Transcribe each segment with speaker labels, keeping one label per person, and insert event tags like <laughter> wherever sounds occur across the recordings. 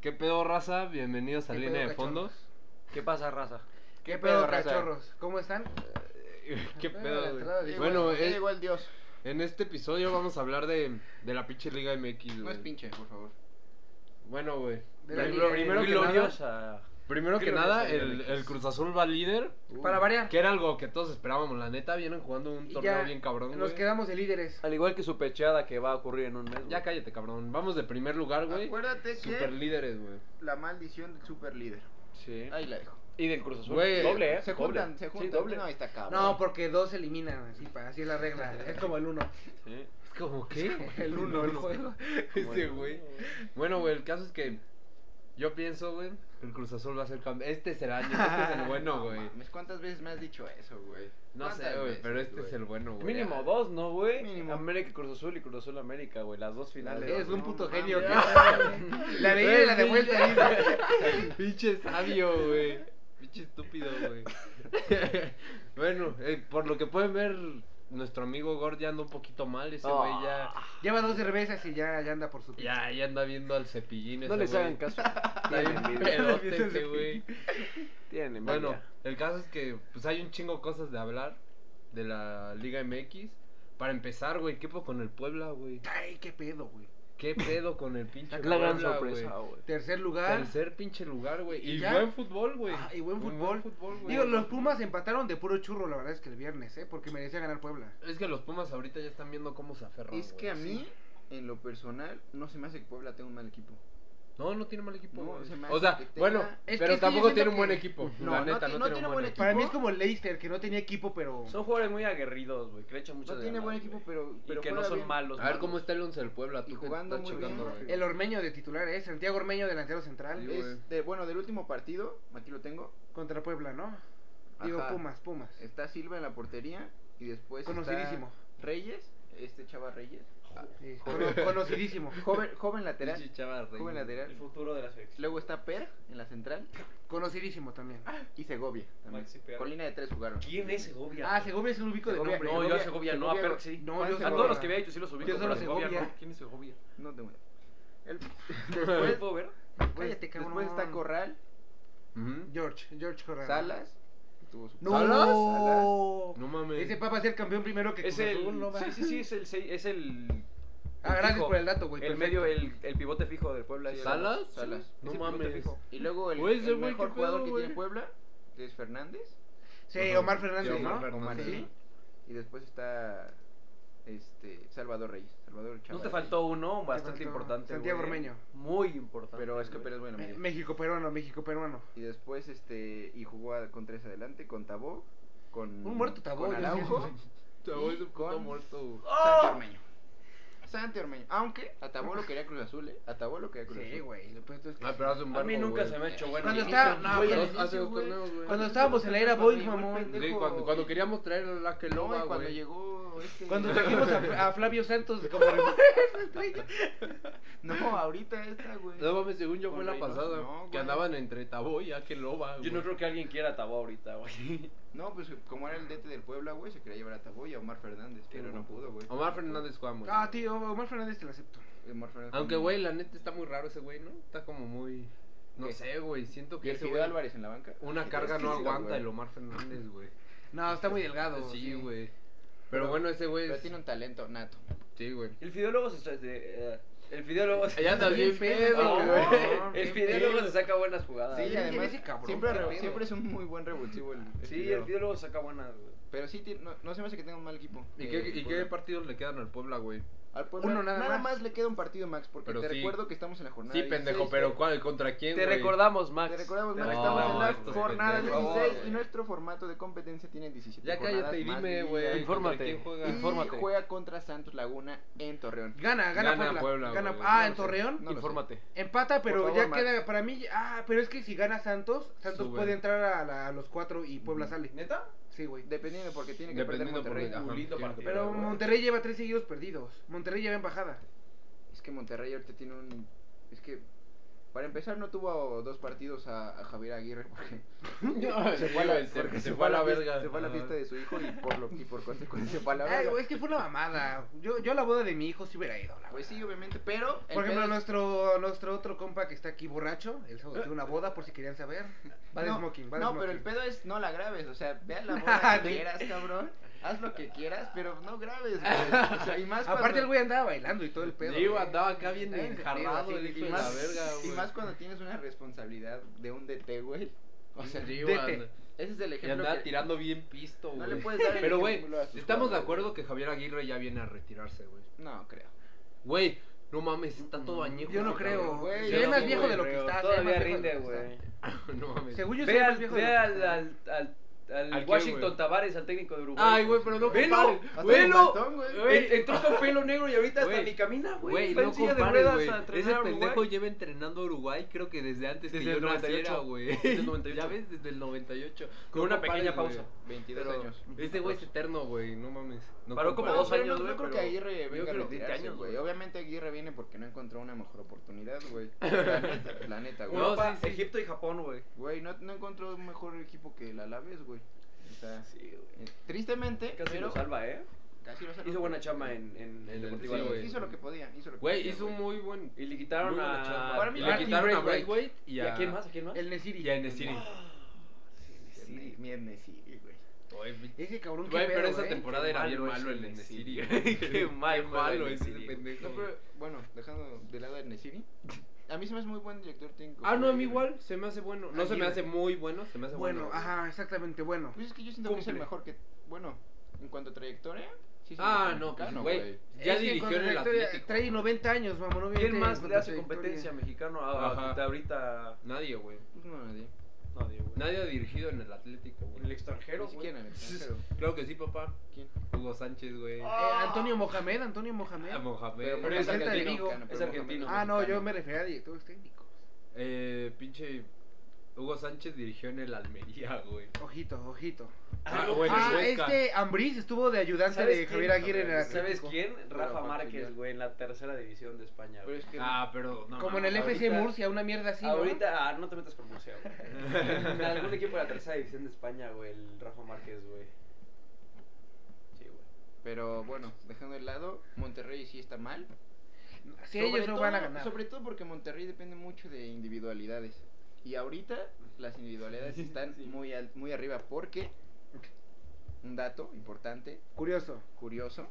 Speaker 1: ¿Qué pedo, raza? Bienvenidos a
Speaker 2: ¿Qué
Speaker 1: Línea
Speaker 2: pedo,
Speaker 1: de Fondos.
Speaker 3: ¿Qué pasa, raza?
Speaker 2: ¿Qué pedo, cachorros? ¿Cómo están?
Speaker 1: <laughs> ¿Qué
Speaker 2: Ah,
Speaker 1: pedo,
Speaker 2: la
Speaker 1: güey?
Speaker 2: entrada de-
Speaker 1: Bueno,
Speaker 4: Bueno,
Speaker 1: eh,
Speaker 4: llegó el dios.
Speaker 1: en este episodio vamos a hablar de, de la pinche Liga MX,
Speaker 4: No es
Speaker 1: güey.
Speaker 4: pinche, por favor.
Speaker 1: Bueno, güey.
Speaker 2: De la
Speaker 1: Pri-
Speaker 2: Liga
Speaker 1: Primero que nada,
Speaker 3: nada,
Speaker 1: primero que
Speaker 3: Gloriosa
Speaker 1: nada,
Speaker 3: Liga
Speaker 1: el,
Speaker 3: MX.
Speaker 1: el Cruz Azul va líder.
Speaker 2: Para variar.
Speaker 1: Que era algo que todos esperábamos. La neta, vienen jugando un
Speaker 2: Y
Speaker 1: Uh, torneo
Speaker 2: ya
Speaker 1: bien cabrón,
Speaker 2: Nos
Speaker 1: güey. Ah,
Speaker 2: quedamos de líderes.
Speaker 3: al igual que su pecheada que va a ocurrir en un mes.
Speaker 1: Ya
Speaker 3: güey.
Speaker 1: cállate, cabrón. Vamos de primer lugar, güey.
Speaker 4: Acuérdate
Speaker 1: Super
Speaker 4: que
Speaker 1: líderes, güey.
Speaker 4: la maldición del super líder.
Speaker 3: Sí.
Speaker 4: Ahí la dejo.
Speaker 3: Y del Cruz Azul.
Speaker 1: Güey,
Speaker 3: doble, ¿eh?
Speaker 4: Se
Speaker 3: Doble.
Speaker 4: juntan, se
Speaker 3: Sí,
Speaker 4: juntan.
Speaker 3: doble.
Speaker 4: No, ahí está cabrón.
Speaker 2: No, porque dos se eliminan, así, pa- así es la regla. Es como
Speaker 1: <laughs>
Speaker 2: el uno. <laughs>
Speaker 3: Sí.
Speaker 1: Es como, ¿qué?
Speaker 2: El uno, el juego.
Speaker 1: <laughs> Ese, güey. Bueno, güey, el caso es que yo pienso, güey, que el Cruz Azul va a ser campeón. Este es el año, este es el
Speaker 3: <laughs>
Speaker 1: bueno, güey.
Speaker 4: Mames, ¿Cuántas veces me has dicho eso, güey?
Speaker 1: No sé,
Speaker 4: ¿Cuántas
Speaker 1: güey,
Speaker 4: veces,
Speaker 1: pero este es el bueno, güey.
Speaker 3: Mínimo dos, ¿no, güey?
Speaker 4: Mínimo.
Speaker 3: América Cruz Azul y Cruz Azul América, güey. Las dos finales.
Speaker 1: Es un
Speaker 4: No
Speaker 1: puto
Speaker 4: mames.
Speaker 1: genio,
Speaker 2: La de ida y la
Speaker 1: <laughs>
Speaker 2: de vuelta. dice.
Speaker 1: Pinche sabio, güey. Pinche estúpido,
Speaker 3: <laughs>
Speaker 1: güey. bueno, eh, por lo que pueden ver, nuestro amigo Gord ya anda un poquito mal. Ese
Speaker 3: Ah.
Speaker 1: güey ya,
Speaker 2: Lleva dos cervezas y ya, ya anda por su pizza.
Speaker 1: ya, ya anda viendo al cepillín.
Speaker 3: No
Speaker 1: ese
Speaker 3: les
Speaker 1: güey.
Speaker 3: hagan <laughs> caso.
Speaker 1: Está
Speaker 3: Tienen <laughs>
Speaker 1: bien
Speaker 3: envidia.
Speaker 1: pedote ese güey.
Speaker 3: Tienen,
Speaker 1: Bueno,
Speaker 3: vaya.
Speaker 1: el caso es que pues hay un chingo cosas de hablar de la Liga MX. Para empezar, güey, ¿qué pedo con el Puebla, güey?
Speaker 2: Ay, qué pedo, güey.
Speaker 1: ¿Qué pedo con el pinche
Speaker 3: La
Speaker 1: Puebla,
Speaker 3: gran sorpresa,
Speaker 1: güey?
Speaker 3: güey.
Speaker 2: Tercer lugar.
Speaker 1: Tercer pinche lugar, güey.
Speaker 2: Y
Speaker 1: Y
Speaker 2: ya.
Speaker 1: buen fútbol, güey.
Speaker 2: Ah, y buen
Speaker 1: Un
Speaker 2: fútbol.
Speaker 1: güey.
Speaker 2: Digo, los Pumas empataron de puro churro, la verdad es que el viernes, ¿eh? Porque merecía ganar Puebla.
Speaker 1: Es que los Pumas ahorita ya están viendo cómo se aferran.
Speaker 4: <laughs> Es que a
Speaker 1: güey.
Speaker 4: mí, en lo personal, no se me hace que Puebla tenga un mal equipo.
Speaker 1: No, no tiene mal equipo.
Speaker 4: No,
Speaker 1: güey.
Speaker 4: se me hace
Speaker 1: o sea,
Speaker 4: que tenga-
Speaker 1: bueno,
Speaker 2: Es que
Speaker 1: pero
Speaker 2: estoy
Speaker 1: tampoco
Speaker 2: diciendo
Speaker 1: tiene un buen
Speaker 2: que-
Speaker 1: equipo.
Speaker 4: No,
Speaker 1: la
Speaker 4: no
Speaker 1: neta,
Speaker 4: ti-
Speaker 1: no,
Speaker 4: no
Speaker 1: tiene un buen equipo.
Speaker 2: Para mí es como el Leicester, que no tenía equipo, pero...
Speaker 3: Son jugadores muy aguerridos, güey. Que le echan mucho
Speaker 4: No
Speaker 3: de
Speaker 4: tiene
Speaker 3: ganas,
Speaker 4: buen equipo,
Speaker 3: güey.
Speaker 4: pero.
Speaker 3: Y
Speaker 4: pero
Speaker 3: que no
Speaker 4: juega
Speaker 3: son
Speaker 4: bien.
Speaker 3: malos.
Speaker 1: A ver
Speaker 3: malos.
Speaker 1: cómo está el once del Puebla. Tú
Speaker 4: Y
Speaker 1: que
Speaker 4: jugando
Speaker 1: estás
Speaker 4: muy bien,
Speaker 1: checando,
Speaker 4: rápido.
Speaker 1: güey.
Speaker 2: El Ormeño de titular, ¿eh? Santiago Ormeño, delantero central.
Speaker 1: Sí, güey.
Speaker 4: Este, bueno, del último partido, aquí lo tengo.
Speaker 2: Contra Puebla, ¿no? Digo,
Speaker 4: Ajá.
Speaker 2: Pumas, Pumas.
Speaker 4: Está Silva en la portería y después está
Speaker 2: Conocidísimo.
Speaker 4: Reyes, este chava Reyes. Ah,
Speaker 2: Sí, cono- conocidísimo.
Speaker 4: joven, joven lateral.
Speaker 1: Pinche chava, rey.
Speaker 4: Joven
Speaker 3: El
Speaker 4: lateral.
Speaker 3: futuro de la selección.
Speaker 4: Luego está Per en la central
Speaker 2: Conocidísimo también.
Speaker 4: y Segovia. también.
Speaker 3: Maxi Per.
Speaker 4: Con línea de tres jugaron.
Speaker 3: ¿Quién es Segovia?
Speaker 2: Ah, Segovia es el único de
Speaker 4: Segovia,
Speaker 2: nombre.
Speaker 3: No, yo a
Speaker 4: Segovia-
Speaker 3: Segovia no, a
Speaker 4: Segovia-
Speaker 3: Perro sí.
Speaker 2: No, yo
Speaker 4: ¿Cuál es
Speaker 3: A
Speaker 2: Segovia?
Speaker 3: todos los que había hecho sí los ubico.
Speaker 2: Yo solo
Speaker 3: pero
Speaker 2: Segovia.
Speaker 3: no. ¿Quién es Segovia?
Speaker 4: No tengo idea.
Speaker 3: <laughs>
Speaker 4: El-
Speaker 3: ¿Puedes
Speaker 4: después,
Speaker 3: puedo ver?
Speaker 2: Cállate,
Speaker 4: después
Speaker 2: cabrón.
Speaker 4: está Corral,
Speaker 1: Ujú.
Speaker 2: George, George Corral.
Speaker 4: Salas. tuvo su-
Speaker 2: No.
Speaker 4: Salas.
Speaker 1: No mames.
Speaker 2: Ese papá va a ser campeón primero que
Speaker 3: Es
Speaker 2: Cruz
Speaker 3: el.
Speaker 2: Azul, ¿no va?
Speaker 3: sí, sí, sí, es el. sei- Es el
Speaker 2: Ah, gracias
Speaker 3: fijo.
Speaker 2: por el dato, güey.
Speaker 3: El
Speaker 2: perfecto.
Speaker 3: medio, el, el pivote fijo del Puebla. es
Speaker 1: ¿Salas?
Speaker 3: Ramos.
Speaker 4: Salas.
Speaker 3: Sí,
Speaker 1: No
Speaker 3: es el pivote
Speaker 1: mames.
Speaker 3: fijo.
Speaker 4: Y luego el,
Speaker 1: Güey, ese
Speaker 4: el
Speaker 1: güey,
Speaker 4: mejor
Speaker 1: qué
Speaker 4: jugador
Speaker 1: pedo,
Speaker 4: que
Speaker 1: güey.
Speaker 4: tiene Puebla es Fernández.
Speaker 2: Sí, Omar Fernández,
Speaker 1: Sí, Omar
Speaker 2: ¿no?
Speaker 1: Fernández.
Speaker 4: Omar,
Speaker 2: Sí.
Speaker 4: sí. Y después está este Salvador Reyes. Salvador
Speaker 3: No
Speaker 4: Chava
Speaker 3: te
Speaker 4: Reyes.
Speaker 3: faltó uno bastante
Speaker 2: faltó
Speaker 3: importante.
Speaker 2: Santiago
Speaker 3: güey. ¿eh?
Speaker 2: Ormeño.
Speaker 3: Muy importante.
Speaker 4: Pero es que
Speaker 3: güey.
Speaker 4: Pérez bueno.
Speaker 2: Me-
Speaker 4: mira.
Speaker 2: México peruano, México peruano.
Speaker 4: Y después, este, y jugó a- con tres adelante, con Tabó, con...
Speaker 2: Un muerto Tabó,
Speaker 4: Con
Speaker 2: yo
Speaker 4: Araujo,
Speaker 2: siento.
Speaker 1: Tabó es un puto
Speaker 4: Con-
Speaker 1: muerto, güey.
Speaker 4: Santi
Speaker 2: ¡Ah!
Speaker 4: Ormeño. Santi Ormeño. Aunque a Tabó lo quería Cruz Azul, ¿eh? A Tabó lo quería Cruz Azul.
Speaker 2: Sí, güey. lo peor es que
Speaker 1: Ah,
Speaker 2: sí.
Speaker 1: pero hace un
Speaker 3: A
Speaker 1: barco,
Speaker 3: mí nunca
Speaker 1: güey.
Speaker 3: se me ha hecho bueno.
Speaker 2: Cuando
Speaker 3: Y
Speaker 2: estaba-
Speaker 3: eso,
Speaker 2: no,
Speaker 3: güey,
Speaker 2: cuando-
Speaker 3: al-
Speaker 1: Dos- hace dos
Speaker 4: güey.
Speaker 1: torneos, güey.
Speaker 2: Cuando estábamos en la era Boys, mamón.
Speaker 1: Sí, cuando, cuando queríamos traer a la que
Speaker 4: eh, No,
Speaker 1: loba,
Speaker 4: y cuando
Speaker 1: güey.
Speaker 4: llegó este...
Speaker 2: Cuando trajimos a, a Flavio Santos como
Speaker 4: <laughs>
Speaker 2: <laughs>
Speaker 4: No, ahorita esta, güey.
Speaker 1: No mames, según yo fue
Speaker 3: Con
Speaker 1: la
Speaker 3: Reynoso,
Speaker 1: pasada.
Speaker 4: no,
Speaker 1: que
Speaker 4: güey.
Speaker 1: andaban entre Tabo y Ake Loba,
Speaker 3: Yo no creo que alguien quiera a Tabó ahorita, <laughs> güey.
Speaker 4: No, pues como era el DT del Puebla, güey, se quería llevar a Tabó y a Omar Fernández, pero no pudo, güey.
Speaker 1: Omar Fernández juega muy
Speaker 2: Ah,
Speaker 1: bien.
Speaker 2: tío, Omar Fernández te lo acepto.
Speaker 4: Omar Fernández
Speaker 1: Aunque,
Speaker 4: con-
Speaker 1: güey, la neta está muy raro ese güey, ¿no? Está como muy. No
Speaker 4: ¿Qué?
Speaker 1: sé, güey. Siento
Speaker 4: Y
Speaker 1: que
Speaker 4: el
Speaker 1: ese
Speaker 4: Fidel
Speaker 1: güey.
Speaker 4: Álvarez en la banca.
Speaker 1: Una
Speaker 4: Sí,
Speaker 1: carga
Speaker 4: es que
Speaker 1: no
Speaker 4: sí,
Speaker 1: aguanta
Speaker 4: güey.
Speaker 1: el Omar Fernández, güey.
Speaker 2: No, está muy delgado.
Speaker 1: Sí, güey. Pero bueno, ese güey.
Speaker 4: Pero
Speaker 1: es-
Speaker 4: tiene un talento nato.
Speaker 1: Sí, güey.
Speaker 3: El fideólogo se. de- eh, El fideólogo se.
Speaker 1: Ya anda bien pedo,
Speaker 3: <laughs> No,
Speaker 1: güey.
Speaker 4: <laughs>
Speaker 2: cabrón.
Speaker 3: El fideólogo se saca buenas jugadas.
Speaker 4: Sí,
Speaker 2: ¿quién
Speaker 3: güey.
Speaker 4: además,
Speaker 2: ese cabrón?
Speaker 4: siempre,
Speaker 2: ¿Qué
Speaker 4: re-
Speaker 2: pedo?
Speaker 4: siempre es un muy buen revulsivo el, el
Speaker 3: Sí,
Speaker 4: Fideo.
Speaker 3: el fideólogo saca buenas, güey.
Speaker 4: Pero sí, tiene- no, no se me hace que tenga un mal equipo.
Speaker 1: ¿Y
Speaker 4: Eh,
Speaker 1: qué, y qué
Speaker 4: Puebla.
Speaker 1: partidos le quedan al Puebla, güey?
Speaker 4: Al Puebla,
Speaker 2: Uno nada
Speaker 4: nada,
Speaker 2: más.
Speaker 4: más. le queda un partido, Max, porque
Speaker 1: Pero
Speaker 4: te
Speaker 1: sí.
Speaker 4: recuerdo que estamos en la jornada
Speaker 1: Sí, pendejo,
Speaker 4: 16.
Speaker 1: pero ¿cuál? ¿Contra quién?
Speaker 3: Te
Speaker 1: güey?
Speaker 3: recordamos, Max.
Speaker 4: Te recordamos,
Speaker 3: Te
Speaker 4: Max,
Speaker 1: No,
Speaker 4: estamos en la
Speaker 1: estos
Speaker 4: jornada
Speaker 1: pendejos.
Speaker 4: 16
Speaker 1: Güey.
Speaker 4: y nuestro formato de competencia tiene 17
Speaker 1: Ya
Speaker 4: jornadas
Speaker 1: cállate y
Speaker 4: más
Speaker 1: dime,
Speaker 4: liga.
Speaker 1: güey.
Speaker 4: Y
Speaker 1: ¿contra
Speaker 3: Infórmate.
Speaker 1: ¿Quién juega?
Speaker 3: Y- Infórmate.
Speaker 4: juega contra Santos Laguna en Torreón.
Speaker 2: Gana, gana,
Speaker 1: Gana
Speaker 2: Puebla.
Speaker 1: Puebla,
Speaker 2: gana-
Speaker 1: güey.
Speaker 2: Ah,
Speaker 4: No
Speaker 2: en
Speaker 4: lo sé.
Speaker 2: Torreón.
Speaker 4: No lo sé.
Speaker 3: Infórmate.
Speaker 2: Empata, pero
Speaker 4: Por
Speaker 2: ya
Speaker 4: favor, Max.
Speaker 2: queda para mí. Ah, pero es que si gana Santos, Santos
Speaker 1: Sube.
Speaker 2: puede entrar a, la- a los cuatro y Puebla sale.
Speaker 3: ¿Neta?
Speaker 2: Sí, güey.
Speaker 4: Dependiendo porque tiene que perder
Speaker 1: Dependiendo por
Speaker 4: Monterrey.
Speaker 1: el ajá,
Speaker 3: Culito
Speaker 1: quién-
Speaker 3: partido,
Speaker 2: Pero
Speaker 3: güey.
Speaker 2: Monterrey lleva tres seguidos perdidos. Monterrey lleva en bajada.
Speaker 4: Es que Monterrey ahorita tiene un es que para empezar no tuvo dos partidos a, a Javier Aguirre <laughs> porque
Speaker 1: se
Speaker 4: fue a la, porque
Speaker 1: se fue a la
Speaker 4: fies-
Speaker 1: verga.
Speaker 4: se fue a la fiesta de su hijo y por, lo, y por consecuencia fue a la
Speaker 2: Ay,
Speaker 4: verga.
Speaker 2: Eh, güey, es que fue una mamada. Yo, yo a la boda de mi hijo sí hubiera ido. La
Speaker 4: Pues
Speaker 2: verdad.
Speaker 4: sí, obviamente, pero... el
Speaker 2: Por ejemplo,
Speaker 4: pedo es-
Speaker 2: nuestro, nuestro otro compa que está aquí borracho, él
Speaker 4: <laughs>
Speaker 2: se tiene una boda, por si querían saber. Va de
Speaker 4: no,
Speaker 2: smoking, va de
Speaker 4: No,
Speaker 2: smoking.
Speaker 4: pero el pedo es no la grabes, o sea, ve a <laughs> la boda que quieras, cabrón. Haz lo que quieras, pero no grabes, <laughs> güey. O sea, y más cuando-
Speaker 2: Aparte, el güey andaba bailando y todo el pedo.
Speaker 1: Digo,
Speaker 2: güey.
Speaker 1: andaba acá bien
Speaker 2: Ay,
Speaker 1: enjarrado
Speaker 2: digo,
Speaker 1: el
Speaker 2: sí,
Speaker 1: hijo
Speaker 4: Y
Speaker 1: de
Speaker 4: más,
Speaker 1: la verga,
Speaker 4: y
Speaker 1: güey.
Speaker 4: más cuando tienes una responsabilidad de un DT, güey. O sea,
Speaker 1: Digo,
Speaker 2: dete.
Speaker 1: anda-
Speaker 4: ese es el
Speaker 1: Y
Speaker 4: ejemplo
Speaker 1: andaba
Speaker 4: que-
Speaker 1: tirando bien pisto,
Speaker 4: No le
Speaker 1: güey.
Speaker 4: puedes dar el
Speaker 1: Pero, güey,
Speaker 4: ejemplo a sus
Speaker 1: estamos de
Speaker 4: jugadores.
Speaker 1: acuerdo que Javier Aguirre ya viene a retirarse, güey.
Speaker 4: No, creo.
Speaker 1: Güey, no mames, está
Speaker 4: Mm,
Speaker 1: todo añejo.
Speaker 2: Yo no
Speaker 1: ese
Speaker 2: creo.
Speaker 1: cabrón.
Speaker 4: güey.
Speaker 2: se ve
Speaker 4: Yo
Speaker 2: más
Speaker 4: sí,
Speaker 2: viejo
Speaker 4: güey,
Speaker 2: de lo que
Speaker 3: creo.
Speaker 2: está. se ve
Speaker 3: Todavía
Speaker 2: más viejo de
Speaker 3: rinde,
Speaker 2: lo que
Speaker 1: <laughs>
Speaker 3: güey.
Speaker 1: no mames.
Speaker 2: Según yo, se
Speaker 3: Ve
Speaker 2: ve más
Speaker 3: al,
Speaker 2: viejo
Speaker 3: ve
Speaker 2: de lo que
Speaker 3: al,
Speaker 2: está.
Speaker 3: al, al, al
Speaker 1: ¿Al qué,
Speaker 3: Washington
Speaker 1: güey?
Speaker 3: Tavares, al técnico de Uruguay.
Speaker 1: Ay, güey, pero no
Speaker 3: Velo,
Speaker 1: compares.
Speaker 4: Hasta
Speaker 1: Velo.
Speaker 4: con Bastón, güey.
Speaker 1: Güey.
Speaker 3: En- Entró
Speaker 1: <laughs>
Speaker 3: con pelo negro y ahorita hasta
Speaker 1: Güey.
Speaker 3: ni camina, güey.
Speaker 1: Güey,
Speaker 3: Va en
Speaker 1: no
Speaker 3: silla de
Speaker 1: compares,
Speaker 3: ruedas
Speaker 1: güey.
Speaker 3: a entrenar
Speaker 1: Ese
Speaker 3: a Uruguay.
Speaker 1: pendejo lleva entrenando a Uruguay creo que desde antes
Speaker 3: Desde
Speaker 1: que
Speaker 3: el
Speaker 1: yo naciera,
Speaker 3: 98.
Speaker 1: güey.
Speaker 3: Desde el 98.
Speaker 1: Ya ves, desde el 98.
Speaker 3: Con
Speaker 1: No
Speaker 3: una
Speaker 1: compares,
Speaker 3: pequeña
Speaker 1: güey.
Speaker 3: pausa.
Speaker 4: 22
Speaker 1: Pero
Speaker 4: años.
Speaker 1: Este güey es eterno, güey, no mames. No
Speaker 3: Paró como
Speaker 4: No,
Speaker 1: compares.
Speaker 3: dos
Speaker 4: pero
Speaker 3: años,
Speaker 4: no,
Speaker 3: güey,
Speaker 4: no creo
Speaker 3: pero-
Speaker 4: que Aguirre
Speaker 3: yo
Speaker 4: venga
Speaker 3: creo
Speaker 4: a
Speaker 3: que 20
Speaker 4: retirarse,
Speaker 3: años,
Speaker 4: güey.
Speaker 3: güey.
Speaker 4: Obviamente Aguirre viene porque no encontró una mejor oportunidad, güey. La neta, La neta, güey.
Speaker 1: No,
Speaker 3: Europa,
Speaker 1: sí, sí.
Speaker 3: Egipto y Japón, güey.
Speaker 4: Güey, no, no encontró un mejor equipo que el Alaves, güey. O
Speaker 1: Ah,
Speaker 4: sea,
Speaker 3: Sí, güey.
Speaker 4: eh, tristemente,
Speaker 3: Casi
Speaker 4: pero
Speaker 3: lo salva, ¿eh?
Speaker 4: casi lo salvó.
Speaker 3: Hizo buena chama en, en,
Speaker 1: En el
Speaker 3: Deportivo
Speaker 4: Sí,
Speaker 1: Sí, güey.
Speaker 3: Alaves.
Speaker 4: hizo lo que podía, hizo lo que
Speaker 1: Güey,
Speaker 4: podía,
Speaker 1: hizo un muy buen
Speaker 3: Y le quitaron
Speaker 1: muy buena
Speaker 3: a...
Speaker 1: chamba.
Speaker 4: Para mí
Speaker 1: Y
Speaker 4: Martin
Speaker 1: le quitaron a
Speaker 2: Braithwaite.
Speaker 1: Braithwaite y
Speaker 3: ¿Y
Speaker 1: a
Speaker 3: a quién más? ¿A quién más?
Speaker 2: El Nesiri.
Speaker 1: Y a Enesiri.
Speaker 4: Nesiri, mi Nesiri, güey.
Speaker 2: Ese cabrón ¿eh? que
Speaker 1: Güey, pero esa
Speaker 2: güey.
Speaker 1: temporada
Speaker 3: Qué
Speaker 1: era bien
Speaker 3: malo es
Speaker 1: malo
Speaker 3: el
Speaker 1: el
Speaker 3: Enesiri,
Speaker 1: Enesiri. <laughs>
Speaker 3: güey. Qué
Speaker 1: Qué
Speaker 3: mal juega el
Speaker 1: malo es ese
Speaker 3: Enesiri, güey.
Speaker 1: pendejo.
Speaker 4: No, pero, bueno, dejando de lado a Nesiri, a mí se me hace muy buen director técnico.
Speaker 1: Ah, no, a mí
Speaker 4: güey.
Speaker 1: igual, se me hace bueno. No se me
Speaker 2: Aguirre.
Speaker 1: hace muy bueno, se me hace bueno.
Speaker 2: Bueno, ajá, exactamente, bueno.
Speaker 4: Pues es que yo siento que es el
Speaker 1: Cumple.
Speaker 4: mejor que. Bueno, en cuanto a trayectoria, sí es el
Speaker 1: Ah,
Speaker 4: mejor
Speaker 1: no, pues,
Speaker 4: mexicano,
Speaker 1: güey. Ya
Speaker 2: Es que en
Speaker 1: dirigió
Speaker 2: cuanto
Speaker 1: en
Speaker 2: a
Speaker 1: el
Speaker 2: trayectoria,
Speaker 1: Atlético.
Speaker 2: Trae 90 años, mamón. obviamente,
Speaker 3: ¿Quién más
Speaker 2: en
Speaker 3: le
Speaker 2: cuanto a
Speaker 3: hace
Speaker 2: trayectoria.
Speaker 3: competencia mexicano a, a
Speaker 1: Ajá.
Speaker 3: que está ahorita?
Speaker 1: Nadie, güey.
Speaker 4: Pues no, nadie.
Speaker 3: Nadie, güey.
Speaker 1: Nadie ha dirigido en el Atlético,
Speaker 3: En el
Speaker 1: güey.
Speaker 3: extranjero, güey.
Speaker 4: Ni siquiera en el extranjero.
Speaker 1: Claro que sí, papá.
Speaker 4: ¿Quién?
Speaker 1: Hugo Sánchez, güey.
Speaker 2: Eh, Antonio Mohamed, Antonio Mohamed.
Speaker 1: A Mohamed.
Speaker 3: Pero es
Speaker 4: Mohamed
Speaker 2: argentino,
Speaker 4: mexicano,
Speaker 3: es
Speaker 4: pero
Speaker 3: argentino.
Speaker 4: Mohamed
Speaker 2: ah, no,
Speaker 4: mexicano.
Speaker 2: yo me refería a directores técnicos.
Speaker 1: Eh, pinche. Hugo Sánchez dirigió en el Almería, güey.
Speaker 2: Ojito, ojito.
Speaker 1: Ah,
Speaker 3: no,
Speaker 1: bueno,
Speaker 2: ah,
Speaker 1: Huesca.
Speaker 2: este Ambriz estuvo de ayudante
Speaker 3: ¿Sabes
Speaker 2: de
Speaker 3: quién?
Speaker 2: Javier Aguirre en el
Speaker 3: ¿Sabes
Speaker 2: Atlético.
Speaker 3: quién? Rafa
Speaker 4: Rafa
Speaker 3: Márquez,
Speaker 4: Márquez.
Speaker 3: güey, en la tercera división de España,
Speaker 4: Pero
Speaker 3: güey.
Speaker 4: es que.
Speaker 1: Ah, pero. no
Speaker 2: Como en
Speaker 1: mames,
Speaker 2: el FC
Speaker 3: ahorita-
Speaker 2: Murcia, una mierda así. ¿no?
Speaker 3: Ahorita, ah, no te metas con Murcia, güey. En algún equipo de la tercera división de España, güey, el Rafa Márquez, güey. Sí, güey.
Speaker 4: Pero bueno, dejando de lado, Monterrey sí está mal.
Speaker 2: Si ellos no
Speaker 4: todo-
Speaker 2: van a ganar.
Speaker 4: Sobre todo porque Monterrey depende mucho de individualidades. Y ahorita las
Speaker 2: <laughs>
Speaker 4: individualidades están
Speaker 3: Sí.
Speaker 4: muy, al- muy arriba porque, un dato importante,
Speaker 2: Curioso,
Speaker 4: curioso,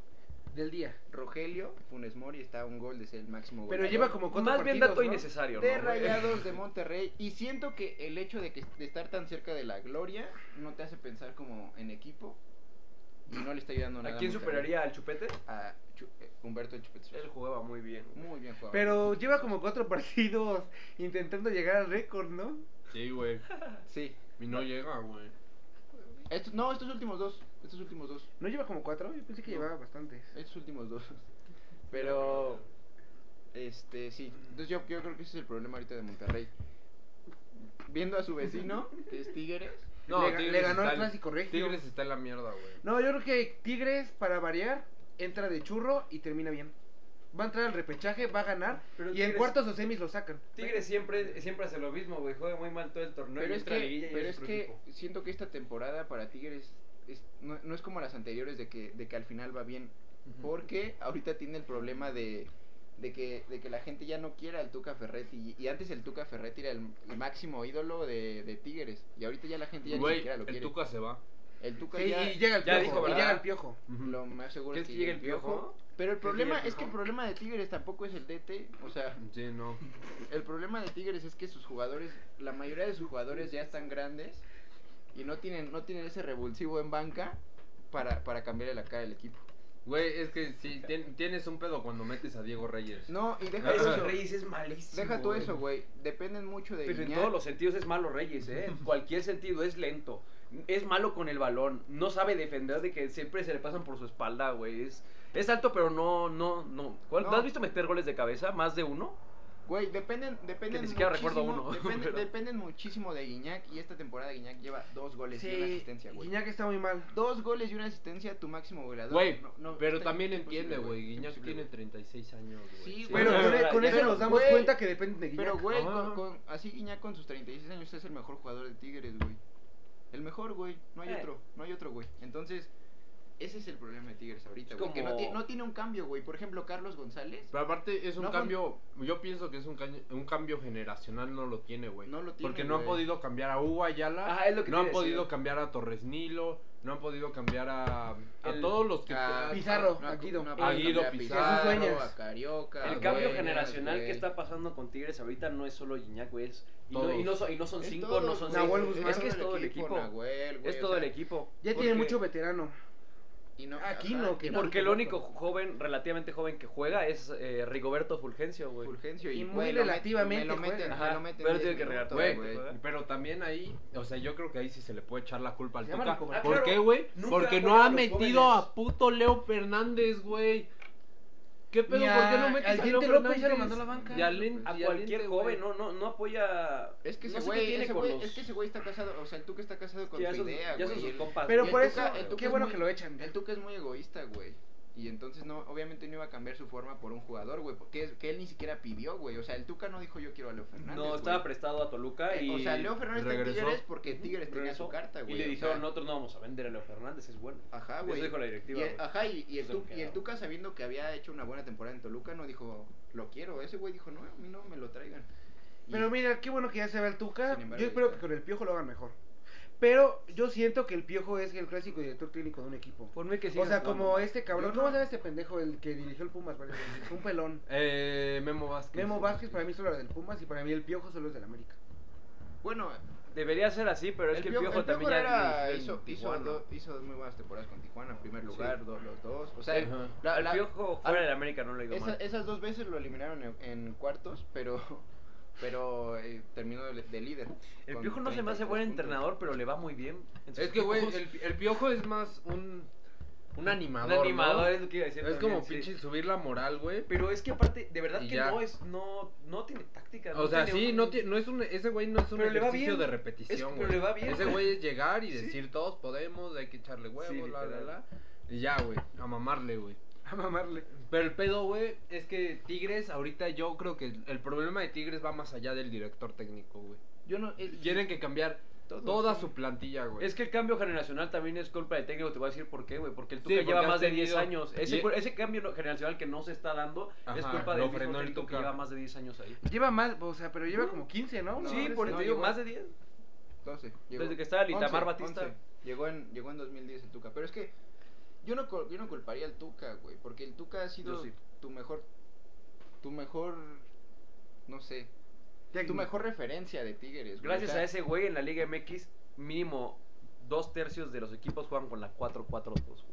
Speaker 2: del día.
Speaker 4: Rogelio Funes Mori está a un gol de ser el máximo
Speaker 2: Pero
Speaker 4: goleador
Speaker 2: lleva como cuatro
Speaker 3: Más bien
Speaker 2: partidos,
Speaker 3: dato
Speaker 2: ¿no?
Speaker 3: innecesario, ¿no?
Speaker 4: de
Speaker 3: güey?
Speaker 4: Rayados de Monterrey y siento que el hecho de que de estar tan cerca de la gloria no te hace pensar como en equipo y no le está ayudando nada.
Speaker 3: ¿A quién
Speaker 4: Monterrey.
Speaker 3: superaría al Chupete?
Speaker 4: A Chu- eh, Humberto Chupete. Suazo.
Speaker 3: Él jugaba muy bien. güey.
Speaker 4: Muy bien jugado.
Speaker 2: Pero lleva como cuatro <laughs> partidos intentando llegar al récord, ¿no?
Speaker 1: Sí, güey.
Speaker 4: sí.
Speaker 1: Y no llega, güey.
Speaker 4: Estos- no, estos últimos dos, estos últimos dos,
Speaker 2: ¿No lleva como cuatro? Yo pensé que
Speaker 4: No.
Speaker 2: llevaba bastantes.
Speaker 4: estos últimos dos. <laughs> Pero este sí, entonces yo, yo creo que ese es el problema ahorita de Monterrey. Viendo a su vecino, que es Tigres,
Speaker 1: No,
Speaker 2: le, ga-
Speaker 1: Tigres
Speaker 2: le ganó
Speaker 1: está
Speaker 2: el
Speaker 1: en-
Speaker 2: clásico regio.
Speaker 1: Tigres está en la mierda, güey.
Speaker 2: No, yo creo que Tigres, para variar, entra de churro y termina bien. Va a entrar al repechaje, va a ganar.
Speaker 3: Pero
Speaker 2: y en
Speaker 3: Tigres-
Speaker 2: cuartos o semis lo sacan.
Speaker 3: Tigres siempre, siempre hace lo mismo, güey. Juega muy mal todo el torneo.
Speaker 4: pero
Speaker 3: y
Speaker 4: es
Speaker 3: entra a
Speaker 4: que,
Speaker 3: liguilla y
Speaker 4: pero es
Speaker 3: otro
Speaker 4: que
Speaker 3: equipo.
Speaker 4: siento que esta temporada para Tigres es- no, no es como las anteriores de que, de que al final va bien. Porque ahorita tiene el problema de, de, que, de que la gente ya no quiere al Tuca Ferretti. Y, y antes el Tuca Ferretti era el, el máximo ídolo de, de Tigres. Y ahorita ya la gente ya ni
Speaker 1: Güey,
Speaker 4: siquiera lo
Speaker 1: el
Speaker 4: quiere.
Speaker 1: Tuca se va.
Speaker 4: El Tuca
Speaker 2: Sí,
Speaker 4: ya...
Speaker 2: y llega el
Speaker 3: ya
Speaker 2: piojo.
Speaker 3: dijo,
Speaker 2: y
Speaker 3: ¿verdad?
Speaker 2: llega el piojo.
Speaker 4: Lo más seguro
Speaker 3: ¿Crees
Speaker 4: es que
Speaker 3: que llegue el Piojo?
Speaker 4: Pero
Speaker 3: ¿Crees
Speaker 4: el
Speaker 3: que
Speaker 4: problema
Speaker 3: llegue el
Speaker 4: es que el
Speaker 3: Piojo?
Speaker 4: problema de Tigres tampoco es el DT. O sea,
Speaker 1: Sí, no.
Speaker 4: el problema de Tigres es que sus jugadores, la mayoría de sus jugadores ya están grandes y no tienen, no tienen ese revulsivo en banca para, para cambiarle la cara al equipo.
Speaker 1: Güey, es que si tienes un pedo cuando metes a Diego Reyes.
Speaker 4: No, y deja
Speaker 1: Ah,
Speaker 4: eso.
Speaker 3: Eso, Reyes es malísimo.
Speaker 4: Deja tú
Speaker 3: güey.
Speaker 4: eso, güey. Dependen mucho de
Speaker 3: Pero en
Speaker 4: Guiñac.
Speaker 3: todos los sentidos es malo Reyes, ¿eh?
Speaker 4: <laughs>
Speaker 3: En cualquier sentido es lento. Es malo con el balón. No sabe defender de que siempre se le pasan por su espalda, güey. Es, es alto, pero no, no, no. ¿Cuál-
Speaker 4: No.
Speaker 3: ¿Lo has visto meter goles de cabeza? ¿Más de uno?
Speaker 4: Güey, dependen, dependen
Speaker 1: Que ni siquiera
Speaker 4: muchísimo-
Speaker 1: recuerdo uno, <laughs>
Speaker 4: dependen,
Speaker 1: pero-
Speaker 4: dependen muchísimo de Guiñac y esta temporada Guiñac lleva dos goles y una asistencia, güey.
Speaker 2: Guiñac está muy mal.
Speaker 4: Dos goles y una asistencia, tu máximo goleador.
Speaker 1: Güey,
Speaker 4: No, no,
Speaker 1: pero
Speaker 4: está
Speaker 1: también
Speaker 4: imposible,
Speaker 1: entiende, güey. Guiñac
Speaker 4: Imposible,
Speaker 1: tiene
Speaker 4: güey.
Speaker 1: 36 años, güey.
Speaker 4: Sí,
Speaker 1: <laughs>
Speaker 2: Pero
Speaker 4: güey,
Speaker 2: con,
Speaker 4: pero-
Speaker 2: con eso
Speaker 4: pero,
Speaker 2: nos damos
Speaker 4: güey,
Speaker 2: cuenta que dependen de Guiñac.
Speaker 4: Pero, güey,
Speaker 1: Ajá.
Speaker 4: con, con- así Guiñac con sus 36 años es el mejor jugador de Tigres, güey. El mejor, güey. No hay
Speaker 3: Eh.
Speaker 4: otro, no hay otro, güey. Entonces, ese es el problema de Tigres ahorita,
Speaker 3: Es
Speaker 4: güey. Que no,
Speaker 3: como-
Speaker 4: ti- no tiene un cambio, güey. Por ejemplo, Carlos González
Speaker 1: Pero aparte es un
Speaker 4: No,
Speaker 1: cambio, yo pienso que es un, caño- un cambio generacional, no lo tiene, güey.
Speaker 4: no lo tiene.
Speaker 1: Porque no han
Speaker 4: güey.
Speaker 1: podido cambiar a Hugo Ayala,
Speaker 3: Ajá, es lo que
Speaker 1: no han
Speaker 3: te iba a decir.
Speaker 1: podido cambiar a Torres Nilo, no han podido cambiar a, a
Speaker 3: El-
Speaker 1: todos los que...
Speaker 4: Ah,
Speaker 2: Pizarro,
Speaker 4: no, no,
Speaker 2: a Guido.
Speaker 4: no,
Speaker 1: A
Speaker 4: no,
Speaker 1: Guido,
Speaker 4: no, a
Speaker 1: Pizarro,
Speaker 2: Jesús Dueñas.
Speaker 4: a Carioca.
Speaker 3: El
Speaker 4: a
Speaker 3: cambio
Speaker 4: Dueñas,
Speaker 3: generacional
Speaker 4: Ah, güey.
Speaker 3: que está pasando con Tigres ahorita no es solo Iñak, güey. es- Y no,
Speaker 1: Todos.
Speaker 3: y no son, y no son
Speaker 4: Es
Speaker 3: cinco,
Speaker 4: todo-
Speaker 3: no son seis.
Speaker 2: Nahuel Guzmán,
Speaker 3: es que es todo el equipo.
Speaker 4: Nahuel, güey,
Speaker 3: es
Speaker 4: o
Speaker 3: todo el
Speaker 4: sea,
Speaker 3: equipo.
Speaker 2: Ya tiene
Speaker 3: Porque-
Speaker 2: mucho veterano.
Speaker 4: y no-
Speaker 2: Aquí
Speaker 4: ajá,
Speaker 2: no, que-
Speaker 4: y
Speaker 3: Porque el único joven, relativamente joven que juega es eh, Rigoberto Fulgencio, güey.
Speaker 4: Fulgencio
Speaker 2: Y muy
Speaker 4: güey, lo met-
Speaker 2: relativamente
Speaker 4: Me lo meten,
Speaker 2: juega.
Speaker 4: me lo meten.
Speaker 3: Ajá, pero
Speaker 4: diez
Speaker 3: tiene que regar,
Speaker 4: minutos,
Speaker 1: Güey,
Speaker 3: güey.
Speaker 1: pero también ahí, o sea, yo creo que ahí sí se le puede echar la culpa al
Speaker 2: Se llama
Speaker 1: Tuca.
Speaker 2: Ricoberto.
Speaker 1: ¿Por
Speaker 3: Ah, claro.
Speaker 1: qué, güey?
Speaker 3: Nunca
Speaker 1: Porque
Speaker 3: juegan
Speaker 1: no ha
Speaker 3: los
Speaker 1: metido
Speaker 3: jóvenes.
Speaker 1: a puto Leo Fernández, güey. ¿Qué pedo?
Speaker 2: Ni
Speaker 1: ¿Por qué no
Speaker 2: al-
Speaker 1: metes
Speaker 2: al
Speaker 1: a Leo
Speaker 2: Diente López
Speaker 1: Fernández?
Speaker 2: ya lo mandó a la banca.
Speaker 1: Y al Lin-
Speaker 3: A
Speaker 1: y al
Speaker 3: cualquier
Speaker 1: Linte, güey.
Speaker 3: joven, no, no, no apoya.
Speaker 4: Es que
Speaker 3: no
Speaker 4: ese
Speaker 3: sé qué
Speaker 4: güey,
Speaker 3: tiene
Speaker 4: ese
Speaker 3: con
Speaker 4: güey,
Speaker 3: los-
Speaker 4: es que ese güey está casado, o sea, el Tuca está casado con
Speaker 3: ya
Speaker 4: su
Speaker 3: son-
Speaker 4: idea,
Speaker 3: ya son
Speaker 4: güey.
Speaker 3: sus
Speaker 4: el-
Speaker 3: compas.
Speaker 2: Pero
Speaker 3: güey.
Speaker 2: por
Speaker 4: el
Speaker 2: eso,
Speaker 4: Tuca- el Tuca
Speaker 2: qué
Speaker 4: es
Speaker 2: bueno
Speaker 4: muy-
Speaker 2: que lo echan.
Speaker 4: El Tuca es muy egoísta, güey. Y entonces no, obviamente no iba a cambiar su forma por un jugador, güey, porque es- que él ni siquiera pidió, güey. O sea, el Tuca no dijo yo quiero a Leo Fernández.
Speaker 3: No,
Speaker 4: güey.
Speaker 3: estaba prestado a Toluca
Speaker 4: Eh,
Speaker 3: y.
Speaker 4: O sea, Leo Fernández
Speaker 1: regresó.
Speaker 4: está en Tigres porque Tigres tenía
Speaker 3: regresó
Speaker 4: su carta, güey.
Speaker 3: Y le
Speaker 4: o
Speaker 3: dijeron,
Speaker 4: sea,
Speaker 3: nosotros no vamos a vender a Leo Fernández, es bueno.
Speaker 4: Ajá,
Speaker 3: Eso
Speaker 4: güey.
Speaker 3: dijo la
Speaker 4: Y
Speaker 3: directiva.
Speaker 4: el-
Speaker 3: güey.
Speaker 4: ajá, y, y el
Speaker 3: Eso me
Speaker 4: Tu- y
Speaker 3: queda,
Speaker 4: el
Speaker 3: güey.
Speaker 4: Tuca sabiendo que había hecho una buena temporada en Toluca no dijo, lo quiero. Ese güey dijo, no, a mí no me lo traigan. Y-
Speaker 2: Pero mira, qué bueno que ya se va el Tuca.
Speaker 4: Sin embargo,
Speaker 2: yo espero
Speaker 4: ya.
Speaker 2: que con el Piojo lo hagan mejor. Pero yo siento que el Piojo es el clásico director técnico de un equipo.
Speaker 3: Por mí que
Speaker 2: O
Speaker 3: sigan
Speaker 2: sea,
Speaker 3: jugando.
Speaker 2: como este cabrón.
Speaker 4: Yo
Speaker 2: ¿Cómo
Speaker 4: no-
Speaker 2: se llama este pendejo el que dirigió el Pumas? Vale, Un pelón.
Speaker 1: Eh, Memo Vázquez.
Speaker 2: Memo Vázquez para mí solo era del Pumas y para mí el Piojo solo es del América.
Speaker 4: Bueno,
Speaker 3: Debería ser así, pero es que el Piojo, también ya
Speaker 4: Herrera
Speaker 3: dirigió en
Speaker 4: hizo, hizo,
Speaker 3: Tijuana.
Speaker 4: do- hizo muy buenas temporadas con Tijuana, en primer lugar,
Speaker 3: Sí.
Speaker 4: do- los dos. O sea,
Speaker 1: Ajá.
Speaker 4: la- la-
Speaker 3: el Piojo fuera del América no lo ha ido
Speaker 4: esa-
Speaker 3: mal.
Speaker 4: esas dos veces lo eliminaron en, en cuartos, pero <laughs> pero eh, terminó de, de líder.
Speaker 3: El
Speaker 4: con
Speaker 3: Piojo no se me hace
Speaker 4: 33
Speaker 3: buen
Speaker 4: puntos.
Speaker 3: entrenador, pero le va muy bien. en sus
Speaker 1: Es que, güey,
Speaker 3: equipos.
Speaker 1: el, el piojo es más un, un animador.
Speaker 3: Un animador
Speaker 1: ¿no?
Speaker 3: es lo que iba a decir.
Speaker 1: Es
Speaker 3: también,
Speaker 1: como
Speaker 3: sí.
Speaker 1: pinche subir la moral, güey.
Speaker 3: Pero es que aparte, de verdad
Speaker 1: Y
Speaker 3: que
Speaker 1: ya.
Speaker 3: no es, no, no tiene táctica.
Speaker 1: O sea,
Speaker 3: tiene
Speaker 1: sí,
Speaker 3: un-
Speaker 1: no, ti- no es un, ese güey no es un
Speaker 3: Pero le va
Speaker 1: ejercicio
Speaker 3: bien.
Speaker 1: de
Speaker 3: Es-
Speaker 1: repetición,
Speaker 3: pero
Speaker 1: güey.
Speaker 3: le va bien,
Speaker 1: Ese
Speaker 3: güey.
Speaker 1: güey es llegar y
Speaker 3: Sí.
Speaker 1: decir todos podemos, hay que echarle huevos,
Speaker 3: Sí,
Speaker 1: la, la,
Speaker 3: literal.
Speaker 1: la. Y ya, güey, a mamarle, güey.
Speaker 2: A mamarle.
Speaker 1: Pero el pedo, güey, es que Tigres, ahorita yo creo que el problema de Tigres va más allá del director técnico, güey.
Speaker 4: Yo no, es-
Speaker 1: Tienen que cambiar
Speaker 4: todo,
Speaker 1: toda
Speaker 4: sí.
Speaker 1: su plantilla, güey.
Speaker 3: Es que el cambio generacional también es culpa del técnico, te voy a decir por qué, güey, porque el
Speaker 1: Sí,
Speaker 3: Tuca
Speaker 1: porque
Speaker 3: lleva
Speaker 1: has
Speaker 3: más de
Speaker 1: tenido-
Speaker 3: 10 años. Ese,
Speaker 1: y-
Speaker 3: cu- ese cambio no- generacional que no se está dando es
Speaker 1: Ajá, lo
Speaker 3: culpa del mismo
Speaker 1: frenó el
Speaker 3: técnico que
Speaker 1: Tuca.
Speaker 3: lleva más de 10 años ahí.
Speaker 2: Lleva más, o sea, pero lleva como 15, ¿no?
Speaker 4: No,
Speaker 3: sí,
Speaker 2: Una madre
Speaker 3: por eso
Speaker 4: no,
Speaker 3: te
Speaker 2: así.
Speaker 3: digo,
Speaker 4: llegó-
Speaker 3: más de 10.
Speaker 4: 12, llegó.
Speaker 3: Desde que estaba el Itamar
Speaker 4: 11,
Speaker 3: Batista.
Speaker 4: 11. Llegó en, llegó en 2010 el Tuca. Pero es que yo no, cul- yo no culparía al Tuca, güey. Porque el Tuca ha sido
Speaker 3: Yo sí.
Speaker 4: tu mejor. Tu mejor. No sé. Tu
Speaker 2: Técnico.
Speaker 4: mejor referencia de Tigres. güey.
Speaker 3: Gracias
Speaker 4: O sea,
Speaker 3: a ese güey en la Liga MX, mínimo dos tercios de los equipos juegan con la 4-4-2,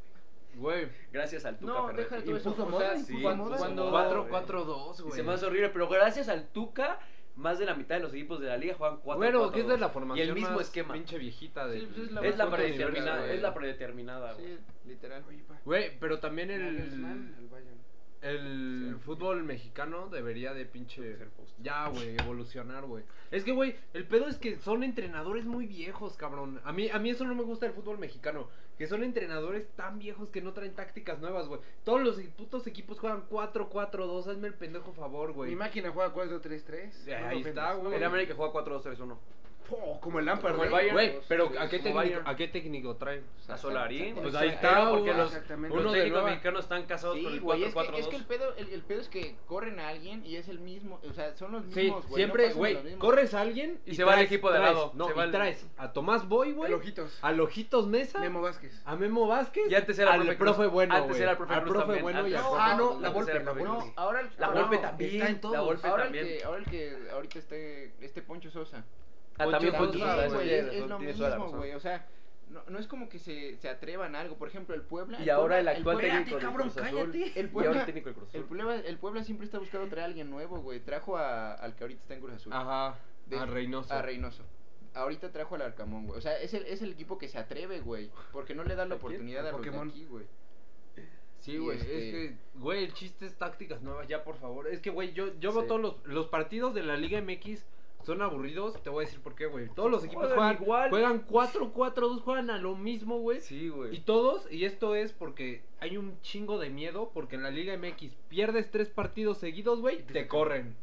Speaker 3: güey.
Speaker 1: Güey,
Speaker 3: Gracias al Tuca
Speaker 4: No,
Speaker 3: Ferretti.
Speaker 4: deja tú
Speaker 2: Impuso
Speaker 4: eso. o
Speaker 2: moda,
Speaker 4: sea,
Speaker 2: impuso
Speaker 4: sí,
Speaker 2: moda.
Speaker 4: cuando-
Speaker 3: Cuatro,
Speaker 1: 4-4-2,
Speaker 3: Y
Speaker 1: güey.
Speaker 3: se me hace horrible, pero gracias al Tuca, más de la mitad de los equipos de la liga juegan 4
Speaker 1: Bueno, que es de la formación
Speaker 3: Y el mismo
Speaker 1: más
Speaker 3: esquema.
Speaker 1: pinche viejita de...
Speaker 4: Sí, pues es la
Speaker 3: Es la
Speaker 4: Cuatro
Speaker 3: predeterminada,
Speaker 4: universal,
Speaker 3: es la predeterminada, güey.
Speaker 4: Sí, literal.
Speaker 2: Oye, pa.
Speaker 1: Güey, pero también
Speaker 2: Nagelsmann,
Speaker 1: el...
Speaker 2: el Bayern.
Speaker 1: El
Speaker 3: Sí.
Speaker 1: fútbol mexicano debería de pinche...
Speaker 3: Ser post.
Speaker 1: Ya, güey, evolucionar, güey. Es que, güey, el pedo es que son entrenadores muy viejos, cabrón. A mí, a mí eso no me gusta del fútbol mexicano. Que son entrenadores tan viejos que no traen tácticas nuevas, güey. Todos los putos equipos juegan 4-4-2. Hazme el pendejo favor,
Speaker 2: Mi
Speaker 1: güey.
Speaker 2: máquina juega 4-3-3.
Speaker 1: Eh,
Speaker 2: No
Speaker 1: ahí
Speaker 2: me
Speaker 1: está,
Speaker 2: ofendas.
Speaker 1: güey.
Speaker 3: El América juega 4-2-3-1.
Speaker 2: Po, Como el Lampard,
Speaker 3: Como el
Speaker 2: güey.
Speaker 3: Bayern.
Speaker 1: Güey, pero
Speaker 4: Sí,
Speaker 1: ¿a qué,
Speaker 3: como
Speaker 1: técnico,
Speaker 3: Bayern.
Speaker 1: ¿a qué técnico traen?
Speaker 3: A Solari.
Speaker 4: Exacto.
Speaker 1: Pues ahí
Speaker 3: Era
Speaker 1: está,
Speaker 3: porque
Speaker 1: güey.
Speaker 3: los,
Speaker 2: Exactamente.
Speaker 1: Uno
Speaker 3: los
Speaker 1: de
Speaker 3: técnicos
Speaker 1: nueva.
Speaker 3: mexicanos están casados con
Speaker 4: Sí,
Speaker 3: el
Speaker 4: güey, es que,
Speaker 3: 4-4-2.
Speaker 4: es que el pedo, el, el pedo es que corren a alguien y es el mismo, o sea, son los
Speaker 1: Sí,
Speaker 4: mismos, güey. no
Speaker 1: siempre,
Speaker 4: pasan de los
Speaker 1: güey,
Speaker 4: mismos.
Speaker 1: corres a alguien
Speaker 3: Y se va al
Speaker 1: traes-
Speaker 3: equipo de al
Speaker 1: traes-
Speaker 3: lado,
Speaker 1: No,
Speaker 3: se
Speaker 1: y
Speaker 3: va al-
Speaker 1: traez a Tomás Boy,
Speaker 2: El
Speaker 1: güey,
Speaker 2: Ojitos.
Speaker 1: a Lojitos Mesa,
Speaker 2: Memo Vázquez.
Speaker 1: a Memo Vázquez,
Speaker 3: Y antes era
Speaker 1: al
Speaker 3: profe
Speaker 1: profe,
Speaker 3: Cruz.
Speaker 1: bueno,
Speaker 3: Antes
Speaker 1: güey,
Speaker 3: era el profe
Speaker 1: al
Speaker 3: Cruz
Speaker 1: profe
Speaker 3: también,
Speaker 1: bueno y al
Speaker 3: antes.
Speaker 1: profe
Speaker 2: Ah, no,
Speaker 1: Cruz.
Speaker 2: la Volpe,
Speaker 3: Era
Speaker 2: la
Speaker 3: Volpe.
Speaker 2: Volpe.
Speaker 4: No, ahora el,
Speaker 3: La
Speaker 4: ahora
Speaker 3: Volpe
Speaker 4: no,
Speaker 3: también.
Speaker 4: está en todos.
Speaker 3: La Volpe
Speaker 4: ahora
Speaker 3: también.
Speaker 4: El que, ahora el que ahorita esté este Poncho Sosa.
Speaker 3: Ah, también
Speaker 1: Poncho
Speaker 3: Poncho
Speaker 1: Sosa,
Speaker 3: Sosa,
Speaker 4: Sí, güey,
Speaker 3: tienes
Speaker 4: es, es
Speaker 3: razón,
Speaker 4: lo
Speaker 3: tienes toda la
Speaker 4: mismo,
Speaker 3: razón.
Speaker 4: güey. O sea, no, no es como que se, se atrevan a algo. Por ejemplo, el Puebla.
Speaker 3: Y ahora el
Speaker 4: Puebla-
Speaker 3: actual
Speaker 4: Puebla-
Speaker 3: técnico del Cruz Azul.
Speaker 4: El
Speaker 3: Y ahora el
Speaker 4: Puebla,
Speaker 3: técnico del Cruz
Speaker 4: el,
Speaker 3: Azul.
Speaker 4: Puebla, el Puebla siempre está buscando traer a alguien nuevo, güey. Trajo a, al que ahorita está en Cruz Azul.
Speaker 1: Ajá,
Speaker 4: De-
Speaker 1: a Reynoso.
Speaker 4: A Reynoso. Ahorita trajo al Arcamón, güey. O sea, es el, es el equipo que se atreve, güey. Porque no le dan la
Speaker 3: ¿A quién?
Speaker 4: oportunidad
Speaker 2: ¿Al
Speaker 4: a los de
Speaker 2: Pokémon?
Speaker 4: aquí, güey.
Speaker 1: Sí,
Speaker 4: Y,
Speaker 1: güey,
Speaker 4: este,
Speaker 1: es que, güey, el chiste es tácticas nuevas, ya por favor. Es que, güey, yo, yo veo
Speaker 4: Sí.
Speaker 1: todos los, los partidos de la Liga MX son aburridos. Te voy a decir por qué, güey. Todos los equipos
Speaker 3: Juegan
Speaker 1: juegan,
Speaker 3: igual.
Speaker 1: juegan 4-4-2, juegan a lo mismo, güey.
Speaker 3: Sí,
Speaker 1: Y
Speaker 3: güey.
Speaker 1: todos, y esto es porque hay un chingo de miedo, porque en la Liga MX pierdes tres partidos seguidos, güey, te corren.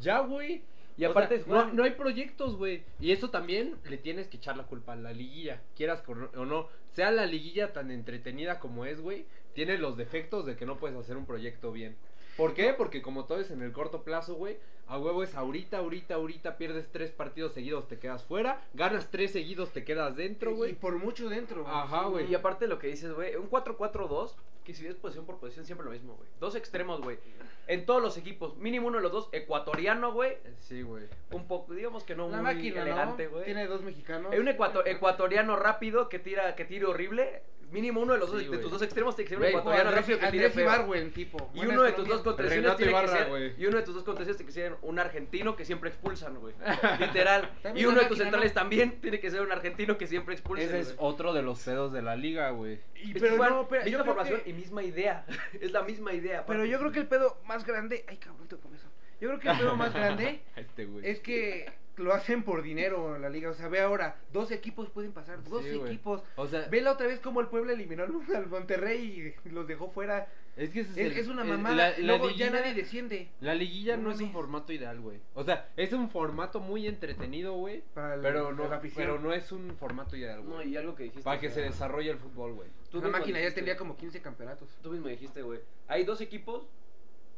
Speaker 1: Ya, güey.
Speaker 3: Y
Speaker 1: O
Speaker 3: aparte
Speaker 1: sea,
Speaker 3: es
Speaker 1: no,
Speaker 3: Juan.
Speaker 1: no hay proyectos, güey. Y eso también le tienes que echar la culpa a la liguilla, quieras cor- o no. Sea la liguilla tan entretenida como es, güey, tiene los defectos de que no puedes hacer un proyecto bien. ¿Por qué? Porque como todo es en el corto plazo, güey, a huevo es ahorita, ahorita, ahorita, pierdes tres partidos seguidos, te quedas fuera, ganas tres seguidos, te quedas dentro,
Speaker 2: Y
Speaker 1: güey.
Speaker 2: por mucho dentro. güey.
Speaker 1: Ajá,
Speaker 2: Sí,
Speaker 1: Ah, güey.
Speaker 3: Y aparte lo que dices, güey, un 4-4-2, que si ves posición por posición, siempre lo mismo, güey. Dos extremos, güey. En todos los equipos, mínimo uno de los dos, ecuatoriano, güey.
Speaker 1: Sí, güey.
Speaker 3: Un poco, digamos que no
Speaker 2: La
Speaker 3: muy
Speaker 2: máquina,
Speaker 3: elegante,
Speaker 2: ¿no?
Speaker 3: güey.
Speaker 2: Tiene dos mexicanos.
Speaker 3: Eh, Un ecuato- ecuatoriano rápido que tira, que tire horrible. Mínimo uno de los
Speaker 1: Sí,
Speaker 3: dos, de
Speaker 1: güey.
Speaker 3: tus dos extremos tiene que ser un
Speaker 1: Güey,
Speaker 2: Tipo
Speaker 3: ecuatoriano
Speaker 2: Andrés-
Speaker 3: rápido que tire
Speaker 2: Andrés
Speaker 3: feo.
Speaker 2: Ibargüen, tipo.
Speaker 3: Y
Speaker 2: Bueno,
Speaker 3: uno de
Speaker 2: es
Speaker 3: tus dos
Speaker 2: colombiano.
Speaker 3: contenciones
Speaker 1: Renato
Speaker 3: tiene que
Speaker 1: Ibarra,
Speaker 3: ser
Speaker 1: güey.
Speaker 3: y uno de tus dos contenciones tiene que ser un argentino que siempre expulsan,
Speaker 1: <laughs>
Speaker 3: güey. Literal.
Speaker 2: También
Speaker 3: y uno
Speaker 2: la
Speaker 3: de
Speaker 2: máquina,
Speaker 3: tus centrales
Speaker 2: ¿no?
Speaker 3: también tiene que ser un argentino que siempre expulsan.
Speaker 1: Ese es
Speaker 3: güey.
Speaker 1: otro de los pedos de la liga, güey.
Speaker 2: Y-
Speaker 3: Es
Speaker 2: pero
Speaker 3: igual,
Speaker 2: no, pero yo
Speaker 3: misma
Speaker 2: creo
Speaker 3: formación
Speaker 2: que-
Speaker 3: y misma
Speaker 4: <laughs>
Speaker 3: idea. es la misma idea.
Speaker 2: Pero
Speaker 3: aparte.
Speaker 2: yo creo que el pedo más grande. Ay, cabrón, te con eso. Yo creo que el pedo más
Speaker 3: <laughs>
Speaker 2: grande
Speaker 1: <laughs> Este, güey.
Speaker 2: es que lo hacen por dinero en la liga. O sea, ve ahora, dos equipos pueden pasar, dos
Speaker 1: Sí, güey.
Speaker 2: equipos.
Speaker 1: O sea,
Speaker 2: Ve la otra vez cómo el pueblo eliminó al <laughs> al Monterrey y los dejó fuera.
Speaker 1: es que ese
Speaker 2: Es,
Speaker 1: el-
Speaker 2: es una
Speaker 1: el-
Speaker 2: mamada.
Speaker 1: La, la
Speaker 2: Luego
Speaker 1: liguilla,
Speaker 2: ya nadie desciende.
Speaker 1: la liguilla no,
Speaker 2: No
Speaker 1: es un
Speaker 2: mames.
Speaker 1: formato ideal, güey. O sea, es un formato muy entretenido, güey.
Speaker 2: Para el-
Speaker 1: Pero no,
Speaker 2: para la afición.
Speaker 1: pero no es un formato ideal,
Speaker 3: No,
Speaker 1: güey.
Speaker 3: y algo que dijiste.
Speaker 1: para
Speaker 3: o
Speaker 1: que
Speaker 3: sea,
Speaker 1: se desarrolle el fútbol, güey.
Speaker 3: tú
Speaker 2: la
Speaker 3: mismo
Speaker 2: máquina ya
Speaker 3: dijiste,
Speaker 2: tendría como 15 campeonatos.
Speaker 3: Tú mismo dijiste, güey. Hay dos equipos.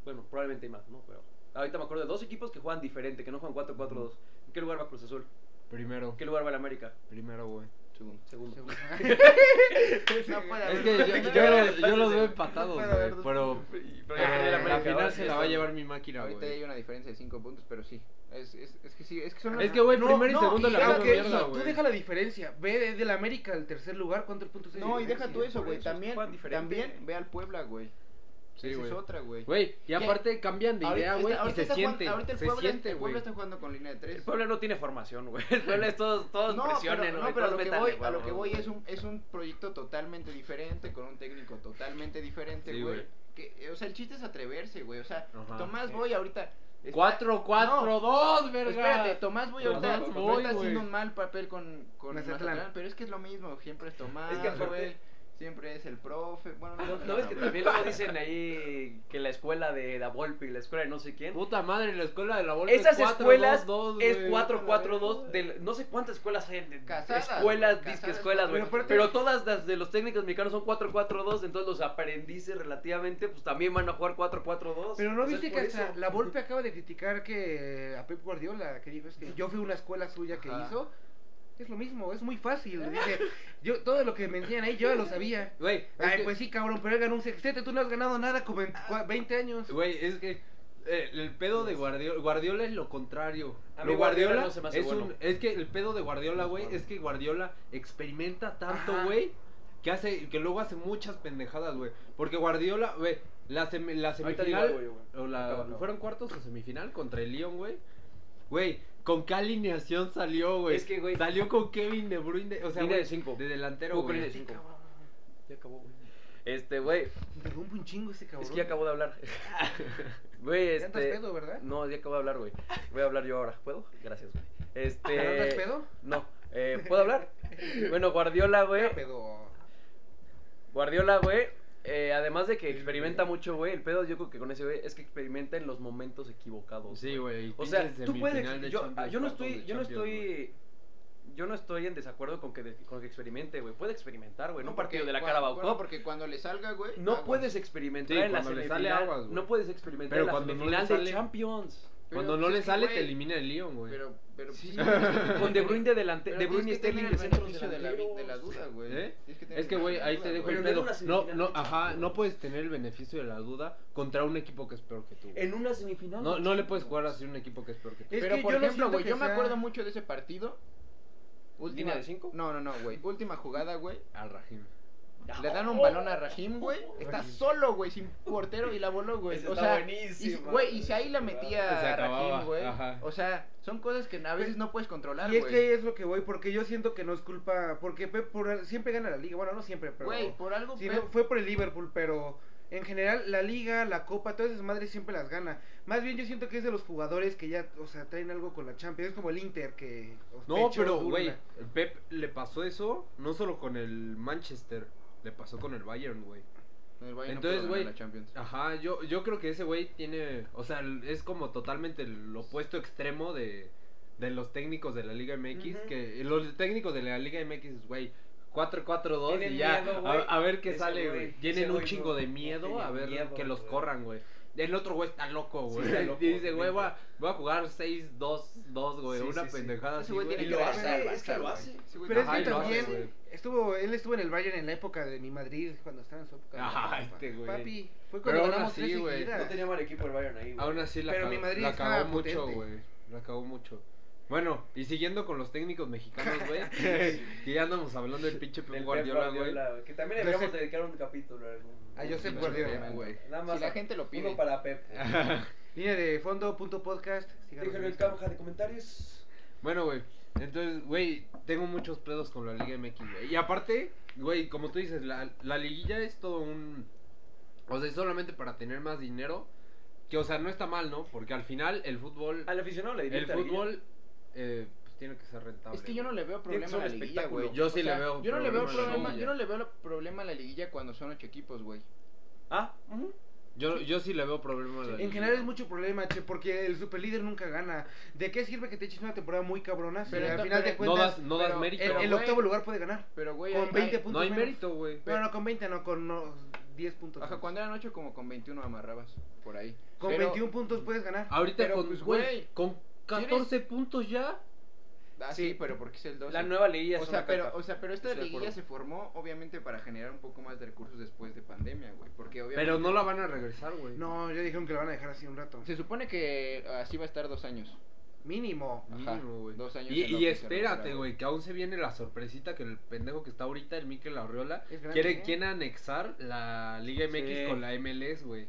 Speaker 3: Bueno, probablemente hay más, ¿no? Pero ahorita me acuerdo de dos equipos que juegan diferente, que no juegan 4-4-2. ¿En qué lugar va Cruz Azul?
Speaker 1: Primero.
Speaker 3: ¿En qué lugar va el América?
Speaker 1: Primero, güey.
Speaker 4: Segundo.
Speaker 3: Segundo.
Speaker 2: Seguro.
Speaker 3: No puede
Speaker 1: Es
Speaker 3: haber-
Speaker 1: que yo,
Speaker 3: no
Speaker 1: yo-
Speaker 3: puede haber
Speaker 1: yo los
Speaker 3: dos
Speaker 1: veo
Speaker 3: pases,
Speaker 1: empatados,
Speaker 2: puede
Speaker 1: güey.
Speaker 2: haber dos
Speaker 1: Pero,
Speaker 3: güey.
Speaker 1: pero
Speaker 3: Pero ya perdió el
Speaker 1: la
Speaker 3: América,
Speaker 1: final
Speaker 3: ahora
Speaker 1: se
Speaker 3: sí
Speaker 1: la va a
Speaker 3: eso.
Speaker 1: llevar mi máquina,
Speaker 4: Ahorita hay
Speaker 1: güey.
Speaker 4: una diferencia de 5 puntos, pero sí. Es, es, es que sí, es que son
Speaker 1: Es que, güey,
Speaker 2: No,
Speaker 1: primero y
Speaker 2: no,
Speaker 1: segundo
Speaker 2: y
Speaker 1: la
Speaker 2: deja
Speaker 1: misma
Speaker 2: que
Speaker 1: mierda,
Speaker 2: eso,
Speaker 1: güey.
Speaker 2: Tú deja la diferencia. Ve de- del América al tercer lugar, ¿cuántos puntos hay de
Speaker 4: No, y deja
Speaker 2: diferencia?
Speaker 4: tú eso,
Speaker 3: por
Speaker 4: güey.
Speaker 3: eso,
Speaker 4: También,
Speaker 3: juegan diferente.
Speaker 4: también ve al Puebla, güey.
Speaker 1: Sí,
Speaker 4: Esa
Speaker 1: güey.
Speaker 4: es otra, güey.
Speaker 1: Güey, y aparte cambian de
Speaker 4: Ahorita
Speaker 1: idea,
Speaker 4: está-
Speaker 1: güey, y
Speaker 4: ahorita
Speaker 1: se
Speaker 4: está jugando-
Speaker 1: siente.
Speaker 4: ahorita el
Speaker 1: se
Speaker 4: Puebla-
Speaker 1: siente,
Speaker 4: el
Speaker 1: güey.
Speaker 4: Puebla está jugando con línea de
Speaker 3: El
Speaker 4: 3.
Speaker 3: Puebla no tiene formación, güey. <laughs> El Puebla es todos, todos
Speaker 4: no,
Speaker 3: presionen,
Speaker 4: pero,
Speaker 3: güey.
Speaker 4: no, pero a lo
Speaker 3: todos
Speaker 4: que
Speaker 3: métanle,
Speaker 4: voy, a lo que voy
Speaker 3: huevos.
Speaker 4: es un, es un proyecto totalmente diferente, con un técnico totalmente diferente,
Speaker 1: Sí,
Speaker 4: güey.
Speaker 1: güey.
Speaker 4: Que, eh, o sea, el chiste es atreverse, güey. O sea,
Speaker 1: Ajá.
Speaker 4: Tomás Boy ahorita. está-
Speaker 1: 4, 4, 2, verga.
Speaker 4: Espérate, Tomás Boy ahorita
Speaker 1: Tomás
Speaker 4: no
Speaker 1: Boy,
Speaker 4: está
Speaker 1: güey.
Speaker 4: haciendo un mal papel con, con
Speaker 2: Mazatlán.
Speaker 4: Mazatlán, pero es que es lo mismo, siempre es Tomás,
Speaker 3: Es que aparte- Ah,
Speaker 4: güey, siempre es el profe, bueno, no,
Speaker 3: ¿No ves que también luego dicen ahí que la escuela de Da Volpe y la escuela de no sé quién?
Speaker 1: Puta madre, la escuela de la bolsa es
Speaker 3: Esas
Speaker 1: 4,
Speaker 3: escuelas
Speaker 1: 2, 2,
Speaker 3: Es
Speaker 1: güey.
Speaker 3: 4-4-2 de no sé cuántas escuelas hay de
Speaker 4: Casadas,
Speaker 3: escuelas,
Speaker 4: güey,
Speaker 3: disque
Speaker 4: casadas,
Speaker 3: escuelas, güey.
Speaker 4: pero
Speaker 3: Pero,
Speaker 4: aparte-
Speaker 3: todas las de los técnicos mexicanos son 4-4-2, entonces los aprendices relativamente pues también van a jugar 4-4-2.
Speaker 2: Pero no
Speaker 3: O sea,
Speaker 2: viste
Speaker 3: es
Speaker 2: que
Speaker 3: por
Speaker 2: hasta
Speaker 3: eso.
Speaker 2: la Volpe acaba de criticar que a Pep Guardiola, que dijo, es que yo fui a una escuela suya que
Speaker 4: Ajá.
Speaker 2: hizo. Es lo mismo, es muy fácil. Dice, yo todo lo que me enseñan ahí yo ya lo sabía.
Speaker 1: Güey, es
Speaker 2: Ay,
Speaker 1: que-
Speaker 2: pues sí, cabrón, pero él ganó un sextete, tú no has ganado nada como en cua- 20 años.
Speaker 1: güey, es que eh, el pedo de Guardiola, Guardiola es lo contrario.
Speaker 3: A
Speaker 1: Lo
Speaker 3: mí Guardiola no se me hace
Speaker 1: es
Speaker 3: bueno.
Speaker 1: un es que el pedo de Guardiola,
Speaker 4: No,
Speaker 1: güey,
Speaker 4: bueno.
Speaker 1: es que Guardiola experimenta tanto,
Speaker 2: Ajá.
Speaker 1: güey, que hace que luego hace muchas pendejadas, güey, porque Guardiola, güey, la, semi- la
Speaker 3: Ahorita digo
Speaker 1: semifinal
Speaker 3: algo yo, güey.
Speaker 1: o la-
Speaker 3: Acabo, acabo.
Speaker 1: fueron cuartos o semifinal contra el Lyon, güey. Güey, ¿con qué alineación salió, güey?
Speaker 3: Es que, güey-
Speaker 1: Salió con Kevin De Bruyne, de- o sea,
Speaker 3: Línea
Speaker 1: güey,
Speaker 3: de cinco.
Speaker 1: de delantero,
Speaker 3: Jugó con
Speaker 1: güey.
Speaker 3: línea de
Speaker 2: Sí,
Speaker 3: cinco.
Speaker 2: cabrón.
Speaker 3: Ya acabó, güey. Este, güey,
Speaker 2: Interrumpe un chingo ese cabrón.
Speaker 3: es que ya acabo de hablar. <laughs> Güey,
Speaker 2: ¿Ya andas
Speaker 3: este
Speaker 2: pedo, ¿eh? verdad?
Speaker 3: No, ya acabo de hablar, güey. Voy a hablar yo ahora. ¿Puedo? Gracias,
Speaker 2: <laughs>
Speaker 3: güey.
Speaker 1: eh,
Speaker 3: Este
Speaker 2: ¿Ya andas pedo?
Speaker 3: No, eh, ¿puedo hablar?
Speaker 2: <laughs>
Speaker 3: Bueno, Guardiola, güey.
Speaker 2: Ya pedo.
Speaker 3: Guardiola, güey. eh, además de que experimenta mucho, güey, el pedo yo creo que con ese güey es que experimenta en los momentos equivocados.
Speaker 1: Sí, güey.
Speaker 3: O sea,
Speaker 1: pinche
Speaker 3: tú puedes.
Speaker 1: semifinal de
Speaker 3: Yo, ah,
Speaker 1: Champions,
Speaker 3: yo no
Speaker 1: cuartos
Speaker 3: estoy.
Speaker 1: de
Speaker 3: Yo no
Speaker 1: Champions, güey.
Speaker 3: estoy. Yo no estoy en desacuerdo con que, de- con que experimente, güey. Puede experimentar, güey. No, un
Speaker 4: porque
Speaker 3: partido de la
Speaker 4: cua-
Speaker 3: Carabao
Speaker 4: bueno,
Speaker 3: Cup.
Speaker 4: porque cuando le salga, güey. ah,
Speaker 3: No
Speaker 4: aguas.
Speaker 3: puedes experimentar
Speaker 1: Sí,
Speaker 3: en la
Speaker 1: cuando le
Speaker 3: semifinal.
Speaker 1: sale aguas, güey.
Speaker 3: no puedes experimentar
Speaker 1: Pero
Speaker 3: en la
Speaker 1: cuando no le
Speaker 3: semifinal de
Speaker 1: sale-
Speaker 3: Champions.
Speaker 4: Pero,
Speaker 1: Cuando no
Speaker 4: pues,
Speaker 1: le
Speaker 4: es que,
Speaker 1: sale,
Speaker 4: güey,
Speaker 1: te elimina el Lyon, güey.
Speaker 4: Pero, pero
Speaker 1: Sí,
Speaker 4: sí,
Speaker 3: Con De Bruyne delante,
Speaker 4: Pero
Speaker 3: De Bruyne y
Speaker 4: tienes que
Speaker 3: Sterling
Speaker 4: tener
Speaker 3: de
Speaker 4: el
Speaker 3: centros
Speaker 4: beneficio de la, vi- de la
Speaker 3: delanteros.
Speaker 4: duda, güey.
Speaker 1: ¿Eh?
Speaker 4: Tienes tener
Speaker 1: Es que,
Speaker 4: el
Speaker 1: güey,
Speaker 4: beneficio de
Speaker 1: ahí
Speaker 4: la
Speaker 1: te
Speaker 4: duda,
Speaker 1: dejo
Speaker 4: güey.
Speaker 1: el
Speaker 3: Pero no
Speaker 1: pedo.
Speaker 3: en
Speaker 1: No,
Speaker 3: una semifinal
Speaker 1: no,
Speaker 3: de
Speaker 1: ajá,
Speaker 3: Champions,
Speaker 1: no
Speaker 3: güey.
Speaker 1: puedes tener el beneficio de la duda contra un equipo que es peor que tú. güey.
Speaker 3: En una semifinal.
Speaker 1: No,
Speaker 3: de
Speaker 1: no le
Speaker 3: Champions.
Speaker 1: puedes jugar así a un equipo que es peor que
Speaker 3: Eh,
Speaker 1: tú.
Speaker 2: Es
Speaker 4: Pero
Speaker 2: que
Speaker 4: por
Speaker 2: yo no
Speaker 4: ejemplo,
Speaker 2: siento
Speaker 4: güey,
Speaker 2: que
Speaker 4: yo me
Speaker 2: sea-
Speaker 4: acuerdo mucho de ese partido.
Speaker 3: ¿Línea de cinco?
Speaker 4: No, no, no, güey. Última jugada, güey.
Speaker 1: Al Rahim.
Speaker 4: Le dan un balón a Rahim, güey. Está solo, güey, sin portero y la voló, güey.
Speaker 3: Ese
Speaker 4: O
Speaker 3: está
Speaker 4: sea, y,
Speaker 3: buenísimo.
Speaker 4: güey, y si ahí la metía
Speaker 1: Se acababa,
Speaker 4: Rahim, güey.
Speaker 1: ajá.
Speaker 4: O sea, son cosas que a veces no puedes controlar,
Speaker 2: Y es que ahí
Speaker 4: güey.
Speaker 2: es lo que voy, porque yo siento que no es culpa. Porque Pep por- siempre gana la liga. Bueno, no siempre, pero.
Speaker 4: Güey, por algo
Speaker 2: Sí,
Speaker 4: Pep-
Speaker 2: no, fue por el Liverpool, pero en general la liga, la copa, todas esas madres siempre las gana. Más bien yo siento que es de los jugadores que ya, o sea, traen algo con la Champions. Es como el Inter que... o
Speaker 1: No,
Speaker 2: pecho,
Speaker 1: pero,
Speaker 2: duro,
Speaker 1: güey,
Speaker 2: una-
Speaker 1: Pep le pasó eso no solo con el Manchester, le pasó con el Bayern, güey.
Speaker 4: El Bayern no
Speaker 1: Entonces,
Speaker 4: pudo ganar
Speaker 1: güey,
Speaker 4: la Champions.
Speaker 1: Ajá, yo, yo creo que ese güey tiene, o sea, l- es como totalmente el opuesto extremo de, de los técnicos de la Liga MX,
Speaker 3: Ujú.
Speaker 1: que los técnicos de la Liga MX, güey, 4-4-2
Speaker 3: Tienen
Speaker 1: y ya,
Speaker 3: miedo,
Speaker 1: a,
Speaker 3: güey.
Speaker 1: a ver qué
Speaker 3: Ese
Speaker 1: sale,
Speaker 3: güey,
Speaker 1: güey.
Speaker 3: ese
Speaker 1: Tienen un
Speaker 3: güey
Speaker 1: chingo
Speaker 3: no-
Speaker 1: de
Speaker 3: no
Speaker 1: miedo,
Speaker 3: tiene
Speaker 1: a ver
Speaker 3: miedo,
Speaker 1: que los
Speaker 3: güey.
Speaker 1: corran, güey. El otro güey está loco, güey.
Speaker 3: está loco,
Speaker 1: y <laughs> dice, güey,
Speaker 3: neta.
Speaker 1: voy a, voy a jugar 6-2-2, güey,
Speaker 3: Sí,
Speaker 1: una
Speaker 3: sí, sí.
Speaker 1: pendejada
Speaker 4: Ese
Speaker 1: así,
Speaker 4: Ah, güey
Speaker 1: güey.
Speaker 4: tiene
Speaker 1: Y
Speaker 4: que
Speaker 1: lo
Speaker 4: ganar,
Speaker 1: hace.
Speaker 3: hace,
Speaker 4: va a
Speaker 3: es que
Speaker 4: estar,
Speaker 3: lo
Speaker 4: güey.
Speaker 3: hace.
Speaker 4: Ese güey
Speaker 2: Pero es
Speaker 4: tiene
Speaker 1: Ajá,
Speaker 2: que
Speaker 1: y lo hace,
Speaker 2: también
Speaker 1: güey.
Speaker 2: estuvo, él estuvo en el Bayern en la época de mi Madrid, cuando estaba en su época. de
Speaker 1: Ajá,
Speaker 2: Copa.
Speaker 1: este güey.
Speaker 2: Papi, fue
Speaker 1: Pero
Speaker 2: cuando
Speaker 1: aún
Speaker 2: ganamos
Speaker 1: así,
Speaker 2: tres
Speaker 1: güey,
Speaker 2: seguidas.
Speaker 3: No tenía mal equipo el Bayern ahí, güey.
Speaker 1: Aún así la
Speaker 2: Pero
Speaker 1: cagó,
Speaker 2: mi Madrid
Speaker 1: la
Speaker 2: estaba
Speaker 1: cagó mucho,
Speaker 2: potente.
Speaker 1: güey. La cagó mucho. Bueno, y siguiendo con los técnicos mexicanos, güey.
Speaker 2: <laughs>
Speaker 1: que ya andamos hablando del pinche
Speaker 3: Del
Speaker 1: Pep
Speaker 3: Pep
Speaker 1: Guardiola, güey. Ah,
Speaker 3: güey, Que también
Speaker 2: Yo
Speaker 3: deberíamos
Speaker 2: sé-
Speaker 3: dedicar un capítulo. a algún-
Speaker 2: A Josep
Speaker 3: Uno
Speaker 2: Guardiola,
Speaker 3: para-
Speaker 4: pues, güey.
Speaker 3: Nada
Speaker 4: Si
Speaker 3: más.
Speaker 4: la gente lo pide.
Speaker 3: Uno para Pep.
Speaker 2: Línea de fondo, punto podcast. síganos
Speaker 3: Déjenlo
Speaker 2: en
Speaker 3: en
Speaker 2: Instagram.
Speaker 3: caja de comentarios.
Speaker 1: Bueno, güey. Entonces, güey, tengo muchos pedos con la Liga MX, güey. Y aparte, güey, como tú dices, la, la liguilla es todo un... O sea, es solamente para tener más dinero. Que, o sea, no está mal, ¿no? Porque al final el fútbol...
Speaker 3: Al aficionado le
Speaker 1: El
Speaker 3: diría.
Speaker 1: fútbol eh, pues, tiene que ser rentable.
Speaker 4: Es que yo no le veo
Speaker 3: Tiene que
Speaker 4: problema a la
Speaker 3: ser un
Speaker 4: liguilla,
Speaker 3: espectáculo.
Speaker 4: güey.
Speaker 1: Yo sí le veo
Speaker 4: Yo no le
Speaker 1: problema
Speaker 4: veo
Speaker 1: a la
Speaker 4: problema,
Speaker 1: liguilla.
Speaker 4: yo no le veo problema a la liguilla cuando son ocho equipos, güey.
Speaker 3: Ah, ujú.
Speaker 1: Yo, yo sí le veo problema a la
Speaker 2: En
Speaker 1: liguilla.
Speaker 2: general es mucho problema, che, porque el superlíder nunca gana. ¿De qué sirve que te eches una temporada muy cabrona si
Speaker 4: Pero
Speaker 2: al
Speaker 4: ento-
Speaker 2: final de
Speaker 4: pero-
Speaker 1: No
Speaker 2: cuentas
Speaker 1: das, no das
Speaker 4: pero-
Speaker 1: mérito.
Speaker 2: el,
Speaker 4: pero,
Speaker 2: el
Speaker 4: güey,
Speaker 2: octavo lugar puede ganar?
Speaker 4: Pero, güey,
Speaker 2: Con
Speaker 4: hay-
Speaker 2: 20
Speaker 4: hay-
Speaker 2: puntos.
Speaker 1: No hay
Speaker 2: menos.
Speaker 1: mérito, güey.
Speaker 2: No, no, con 20 no, con no, 10 puntos.
Speaker 4: Ajá,
Speaker 2: menos.
Speaker 4: cuando eran 8 como con 21 amarrabas, por ahí.
Speaker 2: Con
Speaker 4: Pero
Speaker 2: 21 puntos puedes ganar.
Speaker 1: Ahorita
Speaker 4: Pero,
Speaker 1: con,
Speaker 4: pues,
Speaker 1: güey,
Speaker 4: güey,
Speaker 1: con 14 puntos ya.
Speaker 4: Ah, sí, pero porque es el 12.
Speaker 3: La nueva liguilla es
Speaker 4: o sea,
Speaker 3: una
Speaker 4: pero,
Speaker 3: caca.
Speaker 4: o sea, pero esta
Speaker 3: Estoy de
Speaker 4: liguilla
Speaker 3: acuerdo.
Speaker 4: se formó obviamente para generar un poco más de recursos después de pandemia, güey, porque obviamente
Speaker 1: Pero no la van a regresar, güey.
Speaker 2: No, ya dijeron que lo van a dejar así un rato.
Speaker 4: se supone que así va a estar dos años.
Speaker 2: Mínimo.
Speaker 4: Ajá,
Speaker 1: Mínimo, güey.
Speaker 4: dos años
Speaker 1: Y,
Speaker 4: en lo
Speaker 1: y
Speaker 4: que se
Speaker 1: espérate,
Speaker 4: recupera,
Speaker 1: güey, que aún se viene la sorpresita que el pendejo que está ahorita, el Mikel Arriola,
Speaker 2: Es grande,
Speaker 1: quiere,
Speaker 2: ¿eh?
Speaker 1: quiere anexar la Liga MX
Speaker 3: Sí.
Speaker 1: con la MLS, güey.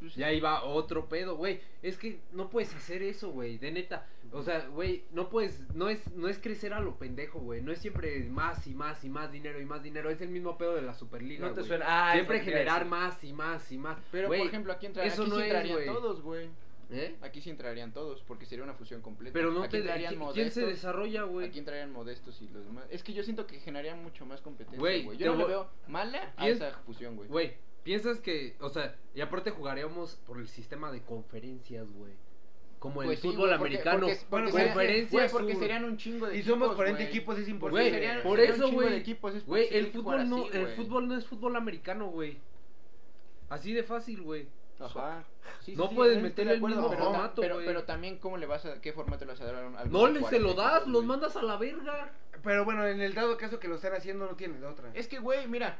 Speaker 4: Pues,
Speaker 1: Y ahí va otro pedo, güey. Es que no puedes hacer eso, güey, de neta. O sea, güey, no puedes, no es, no es crecer a lo pendejo, güey. No es siempre más y más y más dinero y más dinero. Es el mismo pedo de la Superliga,
Speaker 3: No te
Speaker 1: güey.
Speaker 3: suena. Ah,
Speaker 1: siempre
Speaker 3: eso te iba a
Speaker 1: generar
Speaker 3: decir.
Speaker 1: más y más y más.
Speaker 4: Pero
Speaker 1: Güey,
Speaker 4: por ejemplo, aquí, entra-
Speaker 1: eso
Speaker 4: aquí
Speaker 1: no
Speaker 4: sí
Speaker 1: es,
Speaker 4: entrarían
Speaker 1: güey.
Speaker 4: todos, güey.
Speaker 1: ¿eh?
Speaker 4: Aquí sí entrarían todos porque sería una fusión completa.
Speaker 1: Pero no
Speaker 4: aquí
Speaker 1: te
Speaker 4: entrarían
Speaker 1: ¿quién- ¿Quién se
Speaker 4: modestos,
Speaker 1: desarrolla, güey?
Speaker 4: Aquí entrarían modestos y los demás. Es que yo siento que generarían mucho más competencia,
Speaker 1: Güey,
Speaker 4: güey.
Speaker 1: te
Speaker 4: Yo no le
Speaker 1: voy-
Speaker 4: veo mala a
Speaker 1: Piens-
Speaker 4: esa fusión, güey.
Speaker 1: Güey, piensas que, o sea, y aparte jugaríamos por el sistema de conferencias, güey. Como el
Speaker 4: Pues sí,
Speaker 1: fútbol
Speaker 4: güey, porque-
Speaker 1: americano.
Speaker 4: porque- porque
Speaker 2: Güey,
Speaker 4: serían-
Speaker 1: conferencia
Speaker 4: güey, porque
Speaker 1: sur.
Speaker 4: serían un chingo de
Speaker 2: Y somos
Speaker 4: equipos,
Speaker 2: 40
Speaker 4: güey.
Speaker 2: equipos, es
Speaker 4: Porque
Speaker 1: Güey,
Speaker 2: imposible.
Speaker 4: serían-
Speaker 1: por
Speaker 4: serían un
Speaker 1: eso,
Speaker 4: chingo de
Speaker 1: güey.
Speaker 4: equipos, es
Speaker 1: Güey,
Speaker 4: posible
Speaker 1: el
Speaker 4: jugar
Speaker 1: fútbol no,
Speaker 4: así,
Speaker 1: el
Speaker 4: güey.
Speaker 1: fútbol no es fútbol americano, güey. Así de fácil, güey.
Speaker 4: Ajá. Sí,
Speaker 1: No
Speaker 4: sí,
Speaker 1: puedes
Speaker 4: estoy
Speaker 1: meterle
Speaker 4: de
Speaker 1: el mismo
Speaker 4: pero, ta-
Speaker 1: formato,
Speaker 4: pero,
Speaker 1: güey.
Speaker 4: pero también, ¿cómo le vas a, qué formato le vas a dar a
Speaker 1: No les se lo das, los
Speaker 4: mandas
Speaker 1: mandas a la verga.
Speaker 2: Pero bueno, en el dado caso que lo están haciendo, no tienen de otra.
Speaker 4: Es que, güey, mira,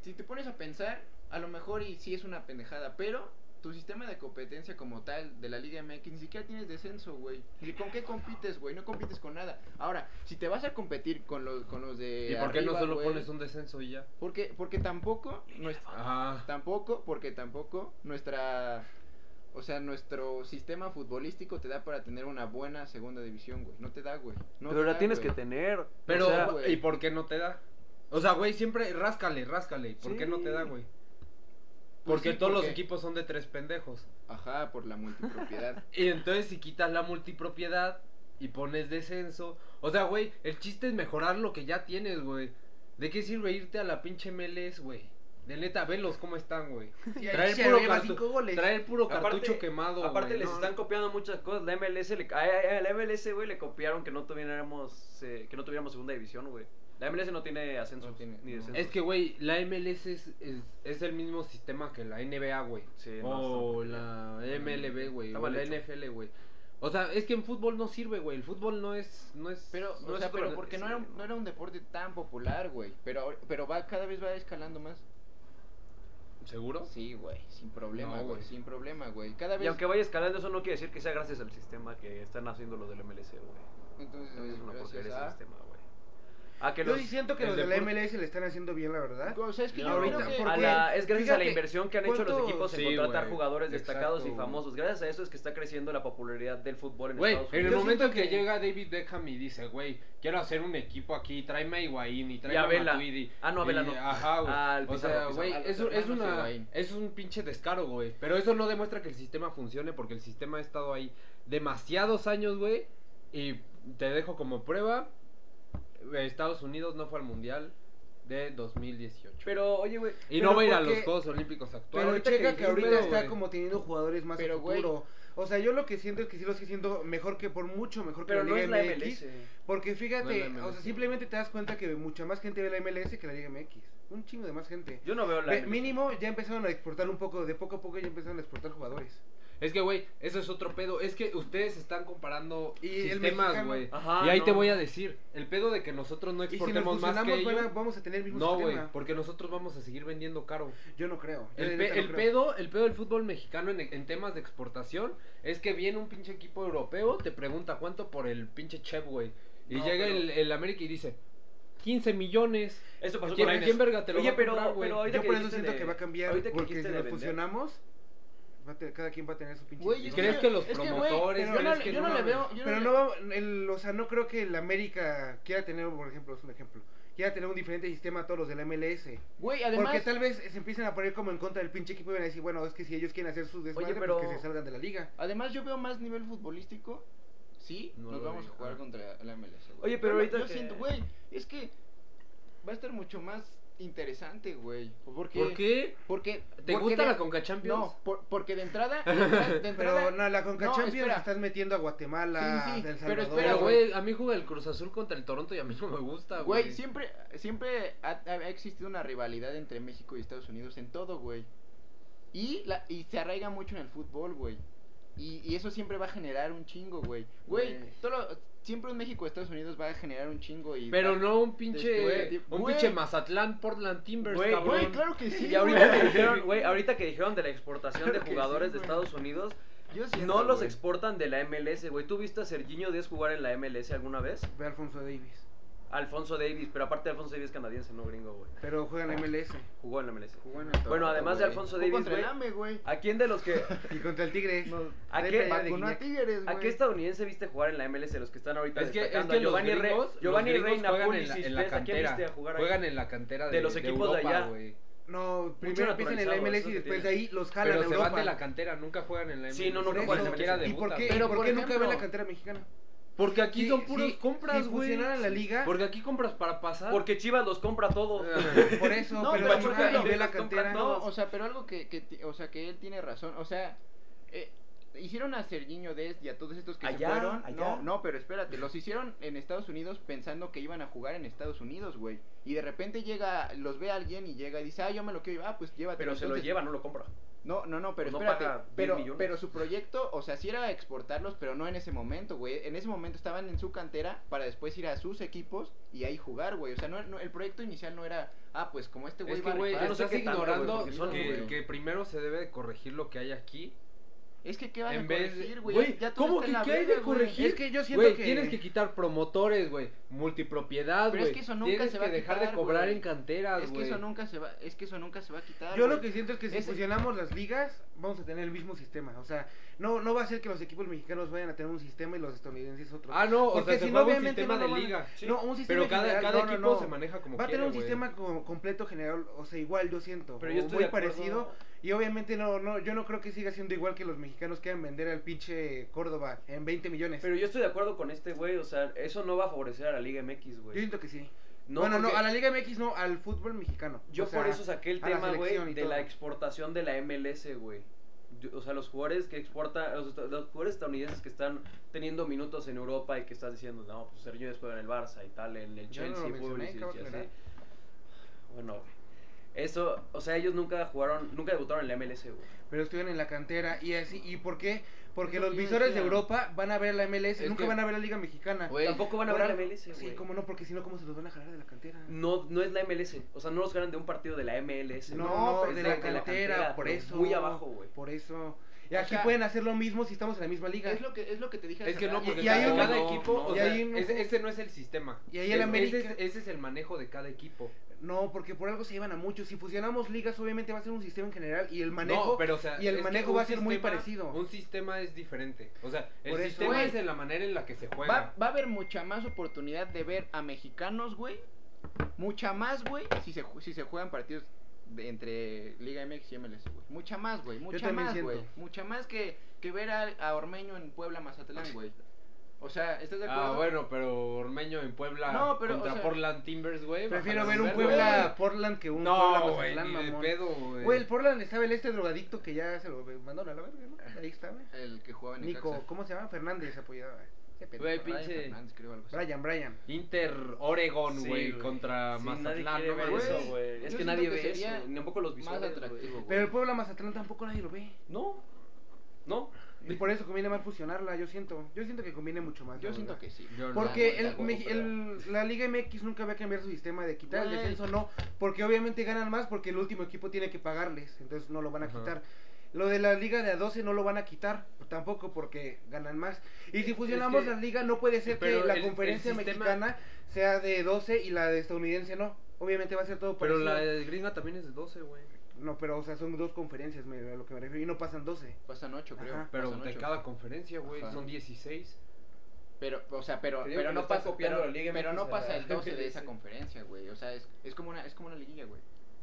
Speaker 4: si te pones a pensar, a lo mejor y sí es una pendejada, pero tu sistema de competencia como tal de la Liga MX ni siquiera tienes descenso, güey. ¿Y con qué compites, güey? No compites con nada. Ahora, si te vas a competir con los, con los de.
Speaker 1: ¿Y por qué no
Speaker 4: arriba,
Speaker 1: solo
Speaker 4: güey,
Speaker 1: pones un descenso y ya?
Speaker 4: Porque, porque tampoco. nues-
Speaker 1: Ajá.
Speaker 4: Tampoco, porque tampoco nuestra. O sea, nuestro sistema futbolístico te da para tener una buena segunda división, güey. No te da, güey. No te da, güey. Pues
Speaker 3: tener.
Speaker 1: Pero,
Speaker 4: O sea, güey.
Speaker 1: ¿y por qué no te da? O sea, güey, siempre ráscale, ráscale. ¿Por qué no te da,
Speaker 3: Sí.
Speaker 1: güey?
Speaker 4: Pues
Speaker 1: Porque
Speaker 4: sí,
Speaker 1: todos los
Speaker 4: porque-
Speaker 1: equipos son de tres pendejos.
Speaker 4: Ajá, por la
Speaker 1: <laughs>
Speaker 4: multipropiedad.
Speaker 1: Y entonces si quitas la multipropiedad y pones descenso. O sea, güey, el chiste es mejorar lo que ya tienes, güey. ¿De qué sirve irte a la pinche MLS, güey? De neta, velos cómo están, güey.
Speaker 2: Y ahí
Speaker 1: traer
Speaker 2: se
Speaker 1: puro
Speaker 2: lleva
Speaker 1: cartu-
Speaker 2: cinco goles.
Speaker 1: Traer puro
Speaker 3: Aparte-
Speaker 1: cartucho quemado,
Speaker 3: Aparte
Speaker 1: güey,
Speaker 3: les
Speaker 1: no,
Speaker 3: están
Speaker 1: no.
Speaker 3: copiando muchas cosas. La MLS, le, a- a- a la MLS, güey, le copiaron que no tuviéramos, eh, que no tuviéramos segunda división, güey. La MLS no tiene ascenso
Speaker 4: No tiene,
Speaker 3: ni
Speaker 4: no.
Speaker 3: descenso.
Speaker 1: Es que, güey, la MLS es, es, es el mismo sistema que la NBA, güey.
Speaker 3: Sí, no,
Speaker 1: o
Speaker 3: está-
Speaker 1: la MLB, güey.
Speaker 3: Está
Speaker 1: O
Speaker 3: mal
Speaker 1: la
Speaker 3: hecho.
Speaker 1: NFL, güey. O sea, es que en fútbol no sirve, güey. El fútbol no es... No es
Speaker 4: Pero,
Speaker 1: no
Speaker 4: o
Speaker 1: es
Speaker 4: sea,
Speaker 1: otro-
Speaker 4: pero porque no era, un- no era un deporte tan popular, güey. Pero, ahor- pero va, cada vez va escalando más.
Speaker 1: ¿Seguro?
Speaker 4: Pues Sí, güey, sin
Speaker 1: No,
Speaker 4: problema, güey.
Speaker 1: güey.
Speaker 4: sin problema, güey. Cada
Speaker 3: Y
Speaker 4: vez.
Speaker 3: aunque vaya escalando, eso no quiere decir que sea gracias al sistema que están haciendo los del MLS, güey.
Speaker 4: Entonces,
Speaker 3: También Es una
Speaker 4: gracias
Speaker 3: porquería ese
Speaker 4: a-
Speaker 3: sistema, güey. a que
Speaker 2: Yo
Speaker 3: los.
Speaker 2: sí siento que
Speaker 3: el
Speaker 2: los de la
Speaker 3: deporte-
Speaker 2: MLS le están haciendo bien, la verdad.
Speaker 4: ¿Ah? O sea, es que
Speaker 1: No,
Speaker 4: yo
Speaker 1: ahorita,
Speaker 4: creo que-
Speaker 2: ¿por
Speaker 3: a
Speaker 2: qué?
Speaker 3: la- es gracias a la
Speaker 2: Fíjate,
Speaker 3: inversión que han hecho los
Speaker 2: ¿cuántos-
Speaker 3: equipos en
Speaker 1: Sí,
Speaker 3: contratar
Speaker 1: güey,
Speaker 3: jugadores destacados
Speaker 1: exacto,
Speaker 3: y
Speaker 1: güey.
Speaker 3: famosos. Gracias a eso es que está creciendo la popularidad del fútbol en
Speaker 1: Güey,
Speaker 3: Estados
Speaker 1: en el
Speaker 3: Unidos.
Speaker 2: Yo
Speaker 1: momento
Speaker 2: siento
Speaker 1: que...
Speaker 2: que-
Speaker 1: llega David Beckham y dice, güey, quiero hacer un equipo aquí, tráeme a Higuaín y
Speaker 3: Y a
Speaker 1: tráeme a
Speaker 3: Vela.
Speaker 1: Matuidi.
Speaker 3: Ah, no, a Vela
Speaker 1: y-
Speaker 3: no.
Speaker 1: Ajá, güey.
Speaker 3: Ah, al
Speaker 1: o
Speaker 3: Pizarro,
Speaker 1: sea,
Speaker 3: Pizarro.
Speaker 1: güey,
Speaker 4: A los
Speaker 1: es, un- es
Speaker 4: hermanos
Speaker 1: una-
Speaker 4: Higuaín.
Speaker 1: es un pinche descaro, güey. Pero eso no demuestra que el sistema funcione porque el sistema ha estado ahí demasiados años, güey. Y te dejo como prueba, Estados Unidos no fue al Mundial de 2018.
Speaker 3: Pero, oye, güey.
Speaker 1: Y no
Speaker 2: Pero
Speaker 1: va a ir a
Speaker 2: porque-
Speaker 1: los Juegos Olímpicos
Speaker 2: Pero
Speaker 1: actuales.
Speaker 2: ahorita checa que,
Speaker 1: dijiste,
Speaker 2: ahorita
Speaker 1: güey.
Speaker 2: está como teniendo jugadores más
Speaker 4: Pero,
Speaker 2: a futuro. O sea, yo lo que siento es que sí los estoy siendo mejor que por mucho mejor que
Speaker 3: Pero no
Speaker 2: la
Speaker 3: es
Speaker 2: Liga
Speaker 3: la
Speaker 2: MX.
Speaker 3: MLS.
Speaker 2: Porque fíjate,
Speaker 1: No es la
Speaker 2: o sea,
Speaker 1: MLS.
Speaker 2: simplemente te das cuenta que mucha más gente ve la MLS que la Liga MX. Un chingo de más gente.
Speaker 3: Yo no veo la
Speaker 2: Ve,
Speaker 3: MLS.
Speaker 2: mínimo ya empezaron a exportar un poco, de poco a poco ya empezaron a exportar jugadores.
Speaker 1: Es que, güey, eso es otro pedo. Es que ustedes están comparando
Speaker 2: Y el
Speaker 1: sistemas,
Speaker 2: mexicano.
Speaker 1: güey.
Speaker 3: Ajá,
Speaker 1: Y ahí
Speaker 3: Ah, no.
Speaker 1: te voy a decir, el pedo de que nosotros no
Speaker 2: Y si nos
Speaker 1: exportemos más que
Speaker 2: fusionamos, van a-
Speaker 1: ellos.
Speaker 2: vamos a tener el mismo
Speaker 1: No, güey,
Speaker 2: sistema.
Speaker 1: porque nosotros vamos a seguir vendiendo caro.
Speaker 2: Yo no creo. yo
Speaker 1: El,
Speaker 2: la
Speaker 1: pe-
Speaker 2: neta no
Speaker 1: el
Speaker 2: creo.
Speaker 1: pedo, el pedo del fútbol mexicano en, en temas de exportación es que viene un pinche equipo europeo, te pregunta cuánto por el pinche chef, güey. Y
Speaker 3: No,
Speaker 1: llega
Speaker 3: pero-
Speaker 1: el, el América y dice, 15 millones.
Speaker 3: Esto pasó
Speaker 1: ¿Quién-
Speaker 3: con Lainez.
Speaker 1: quién verga te lo
Speaker 3: Oye,
Speaker 1: va a
Speaker 3: pero,
Speaker 1: comprar, güey?
Speaker 3: pero ahorita
Speaker 2: Yo
Speaker 3: que
Speaker 2: por eso
Speaker 3: dijiste
Speaker 2: siento
Speaker 3: de-
Speaker 2: que va a cambiar.
Speaker 3: ahorita que
Speaker 2: Porque si
Speaker 3: dijiste de
Speaker 2: nos
Speaker 3: vender.
Speaker 2: fusionamos, va a tener- cada quien va a tener su pinche.
Speaker 4: Güey, es
Speaker 2: sistema.
Speaker 1: ¿Crees
Speaker 4: yo-
Speaker 1: que los
Speaker 4: es güey,
Speaker 1: promotores,
Speaker 4: pero yo
Speaker 1: crees
Speaker 4: no-
Speaker 1: que
Speaker 4: yo
Speaker 1: no
Speaker 4: no le
Speaker 1: mames?
Speaker 4: veo. yo no
Speaker 2: Pero
Speaker 4: le-
Speaker 2: no va, el, o sea, no creo que el América quiera tener, por ejemplo, es un ejemplo, quiera tener un diferente sistema a todos los del MLS.
Speaker 4: Güey, además.
Speaker 2: porque tal vez se empiecen a poner como en contra del pinche equipo y van a decir, bueno, es que si ellos quieren hacer sus desmadre,
Speaker 3: pero-
Speaker 2: pues que se salgan de la liga.
Speaker 4: Además, yo veo más nivel futbolístico. Sí,
Speaker 1: No
Speaker 4: nos
Speaker 1: lo
Speaker 4: vamos
Speaker 1: veo.
Speaker 4: a jugar
Speaker 1: Ah.
Speaker 4: contra la MLS. güey.
Speaker 3: Oye, pero
Speaker 4: Yo-
Speaker 3: ahorita
Speaker 4: Yo
Speaker 3: que-
Speaker 4: siento, güey, es que va a estar mucho más interesante, güey. Porque,
Speaker 1: ¿Por qué?
Speaker 4: Porque,
Speaker 1: ¿Te
Speaker 4: porque
Speaker 1: gusta
Speaker 4: de-
Speaker 1: la Conca Champions?
Speaker 4: No, por- porque de
Speaker 3: <laughs>
Speaker 4: entrada. De entrada, de entrada-
Speaker 2: Pero no, la Conca
Speaker 4: No,
Speaker 2: Champions
Speaker 4: espera.
Speaker 2: estás metiendo a Guatemala,
Speaker 4: Sí, sí, sí,
Speaker 2: El
Speaker 4: pero
Speaker 2: Salvador.
Speaker 1: Pero,
Speaker 4: espera,
Speaker 1: güey, a mí juega el Cruz Azul contra el Toronto y a mí no me gusta, güey.
Speaker 4: Güey, siempre, siempre ha, ha existido una rivalidad entre México y Estados Unidos en todo, güey. Y, la, y se arraiga mucho en el fútbol, güey. Y, y eso siempre va a generar un chingo, güey. Güey,
Speaker 3: Güey.
Speaker 4: todo lo- siempre un México Estados Unidos va a generar un chingo y...
Speaker 1: Pero
Speaker 4: va-
Speaker 1: no un pinche.
Speaker 4: Güey,
Speaker 1: un
Speaker 4: güey.
Speaker 1: pinche Mazatlán Portland Timbers,
Speaker 3: Güey,
Speaker 1: cabrón.
Speaker 4: Güey, claro que sí.
Speaker 3: Y ahorita <laughs> que
Speaker 4: güey.
Speaker 3: dijeron, güey, ahorita que dijeron de la exportación
Speaker 4: Claro
Speaker 3: de
Speaker 4: que
Speaker 3: jugadores de
Speaker 4: sí, güey.
Speaker 3: Estados Unidos,
Speaker 4: Yo siento,
Speaker 3: no los
Speaker 4: güey.
Speaker 3: exportan de la MLS, güey. ¿Tú viste a Serginho Díaz jugar en la MLS alguna vez?
Speaker 2: Ve a Alfonso Davis.
Speaker 3: Alfonso Davis, pero aparte Alfonso Davis es canadiense, no gringo, güey.
Speaker 2: Pero juegan MLS.
Speaker 3: Jugó en la MLS.
Speaker 4: Jugó en el Toronto,
Speaker 3: además de
Speaker 4: güey.
Speaker 3: Alfonso
Speaker 4: Jugó
Speaker 3: Davis,
Speaker 4: contra el
Speaker 3: güey.
Speaker 4: AME, güey.
Speaker 3: ¿A quién de los
Speaker 4: <laughs>
Speaker 3: que
Speaker 2: Y contra el Tigre.
Speaker 3: ¿A
Speaker 2: trae
Speaker 3: qué?
Speaker 2: playera de
Speaker 4: Vacunó a
Speaker 2: Guiñac.
Speaker 4: Tigres, güey.
Speaker 3: a qué estadounidense viste jugar en la MLS los que están ahorita
Speaker 1: Es que, es
Speaker 3: destacando?
Speaker 1: que
Speaker 3: A
Speaker 1: los
Speaker 3: Giovanni, Re-
Speaker 1: gringos,
Speaker 3: Giovanni
Speaker 1: los gringos
Speaker 3: Reina,
Speaker 1: juegan en
Speaker 3: Pulisic,
Speaker 1: la, en
Speaker 3: ¿ves?
Speaker 1: la
Speaker 3: ¿a quién
Speaker 1: cantera.
Speaker 3: viste a jugar ahí?
Speaker 1: juegan en la cantera de,
Speaker 3: De los equipos de
Speaker 1: Europa,
Speaker 3: allá.
Speaker 1: güey.
Speaker 2: No, primero empiezan en la
Speaker 3: naturalizado,
Speaker 2: MLS
Speaker 3: eso
Speaker 2: y
Speaker 3: que
Speaker 2: después
Speaker 3: tiene.
Speaker 2: de ahí los jalan
Speaker 1: Pero
Speaker 2: a
Speaker 1: se
Speaker 2: Europa.
Speaker 1: van de la cantera, nunca juegan en la MLS.
Speaker 3: Sí, no,
Speaker 2: Por
Speaker 3: nunca
Speaker 2: eso,
Speaker 3: juegan en la
Speaker 1: siquiera
Speaker 3: MLS.
Speaker 2: ¿Y por
Speaker 1: debutan,
Speaker 2: qué,
Speaker 1: güey.
Speaker 4: Pero,
Speaker 2: ¿por
Speaker 4: por
Speaker 2: qué nunca
Speaker 4: ejemplo,
Speaker 2: ve la cantera mexicana?
Speaker 1: Porque aquí
Speaker 2: Sí,
Speaker 1: son puros
Speaker 2: sí,
Speaker 1: compras,
Speaker 2: si
Speaker 1: güey.
Speaker 2: funcionara la liga-
Speaker 1: Porque aquí compras para pasar.
Speaker 3: Porque Chivas los compra todos.
Speaker 2: <laughs>
Speaker 1: Ah,
Speaker 2: Por eso,
Speaker 4: No,
Speaker 2: pero
Speaker 4: pero
Speaker 2: Pachuca
Speaker 4: Pachuca
Speaker 2: y ve la
Speaker 3: está
Speaker 2: cantera.
Speaker 3: comprando-
Speaker 4: No, o sea, pero algo que, que ti- o sea, que él tiene razón, o sea, eh, hicieron a Serginho Dest y a todos estos que
Speaker 3: Allá,
Speaker 4: se fueron.
Speaker 3: allá.
Speaker 4: No, no, pero espérate, los hicieron en Estados Unidos pensando que iban a jugar en Estados Unidos, güey. Y de repente llega, los ve alguien y llega y dice, "Ah, yo me lo quiero, llevar, ah, pues llévate."
Speaker 3: Pero se lo lleva, no lo compra.
Speaker 4: No, no, no, pero
Speaker 3: No
Speaker 4: espérate,
Speaker 3: paga 10
Speaker 4: pero
Speaker 3: millones.
Speaker 4: pero su proyecto, o sea, sí era exportarlos, pero no en ese momento, güey. En ese momento estaban en su cantera para después ir a sus equipos y ahí jugar, güey. O sea, no, no- el proyecto inicial no era, ah, pues como este güey
Speaker 1: es
Speaker 4: va
Speaker 1: que,
Speaker 4: a
Speaker 1: güey,
Speaker 4: rifar".
Speaker 3: no sé
Speaker 1: estás
Speaker 3: qué tanto, güey,
Speaker 1: ignorando
Speaker 3: porque son,
Speaker 1: que,
Speaker 4: güey.
Speaker 1: que primero se debe de corregir lo que hay aquí.
Speaker 4: Es que qué van
Speaker 1: En
Speaker 4: a
Speaker 1: vez de-
Speaker 4: corregir, güey.
Speaker 1: Güey,
Speaker 4: Ya todo
Speaker 1: ¿cómo
Speaker 4: está
Speaker 1: que
Speaker 4: en la
Speaker 1: qué hay
Speaker 4: verga,
Speaker 1: de
Speaker 4: güey.
Speaker 1: corregir?
Speaker 2: Es que yo siento
Speaker 1: Güey,
Speaker 2: que...
Speaker 1: tienes que quitar promotores, güey, multipropiedad,
Speaker 4: Pero
Speaker 1: güey.
Speaker 4: es que eso nunca
Speaker 1: tienes
Speaker 4: se va a
Speaker 1: que dejar
Speaker 4: quitar,
Speaker 1: de cobrar
Speaker 4: güey.
Speaker 1: en canteras,
Speaker 4: Es que
Speaker 1: güey.
Speaker 4: eso nunca se va, es que eso nunca se va a quitar.
Speaker 2: Yo
Speaker 4: güey.
Speaker 2: lo que siento es que si
Speaker 4: Ese-
Speaker 2: fusionamos las ligas, vamos a tener el mismo sistema. O sea, no, no va a ser que los equipos mexicanos vayan a tener un sistema y los estadounidenses otro.
Speaker 1: Ah, no, o
Speaker 2: Porque
Speaker 1: sea, se
Speaker 2: si no,
Speaker 1: juega un
Speaker 2: obviamente
Speaker 1: sistema
Speaker 2: no lo
Speaker 1: de
Speaker 2: van a-
Speaker 1: liga.
Speaker 2: No, un sistema
Speaker 1: Pero cada,
Speaker 2: general,
Speaker 1: cada
Speaker 2: no, no,
Speaker 1: equipo
Speaker 2: no.
Speaker 1: se maneja como
Speaker 2: Va a tener
Speaker 1: quiere,
Speaker 2: un
Speaker 1: güey.
Speaker 2: sistema co- completo general, o sea, igual yo siento,
Speaker 3: Pero
Speaker 2: o
Speaker 3: yo estoy
Speaker 2: muy
Speaker 3: de acuerdo.
Speaker 2: parecido y obviamente no no yo no creo que siga siendo igual que los mexicanos quieran vender al pinche Córdoba en 20 millones.
Speaker 3: Pero yo estoy de acuerdo con este güey, o sea, eso no va a favorecer a la Liga MX,
Speaker 2: yo
Speaker 3: güey.
Speaker 2: siento que sí.
Speaker 3: No,
Speaker 2: bueno, no,
Speaker 3: porque
Speaker 2: a la Liga MX no, al fútbol mexicano.
Speaker 3: Yo
Speaker 2: O sea,
Speaker 3: por eso saqué el
Speaker 2: a la
Speaker 3: tema,
Speaker 2: selección
Speaker 3: güey,
Speaker 2: y
Speaker 3: de
Speaker 2: todo.
Speaker 3: la exportación de la MLS, güey. Yo- O sea, los jugadores que exporta, los, est- los jugadores estadounidenses que están teniendo minutos en Europa y que estás diciendo, no, pues Sergio Díaz juega en el Barça y tal, en el
Speaker 2: Yo no lo
Speaker 3: Chelsea,
Speaker 2: mencioné,
Speaker 3: Pulisic
Speaker 2: acabo
Speaker 3: y
Speaker 2: de
Speaker 3: así.
Speaker 2: aclarar.
Speaker 3: Bueno, güey. Eso, o sea, ellos nunca jugaron, nunca debutaron en la MLS, güey.
Speaker 2: pero estuvieron en la cantera y así y por qué? Porque
Speaker 4: Es lo
Speaker 2: los
Speaker 4: que yo
Speaker 2: visores de
Speaker 4: decía.
Speaker 2: Europa van a ver la MLS,
Speaker 1: Es
Speaker 2: nunca
Speaker 1: que-
Speaker 2: van a ver la Liga mexicana.
Speaker 1: Güey,
Speaker 3: Tampoco van a
Speaker 2: Por
Speaker 3: ver la
Speaker 2: algo-
Speaker 3: MLS, güey.
Speaker 2: Sí, cómo no, porque si no cómo se los van a jalar de la cantera.
Speaker 1: Mm.
Speaker 3: No, no es la MLS. O sea, no los ganan de un partido de la MLS.
Speaker 2: No,
Speaker 3: güey.
Speaker 2: de,
Speaker 3: Es
Speaker 2: la cantera, por
Speaker 3: pero
Speaker 2: eso.
Speaker 3: Muy abajo, güey.
Speaker 2: Por eso. Y aquí
Speaker 4: sea,
Speaker 2: pueden hacer lo mismo si estamos en la misma liga.
Speaker 4: Es lo que, es lo que te dije.
Speaker 1: Es
Speaker 4: hace
Speaker 1: que no,
Speaker 4: rato.
Speaker 1: porque
Speaker 2: y hay
Speaker 1: cada,
Speaker 2: un-
Speaker 1: cada
Speaker 3: no,
Speaker 1: equipo,
Speaker 3: no.
Speaker 1: o
Speaker 2: y
Speaker 1: sea,
Speaker 2: hay un-
Speaker 1: ese, ese no es el sistema.
Speaker 2: Y ahí el
Speaker 1: Es-
Speaker 2: América-
Speaker 1: Ese es, ese es el manejo de cada equipo.
Speaker 2: No, porque por algo se llevan a muchos. Si fusionamos ligas, obviamente va a ser un sistema en general y el
Speaker 1: No,
Speaker 2: manejo.
Speaker 1: pero, o sea,
Speaker 2: y el
Speaker 1: es que
Speaker 2: manejo
Speaker 1: un
Speaker 2: va a ser muy
Speaker 1: sistema-
Speaker 2: parecido.
Speaker 1: Un sistema es diferente. O sea, el
Speaker 2: Por eso,
Speaker 1: sistema
Speaker 4: güey.
Speaker 1: es en la manera en la que se juega.
Speaker 4: Va, va a haber mucha más oportunidad de ver a mexicanos, güey. Mucha más, güey, si se, ju- si se juegan partidos de- entre Liga MX y MLS, güey. Mucha más, güey. Mucha
Speaker 2: también
Speaker 4: más,
Speaker 2: siento.
Speaker 4: güey. Mucha más que, que ver a, a Ormeño en Puebla, Mazatlán, güey. O sea, ¿estás de acuerdo?
Speaker 1: Ah, bueno, pero Ormeño en Puebla
Speaker 4: No, pero,
Speaker 1: contra
Speaker 4: o sea,
Speaker 1: Portland Timbers, güey.
Speaker 2: Prefiero
Speaker 1: bájala
Speaker 2: ver un
Speaker 1: de
Speaker 2: Puebla
Speaker 4: güey.
Speaker 2: Portland que un Puebla
Speaker 1: No, güey,
Speaker 2: Mazatlán,
Speaker 1: ni de
Speaker 2: mamón.
Speaker 1: pedo,
Speaker 2: Güey, el
Speaker 1: güey.
Speaker 2: Portland está el este drogadicto que ya se lo mandaron a la verga, ¿no? Ahí está, güey.
Speaker 4: El que jugaba en
Speaker 2: Nico,
Speaker 4: Necaxa.
Speaker 2: ¿cómo se llama? Fernández apoyaba. Ese pendejo.
Speaker 1: eh. Güey,
Speaker 4: Brian
Speaker 1: pinche-
Speaker 4: Fernández, creo, algo así.
Speaker 2: Brian, Brian.
Speaker 1: Inter Oregon,
Speaker 3: Sí,
Speaker 1: güey, contra
Speaker 3: Sí, Nadie
Speaker 1: Mazatlán,
Speaker 3: quiere
Speaker 1: no
Speaker 3: ver
Speaker 1: mames.
Speaker 3: eso,
Speaker 4: Güey,
Speaker 3: güey.
Speaker 4: yo
Speaker 3: Es que
Speaker 4: siento
Speaker 3: nadie
Speaker 4: que
Speaker 3: ve
Speaker 4: sería
Speaker 3: eso. Ni tampoco los
Speaker 4: Más
Speaker 3: visuales,
Speaker 4: atractivo,
Speaker 3: güey.
Speaker 4: güey.
Speaker 2: Pero el Puebla Mazatlán tampoco nadie lo ve.
Speaker 3: No. No.
Speaker 2: Y por eso conviene más fusionarla, yo siento. Yo siento que conviene mucho más.
Speaker 4: Yo
Speaker 2: la
Speaker 4: siento
Speaker 2: verdad.
Speaker 4: que sí.
Speaker 1: Yo no.
Speaker 2: Porque
Speaker 4: no,
Speaker 2: el,
Speaker 4: tampoco,
Speaker 2: Meji-
Speaker 4: pero-
Speaker 2: el- la Liga MX nunca va a cambiar su sistema de quitar el
Speaker 4: Güey.
Speaker 2: descenso, no. Porque obviamente ganan más porque el último equipo tiene que pagarles, entonces no lo van a
Speaker 1: Ajá.
Speaker 2: quitar. Lo de la Liga de A12 no lo van a quitar tampoco porque ganan más. Y si fusionamos
Speaker 1: que-
Speaker 2: las ligas, no puede ser que
Speaker 1: pero
Speaker 2: la
Speaker 1: el- el
Speaker 2: conferencia
Speaker 1: sistema-
Speaker 2: mexicana sea de 12 y la de estadounidense no. Obviamente va a ser todo
Speaker 1: Pero
Speaker 2: parecido.
Speaker 1: la de gringa también es de 12, güey.
Speaker 2: No, pero o sea, son dos conferencias, me- a lo que me refiero. Y no pasan 12.
Speaker 4: Pasan ocho, creo.
Speaker 2: Ajá.
Speaker 1: Pero
Speaker 4: pasan
Speaker 1: de
Speaker 4: ocho.
Speaker 1: cada conferencia, güey,
Speaker 4: Ajá.
Speaker 1: son 16.
Speaker 4: Pero, o sea, pero,
Speaker 3: Te digo
Speaker 4: pero
Speaker 3: que
Speaker 4: no
Speaker 3: le estás
Speaker 4: pasa,
Speaker 3: copiando
Speaker 4: pero,
Speaker 3: la Liga
Speaker 4: pero
Speaker 3: MX
Speaker 4: no
Speaker 3: a
Speaker 4: pasa
Speaker 3: la
Speaker 4: el 12 de
Speaker 3: MLS.
Speaker 4: esa conferencia, güey. O sea, es, es como una, es como una liguilla, güey.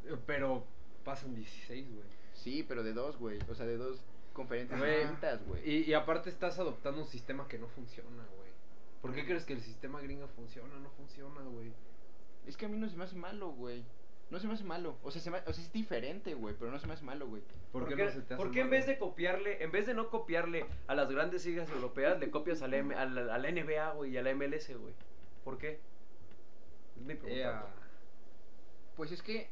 Speaker 1: Eh, Pero pasan 16, güey.
Speaker 4: Sí, pero de dos, güey. O sea, de dos conferencias
Speaker 1: Güey,
Speaker 4: distintas, güey.
Speaker 1: Y, y aparte estás adoptando un sistema que no funciona, güey. ¿Por qué crees que el sistema gringa funciona? No funciona, güey.
Speaker 4: Es que a mí no se me hace malo, güey. No se me hace malo. O sea, se me- o sea es diferente, güey, pero no se me hace malo, güey.
Speaker 1: ¿Por, qué, no se te hace
Speaker 3: por qué en
Speaker 1: malo?
Speaker 3: vez de copiarle, en vez de no copiarle a las grandes ligas europeas, le copias a la, M- a la- a la NBA, güey, y a la MLS, güey? ¿Por qué? Es mi pregunta,
Speaker 1: Ea.
Speaker 3: güey.
Speaker 4: Pues es que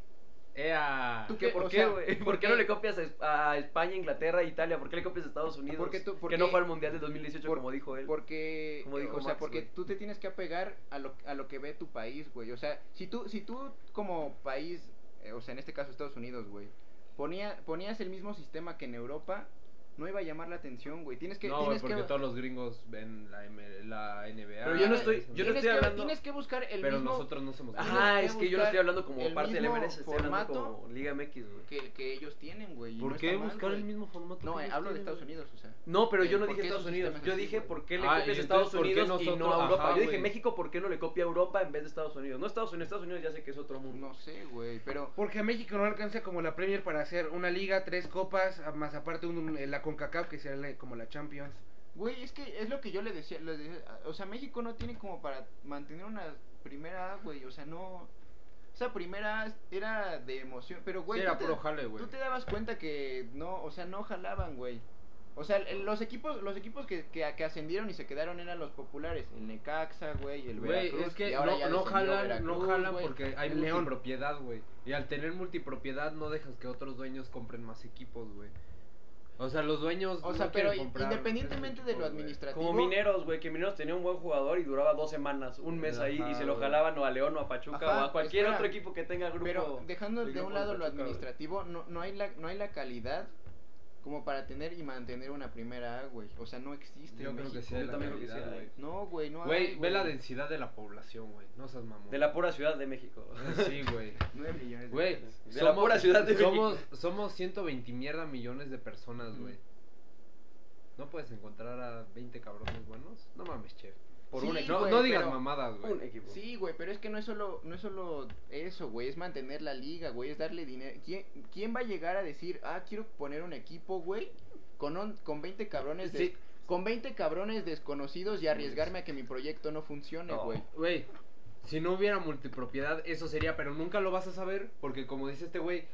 Speaker 1: Ea.
Speaker 4: ¿Tú
Speaker 3: ¿Qué,
Speaker 4: qué?
Speaker 3: ¿Por
Speaker 4: O
Speaker 3: qué,
Speaker 4: sea,
Speaker 3: güey? ¿Por qué no le copias a Es- a España, Inglaterra, Italia? ¿Por qué le copias a Estados Unidos?
Speaker 4: Porque tú-
Speaker 3: que
Speaker 4: porque-
Speaker 3: no fue al Mundial del 2018
Speaker 4: por-
Speaker 3: como dijo él.
Speaker 4: porque
Speaker 3: Como dijo
Speaker 4: o sea,
Speaker 3: Max,
Speaker 4: porque
Speaker 3: güey.
Speaker 4: tú te tienes que apegar a lo a lo que ve tu país, güey. O sea, si tú si tú como país, eh, o sea, en este caso Estados Unidos, güey, ponía ponías el mismo sistema que en Europa, no iba a llamar la atención, güey. Tienes que
Speaker 1: no, güey,
Speaker 4: tienes
Speaker 1: porque
Speaker 4: que
Speaker 1: todos los gringos ven la, M- la NBA.
Speaker 3: Pero yo no estoy-
Speaker 1: eso,
Speaker 3: yo no
Speaker 4: tienes
Speaker 3: estoy
Speaker 4: que-
Speaker 3: hablando-
Speaker 4: tienes que buscar el
Speaker 1: Pero
Speaker 4: mismo
Speaker 1: nosotros no somos
Speaker 4: Ajá,
Speaker 1: gringos.
Speaker 3: Ajá,
Speaker 4: que
Speaker 3: es que yo no estoy
Speaker 4: buscar
Speaker 3: hablando como
Speaker 4: el
Speaker 3: parte del
Speaker 4: mismo
Speaker 3: MLS, estoy hablando
Speaker 4: formato.
Speaker 3: como Liga MX, güey.
Speaker 4: que, que ellos tienen, güey. y
Speaker 1: ¿Por
Speaker 4: no
Speaker 1: qué
Speaker 4: está mal,
Speaker 1: buscar el
Speaker 4: güey.
Speaker 1: mismo formato?
Speaker 4: No,
Speaker 1: que
Speaker 4: eh,
Speaker 1: ellos
Speaker 4: hablo de
Speaker 1: tienen,
Speaker 4: Estados
Speaker 1: güey?
Speaker 4: Unidos, o sea.
Speaker 3: No, pero yo
Speaker 4: El
Speaker 3: no
Speaker 4: por
Speaker 3: dije
Speaker 4: qué
Speaker 3: Estados
Speaker 4: esos
Speaker 3: Unidos.
Speaker 4: sistemas
Speaker 3: Yo
Speaker 4: así,
Speaker 3: dije
Speaker 4: güey.
Speaker 3: por qué le
Speaker 1: Ah,
Speaker 3: copias
Speaker 1: y
Speaker 3: a Estados
Speaker 1: entonces, ¿por qué
Speaker 3: Unidos y no
Speaker 1: nosotros?
Speaker 3: a Europa.
Speaker 1: Ajá,
Speaker 3: yo dije
Speaker 1: güey.
Speaker 3: México, ¿por qué no le copia a Europa en vez de Estados Unidos? No Estados Unidos, Estados Unidos ya sé que es otro mundo.
Speaker 4: No sé, güey, pero
Speaker 2: Porque a México no alcanza como la Premier para hacer una liga, tres copas, a- más aparte un- un- eh, la CONCACAF que será la- como la Champions.
Speaker 4: Güey, es que es lo que yo le decía, les decía, O sea, México no tiene como para mantener una primera A, güey. O sea, no. Esa primera A era de emoción. Pero, güey,
Speaker 1: Sí,
Speaker 4: tú
Speaker 1: era
Speaker 4: te-
Speaker 1: puro jale, güey.
Speaker 4: tú te dabas cuenta que no, o sea, no jalaban, güey. O sea, el- los equipos, los equipos que, que, que ascendieron y se quedaron eran los populares. El Necaxa, güey, el
Speaker 1: Güey,
Speaker 4: Veracruz.
Speaker 1: es que
Speaker 4: y ahora ya
Speaker 1: no, no
Speaker 4: descendió
Speaker 1: jalan, no
Speaker 4: Veracruz,
Speaker 1: jalan
Speaker 4: güey.
Speaker 1: porque hay
Speaker 2: El León.
Speaker 1: multipropiedad, güey. Y al tener multipropiedad no dejas que otros dueños compren más equipos, güey. O sea, los dueños
Speaker 4: O
Speaker 1: no
Speaker 4: sea, pero
Speaker 1: quieren comprar
Speaker 4: independientemente
Speaker 1: esos
Speaker 4: de lo
Speaker 1: equipos, güey.
Speaker 4: administrativo.
Speaker 3: Como Mineros, güey, que Mineros tenía un buen jugador y duraba dos semanas, un mes ahí,
Speaker 1: Ajá,
Speaker 3: y se lo
Speaker 1: güey.
Speaker 3: jalaban o a León o a Pachuca
Speaker 4: Ajá,
Speaker 3: o a cualquier
Speaker 4: espera.
Speaker 3: otro equipo que tenga grupo.
Speaker 4: Pero dejando
Speaker 3: el
Speaker 4: de
Speaker 3: grupo
Speaker 4: un
Speaker 3: de
Speaker 4: lado lo
Speaker 3: Pachuca, güey.
Speaker 4: administrativo, no, no, hay la, no hay la calidad como para tener y mantener una primera A, güey. O sea, no existe.
Speaker 1: Yo
Speaker 4: en
Speaker 1: creo que
Speaker 4: México.
Speaker 1: sí, hay
Speaker 3: Yo
Speaker 1: la
Speaker 3: también creo que
Speaker 1: calidad,
Speaker 3: sí,
Speaker 1: güey.
Speaker 4: No, güey, no hay.
Speaker 1: Güey, ve la densidad de la población, güey. No seas mamón. Ah,
Speaker 3: De la pura Ciudad de México.
Speaker 1: Sí,
Speaker 3: <laughs>
Speaker 1: güey.
Speaker 4: 9 millones de
Speaker 1: Güey,
Speaker 4: dólares.
Speaker 3: De
Speaker 1: <laughs>
Speaker 3: la pura Ciudad de
Speaker 1: somos, somos 120 mierda millones de personas, güey.
Speaker 4: Ujú.
Speaker 1: ¿No puedes encontrar a 20 cabrones buenos? No mames, chef. Por
Speaker 4: Sí,
Speaker 1: un equipo. No,
Speaker 4: güey,
Speaker 1: no digas
Speaker 4: pero-
Speaker 1: mamadas, güey.
Speaker 3: Un equipo.
Speaker 4: Sí, güey, pero es que no es solo, no es solo eso, güey. Es mantener la liga, güey. Es darle dinero. ¿Quién, ¿Quién va a llegar a decir, ah, quiero poner un equipo, güey? Con, un- con 20 cabrones des-
Speaker 1: Sí.
Speaker 4: con 20 cabrones desconocidos y arriesgarme a que mi proyecto no funcione,
Speaker 3: No.
Speaker 4: güey.
Speaker 1: Güey, si no hubiera multipropiedad, eso sería, pero nunca lo vas a saber, porque como dice este güey,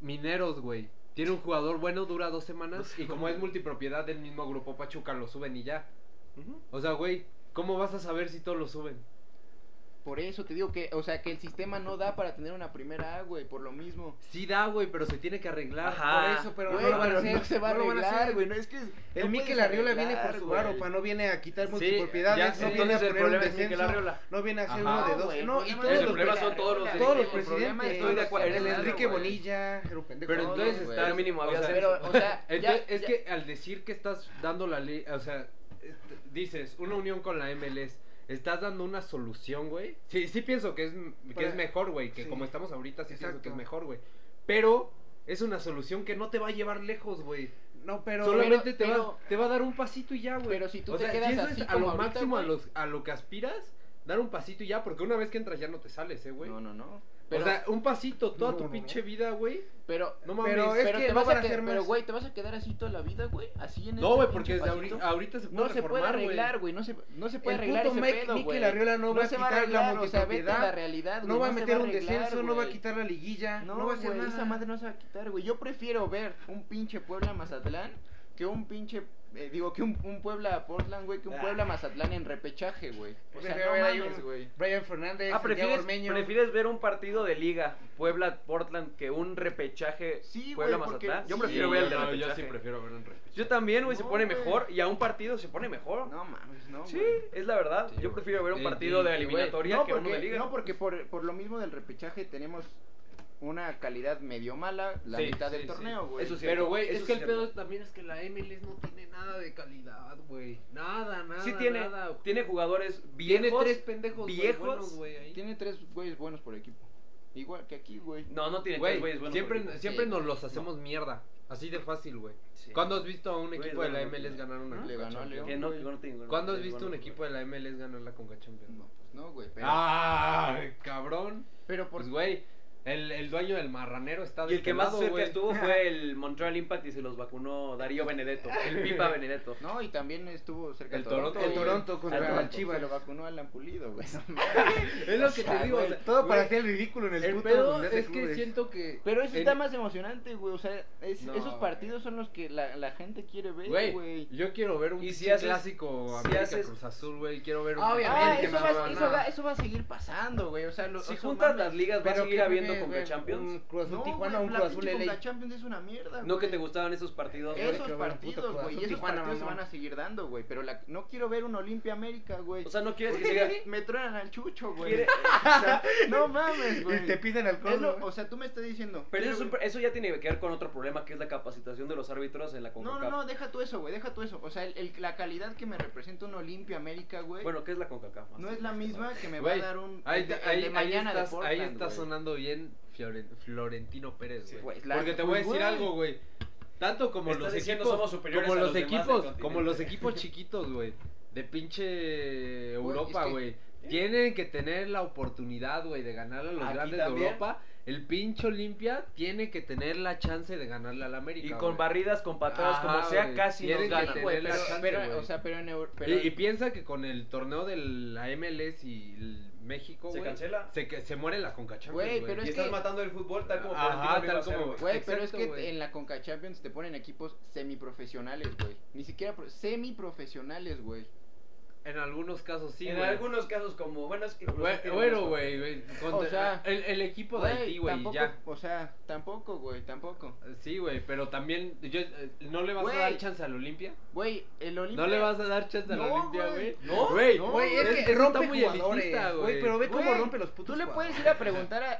Speaker 1: mineros, güey. Tiene un jugador bueno, dura dos semanas, y como es multipropiedad del mismo grupo Pachuca, lo suben y ya.
Speaker 3: Ujú.
Speaker 1: O sea, güey, ¿cómo vas a saber si todos lo suben?
Speaker 4: Por eso te digo que, o sea, que el sistema no da para tener una primera A, güey, por lo mismo.
Speaker 1: Sí da, güey, pero se tiene que arreglar.
Speaker 3: Ajá. Ah,
Speaker 2: por eso, pero
Speaker 4: Güey,
Speaker 2: no lo van a
Speaker 4: pero
Speaker 2: hacer.
Speaker 4: no se va a
Speaker 2: no lo van a
Speaker 4: arreglar,
Speaker 2: hacer.
Speaker 4: güey. No, es que.
Speaker 2: El
Speaker 4: no
Speaker 2: Mikel
Speaker 4: puedes
Speaker 2: Arriola viene por
Speaker 4: arreglar,
Speaker 2: su
Speaker 4: güey.
Speaker 2: varopa, no viene a quitar
Speaker 1: Sí,
Speaker 2: multipropiedades,
Speaker 1: ya
Speaker 2: no
Speaker 1: sé,
Speaker 2: viene a
Speaker 3: entonces el
Speaker 2: poner un
Speaker 3: problema es Mikel
Speaker 2: descenso,
Speaker 3: Arriola.
Speaker 2: no viene a hacer
Speaker 1: Ajá.
Speaker 2: uno de dos.
Speaker 4: güey,
Speaker 2: no,
Speaker 4: el
Speaker 2: y
Speaker 4: problema
Speaker 2: todos
Speaker 4: es
Speaker 3: el
Speaker 2: los
Speaker 3: problema son
Speaker 2: presidentes,
Speaker 3: todos los de-
Speaker 2: todos los
Speaker 3: el
Speaker 2: presidentes,
Speaker 3: estoy de acuerdo,
Speaker 2: el
Speaker 3: claro,
Speaker 2: Enrique
Speaker 3: güey.
Speaker 2: Bonilla, era un pendejo.
Speaker 1: Pero
Speaker 4: No,
Speaker 1: entonces
Speaker 4: güey.
Speaker 1: estás.
Speaker 4: Pero
Speaker 3: mínimo
Speaker 1: o
Speaker 3: había
Speaker 1: sea,
Speaker 4: Pero, o
Speaker 2: <laughs>
Speaker 4: sea, ya-
Speaker 1: Entonces, es
Speaker 4: ya-
Speaker 1: que al decir que estás dando la ley, o sea, est- dices una unión con la MLS, estás dando una solución, güey. Sí, sí pienso que es, m- que
Speaker 2: Para-
Speaker 1: es mejor, güey, que
Speaker 2: sí.
Speaker 1: como estamos ahorita, sí pienso que es
Speaker 2: Exacto.
Speaker 1: mejor, güey. Pero es una solución que no te va a llevar lejos, güey.
Speaker 2: No, pero
Speaker 1: Solamente te,
Speaker 4: pero-
Speaker 1: va, te va a dar un pasito y ya, güey.
Speaker 4: Pero si tú
Speaker 1: O
Speaker 4: te
Speaker 1: sea, si
Speaker 4: quedas
Speaker 1: eso
Speaker 4: así
Speaker 1: es a
Speaker 4: como
Speaker 1: lo
Speaker 4: ahorita,
Speaker 1: máximo a,
Speaker 4: güey.
Speaker 1: los, a lo que aspiras, dar un pasito y ya, porque una vez que entras ya no te sales, eh, güey.
Speaker 4: No, no, no.
Speaker 1: o sea, un pasito toda
Speaker 2: No,
Speaker 1: tu
Speaker 2: no,
Speaker 1: pinche vida, güey.
Speaker 4: pero,
Speaker 1: No mames.
Speaker 2: Pero es
Speaker 4: pero
Speaker 2: que
Speaker 4: te
Speaker 2: no
Speaker 4: vas
Speaker 2: van
Speaker 4: a
Speaker 2: a
Speaker 4: que-
Speaker 2: hacer más.
Speaker 4: pero güey, te vas a quedar así toda la vida, güey, así en
Speaker 1: no,
Speaker 4: este
Speaker 1: güey,
Speaker 4: pinche
Speaker 1: porque desde
Speaker 4: pasito.
Speaker 1: ahorita,
Speaker 2: ah,
Speaker 1: ahorita se puede
Speaker 4: no se puede
Speaker 1: reformar, güey.
Speaker 4: arreglar, güey, no se, no se puede
Speaker 2: El
Speaker 4: arreglar
Speaker 2: puto
Speaker 4: ese
Speaker 2: Mike-
Speaker 4: pedo,
Speaker 2: Mikel
Speaker 4: güey.
Speaker 2: Arriola no va a
Speaker 4: se va a
Speaker 2: quitar la
Speaker 4: arreglar, o sea, vete a la
Speaker 2: multipropiedad,
Speaker 4: realidad, güey,
Speaker 2: no va a
Speaker 4: se
Speaker 2: meter un
Speaker 4: arreglar,
Speaker 2: descenso, no va a
Speaker 4: güey.
Speaker 2: quitar la liguilla,
Speaker 4: No,
Speaker 2: no va a hacer
Speaker 4: güey, esa
Speaker 2: nada.
Speaker 4: madre no se va a quitar, güey. Yo prefiero ver un pinche Puebla Mazatlán que un pinche eh, digo que un, un Puebla Portland, güey, que un
Speaker 2: Ah.
Speaker 4: Puebla Mazatlán en repechaje, güey. O sea,
Speaker 2: Prefiero
Speaker 4: no
Speaker 2: ver ahí
Speaker 4: mames,
Speaker 2: un-
Speaker 4: güey.
Speaker 2: Brian Fernández,
Speaker 3: Ah,
Speaker 2: Santiago
Speaker 3: prefieres,
Speaker 2: Ormeño.
Speaker 3: prefieres ver un partido de liga Puebla-Portland que un repechaje
Speaker 4: Sí, güey,
Speaker 3: Puebla-Mazatlán?
Speaker 4: porque-
Speaker 3: Yo
Speaker 4: sí,
Speaker 3: prefiero
Speaker 4: güey,
Speaker 3: ver el de
Speaker 1: yo,
Speaker 3: repechaje.
Speaker 1: yo sí prefiero ver un repechaje.
Speaker 3: Yo también, güey, se
Speaker 4: No,
Speaker 3: pone
Speaker 4: güey.
Speaker 3: mejor y a un partido se pone mejor.
Speaker 4: No mames, no.
Speaker 3: sí,
Speaker 4: güey.
Speaker 3: es la verdad.
Speaker 1: Sí,
Speaker 3: Yo
Speaker 1: güey.
Speaker 3: prefiero ver un
Speaker 1: Y-
Speaker 3: partido
Speaker 1: y-
Speaker 3: de
Speaker 1: y, güey,
Speaker 3: eliminatoria
Speaker 4: No
Speaker 3: que uno de
Speaker 4: porque,
Speaker 3: liga.
Speaker 4: no, porque por, por lo mismo del repechaje tenemos una calidad medio mala la
Speaker 1: Sí,
Speaker 4: mitad
Speaker 1: sí,
Speaker 4: del
Speaker 1: sí.
Speaker 4: torneo, güey.
Speaker 3: Eso sí.
Speaker 1: Pero, güey,
Speaker 3: Eso
Speaker 1: es
Speaker 3: sí
Speaker 1: que el
Speaker 3: es cierto.
Speaker 1: pedo también es que la MLS no tiene nada de calidad, güey. Nada, nada.
Speaker 3: sí tiene,
Speaker 1: nada, güey.
Speaker 3: tiene jugadores
Speaker 1: Tiene
Speaker 3: viejos.
Speaker 1: tres pendejos güey,
Speaker 3: viejos.
Speaker 1: buenos, güey. ahí.
Speaker 4: Tiene tres güeyes buenos por equipo. Igual que aquí, güey.
Speaker 3: No, no tiene
Speaker 1: Güey,
Speaker 3: tres güeyes buenos.
Speaker 1: siempre,
Speaker 3: porque-
Speaker 1: siempre
Speaker 4: Sí.
Speaker 1: nos los hacemos mierda. Así de fácil, güey.
Speaker 3: Sí.
Speaker 1: ¿Cuándo has visto a un
Speaker 3: Güey,
Speaker 1: equipo
Speaker 3: es
Speaker 1: de la
Speaker 3: bueno,
Speaker 1: MLS
Speaker 3: güey.
Speaker 1: ganar una
Speaker 4: Le
Speaker 1: Conca
Speaker 4: ganó a
Speaker 1: Champions?
Speaker 4: León.
Speaker 3: Que no, que no tengo-
Speaker 1: ¿Cuándo has
Speaker 3: es
Speaker 1: visto un
Speaker 3: bueno,
Speaker 1: equipo de la MLS ganar la Conca Champions?
Speaker 4: No, pues no, güey. Pero,
Speaker 1: ¡Ah! Cabrón.
Speaker 4: pero por
Speaker 1: Pues, güey, el, el dueño del marranero está
Speaker 3: Y el que más
Speaker 1: desvelado,
Speaker 3: cerca
Speaker 1: güey.
Speaker 3: estuvo
Speaker 4: <laughs>
Speaker 3: fue el Montreal Impact y se los vacunó Darío Benedetto, el Pipa Benedetto.
Speaker 4: No, y también estuvo cerca
Speaker 1: El
Speaker 4: de
Speaker 1: Toronto,
Speaker 2: el
Speaker 4: güey.
Speaker 2: Toronto
Speaker 4: Al
Speaker 2: contra el
Speaker 4: Toronto,
Speaker 2: Chivas.
Speaker 4: Se lo vacunó al Ampulido, güey.
Speaker 1: Es lo que
Speaker 4: O sea,
Speaker 1: te digo.
Speaker 4: güey,
Speaker 1: o sea,
Speaker 2: Todo para
Speaker 1: güey,
Speaker 2: hacer el ridículo en el,
Speaker 1: El
Speaker 2: puto
Speaker 1: pedo
Speaker 2: mundial de
Speaker 1: es que
Speaker 2: clubes.
Speaker 1: siento que.
Speaker 4: <laughs> Pero eso
Speaker 1: en-
Speaker 4: está más emocionante, güey. O sea, es-
Speaker 1: No,
Speaker 4: esos partidos son los que la, la gente quiere ver,
Speaker 1: Güey,
Speaker 4: güey.
Speaker 1: yo quiero ver un
Speaker 3: Y si
Speaker 1: pinche
Speaker 3: haces-
Speaker 1: clásico
Speaker 3: si
Speaker 1: América
Speaker 3: haces-
Speaker 1: Cruz Azul, güey. Quiero ver un.
Speaker 4: Ah,
Speaker 1: Obviamente,
Speaker 4: eso
Speaker 1: mamá,
Speaker 4: va,
Speaker 1: no.
Speaker 4: eso, va, eso va a seguir pasando, güey. O sea, lo-
Speaker 3: Si
Speaker 4: o sea,
Speaker 3: juntas
Speaker 4: mames.
Speaker 3: las ligas, vas a
Speaker 2: Pero
Speaker 3: seguir
Speaker 2: que
Speaker 3: habiendo
Speaker 2: ve,
Speaker 3: Conca
Speaker 2: ve, Un
Speaker 3: Champions.
Speaker 2: Cruz Azul
Speaker 4: No,
Speaker 2: Tijuana,
Speaker 4: güey,
Speaker 2: un
Speaker 4: la
Speaker 2: Cruz
Speaker 4: pinche
Speaker 2: Azul LA.
Speaker 4: Conca Champions es una mierda,
Speaker 3: No que
Speaker 4: güey.
Speaker 3: te gustaban esos partidos. güey.
Speaker 4: Esos
Speaker 2: Creo que va a haber un puto
Speaker 4: partidos,
Speaker 2: Cruz
Speaker 4: güey.
Speaker 2: Azul
Speaker 4: Y esos
Speaker 2: Tijuana,
Speaker 4: partidos se
Speaker 2: mamón.
Speaker 4: van a seguir dando, güey. Pero la, no quiero ver un Olimpia América, güey.
Speaker 3: O sea,
Speaker 1: <laughs>
Speaker 3: no quieres que siga.
Speaker 4: me truenan al chucho, güey.
Speaker 3: Quiere-
Speaker 4: O sea, <laughs> no mames,
Speaker 2: Y
Speaker 4: güey.
Speaker 2: te piden
Speaker 4: Es
Speaker 2: alcohol.
Speaker 4: lo-
Speaker 2: ¿no?
Speaker 4: o sea, tú me estás diciendo.
Speaker 3: Pero eso,
Speaker 4: quiero
Speaker 3: es un-
Speaker 4: ver-
Speaker 3: eso ya tiene que ver con otro problema que es la capacitación de los árbitros en la
Speaker 4: No,
Speaker 3: CONCACAF.
Speaker 4: no, no, deja tú eso, güey, deja tú eso. O sea, el- el- la calidad que me representa un Olimpia América, güey,
Speaker 3: Bueno, ¿qué es la CONCACAF?
Speaker 4: no es la misma que me va
Speaker 1: Güey,
Speaker 4: a dar un.
Speaker 1: Ahí,
Speaker 4: el de- el de
Speaker 1: ahí- ahí
Speaker 4: mañana de
Speaker 1: estás, ahí
Speaker 4: Portland,
Speaker 1: está
Speaker 4: güey.
Speaker 1: sonando bien Fiore- Florentino Pérez,
Speaker 3: Sí,
Speaker 1: güey.
Speaker 4: güey, la-
Speaker 1: Porque te voy a
Speaker 4: pues,
Speaker 1: decir
Speaker 4: güey.
Speaker 1: algo, güey. Tanto como
Speaker 3: Estás
Speaker 1: los
Speaker 3: diciendo
Speaker 1: equipos,
Speaker 3: somos superiores
Speaker 1: como
Speaker 3: a
Speaker 1: los,
Speaker 3: los demás del
Speaker 1: equipos, como
Speaker 3: continente.
Speaker 1: los
Speaker 3: <laughs>
Speaker 1: equipos chiquitos, güey, de pinche Europa,
Speaker 4: es que- eh.
Speaker 1: güey. Tienen que tener la oportunidad, güey, de ganarle a los
Speaker 3: Aquí
Speaker 1: grandes
Speaker 3: también.
Speaker 1: de Europa. El pinche Olimpia tiene que tener la chance de ganarle al América.
Speaker 3: Y
Speaker 1: güey.
Speaker 3: con barridas, con patadas,
Speaker 1: Ajá,
Speaker 3: como sea,
Speaker 1: Ah, güey.
Speaker 3: casi nos
Speaker 1: Tienen que
Speaker 3: ganan.
Speaker 1: tener
Speaker 4: Güey,
Speaker 1: la
Speaker 4: pero,
Speaker 1: chance,
Speaker 4: pero,
Speaker 1: güey.
Speaker 4: o sea, pero en Euro- pero
Speaker 1: Y, y piensa que con el torneo de la MLS y el México,
Speaker 3: ¿Se
Speaker 1: güey,
Speaker 3: cancela?
Speaker 1: se, que- se muere la Conca Champions,
Speaker 4: Güey,
Speaker 1: güey.
Speaker 4: pero
Speaker 3: Y
Speaker 4: es
Speaker 3: estás
Speaker 4: que-
Speaker 3: matando el fútbol tal como
Speaker 1: Ajá,
Speaker 3: Florentino lo iba a
Speaker 1: tal
Speaker 3: hacer,
Speaker 1: como-
Speaker 3: güey.
Speaker 4: Güey, pero es
Speaker 1: Exacto,
Speaker 4: que
Speaker 1: güey.
Speaker 4: en la Conca Champions te ponen equipos semiprofesionales, güey. Ni siquiera pro- semiprofesionales, güey.
Speaker 1: En algunos casos sí,
Speaker 3: en
Speaker 1: güey.
Speaker 3: algunos casos como, bueno, es que...
Speaker 1: Güey, Bueno, güey, güey, contra-
Speaker 4: O sea,
Speaker 1: el, el equipo de Haití, Pues güey, y
Speaker 4: tampoco-
Speaker 1: ya.
Speaker 4: O sea, tampoco, güey, tampoco.
Speaker 1: Sí, güey, pero también yo, eh, ¿no le vas
Speaker 4: Güey.
Speaker 1: a dar chance al Olimpia?
Speaker 4: Güey, el Olimpia.
Speaker 1: ¿No le vas a dar chance al
Speaker 4: No,
Speaker 1: Olimpia,
Speaker 4: güey.
Speaker 1: güey?
Speaker 3: No,
Speaker 1: güey,
Speaker 4: no,
Speaker 2: Güey, es
Speaker 4: es
Speaker 2: que
Speaker 1: está
Speaker 2: rompe
Speaker 1: muy
Speaker 2: jugadores,
Speaker 1: elitista, güey.
Speaker 2: güey. Pero ve cómo
Speaker 4: Güey,
Speaker 2: rompe los putos
Speaker 4: Tú le puedes
Speaker 2: jugadores.
Speaker 4: ir a preguntar a,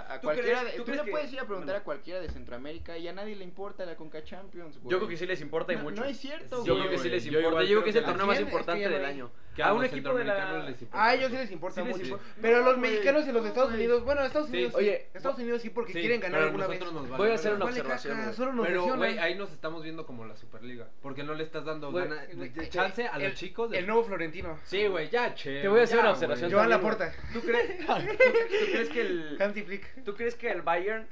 Speaker 4: a, a
Speaker 3: ¿Tú
Speaker 4: cualquiera.
Speaker 3: crees- tú
Speaker 4: de- tú
Speaker 3: crees
Speaker 4: le
Speaker 3: que-
Speaker 4: puedes ir a preguntar
Speaker 3: bueno.
Speaker 4: a cualquiera de Centroamérica y a nadie le importa la Conca Champions, güey.
Speaker 3: Yo creo que sí les importa y
Speaker 4: No-
Speaker 3: mucho.
Speaker 4: no es cierto,
Speaker 3: Yo
Speaker 4: güey.
Speaker 3: creo que sí les
Speaker 1: Yo
Speaker 3: importa.
Speaker 1: igual
Speaker 3: Yo creo
Speaker 1: creo
Speaker 3: que es el
Speaker 1: que-
Speaker 3: torneo
Speaker 2: ¿A
Speaker 3: más
Speaker 2: quién? Es que
Speaker 3: importante
Speaker 2: ya no
Speaker 3: del
Speaker 2: hay.
Speaker 3: año.
Speaker 1: Que
Speaker 3: a
Speaker 1: los
Speaker 3: un equipo de la...
Speaker 1: centroamericanos les importa.
Speaker 2: A ellos sí les importa
Speaker 3: Sí les
Speaker 2: mucho.
Speaker 3: importa.
Speaker 2: Pero los
Speaker 4: No,
Speaker 2: mexicanos y
Speaker 4: güey.
Speaker 2: los de Estados
Speaker 4: No,
Speaker 2: Unidos, bueno, Estados
Speaker 1: Sí.
Speaker 2: Unidos. sí.
Speaker 3: Oye,
Speaker 2: Estados Unidos sí porque
Speaker 1: Sí,
Speaker 2: quieren ganar
Speaker 1: pero
Speaker 2: alguna vez.
Speaker 1: nosotros nos vale
Speaker 3: Voy a hacer
Speaker 1: verga.
Speaker 3: una
Speaker 2: Vale,
Speaker 3: observación,
Speaker 2: caca,
Speaker 3: güey.
Speaker 2: Solo nos
Speaker 1: Pero,
Speaker 2: lesionan.
Speaker 1: güey, ahí nos estamos viendo como la Superliga. Porque no le estás dando
Speaker 3: Güey,
Speaker 1: gana-
Speaker 2: güey,
Speaker 1: de-
Speaker 2: eh,
Speaker 1: chance a los
Speaker 2: el-
Speaker 1: chicos. de-
Speaker 2: El nuevo Florentino.
Speaker 1: Sí, güey, ya, che.
Speaker 3: Te voy a hacer
Speaker 1: ya,
Speaker 3: una
Speaker 1: güey.
Speaker 3: observación.
Speaker 2: Joan
Speaker 3: también,
Speaker 2: Laporta.
Speaker 3: ¿Tú crees,
Speaker 4: <laughs>
Speaker 3: tú, tú crees que el,
Speaker 2: Hansi Flick.
Speaker 3: ¿Tú crees que el Bayern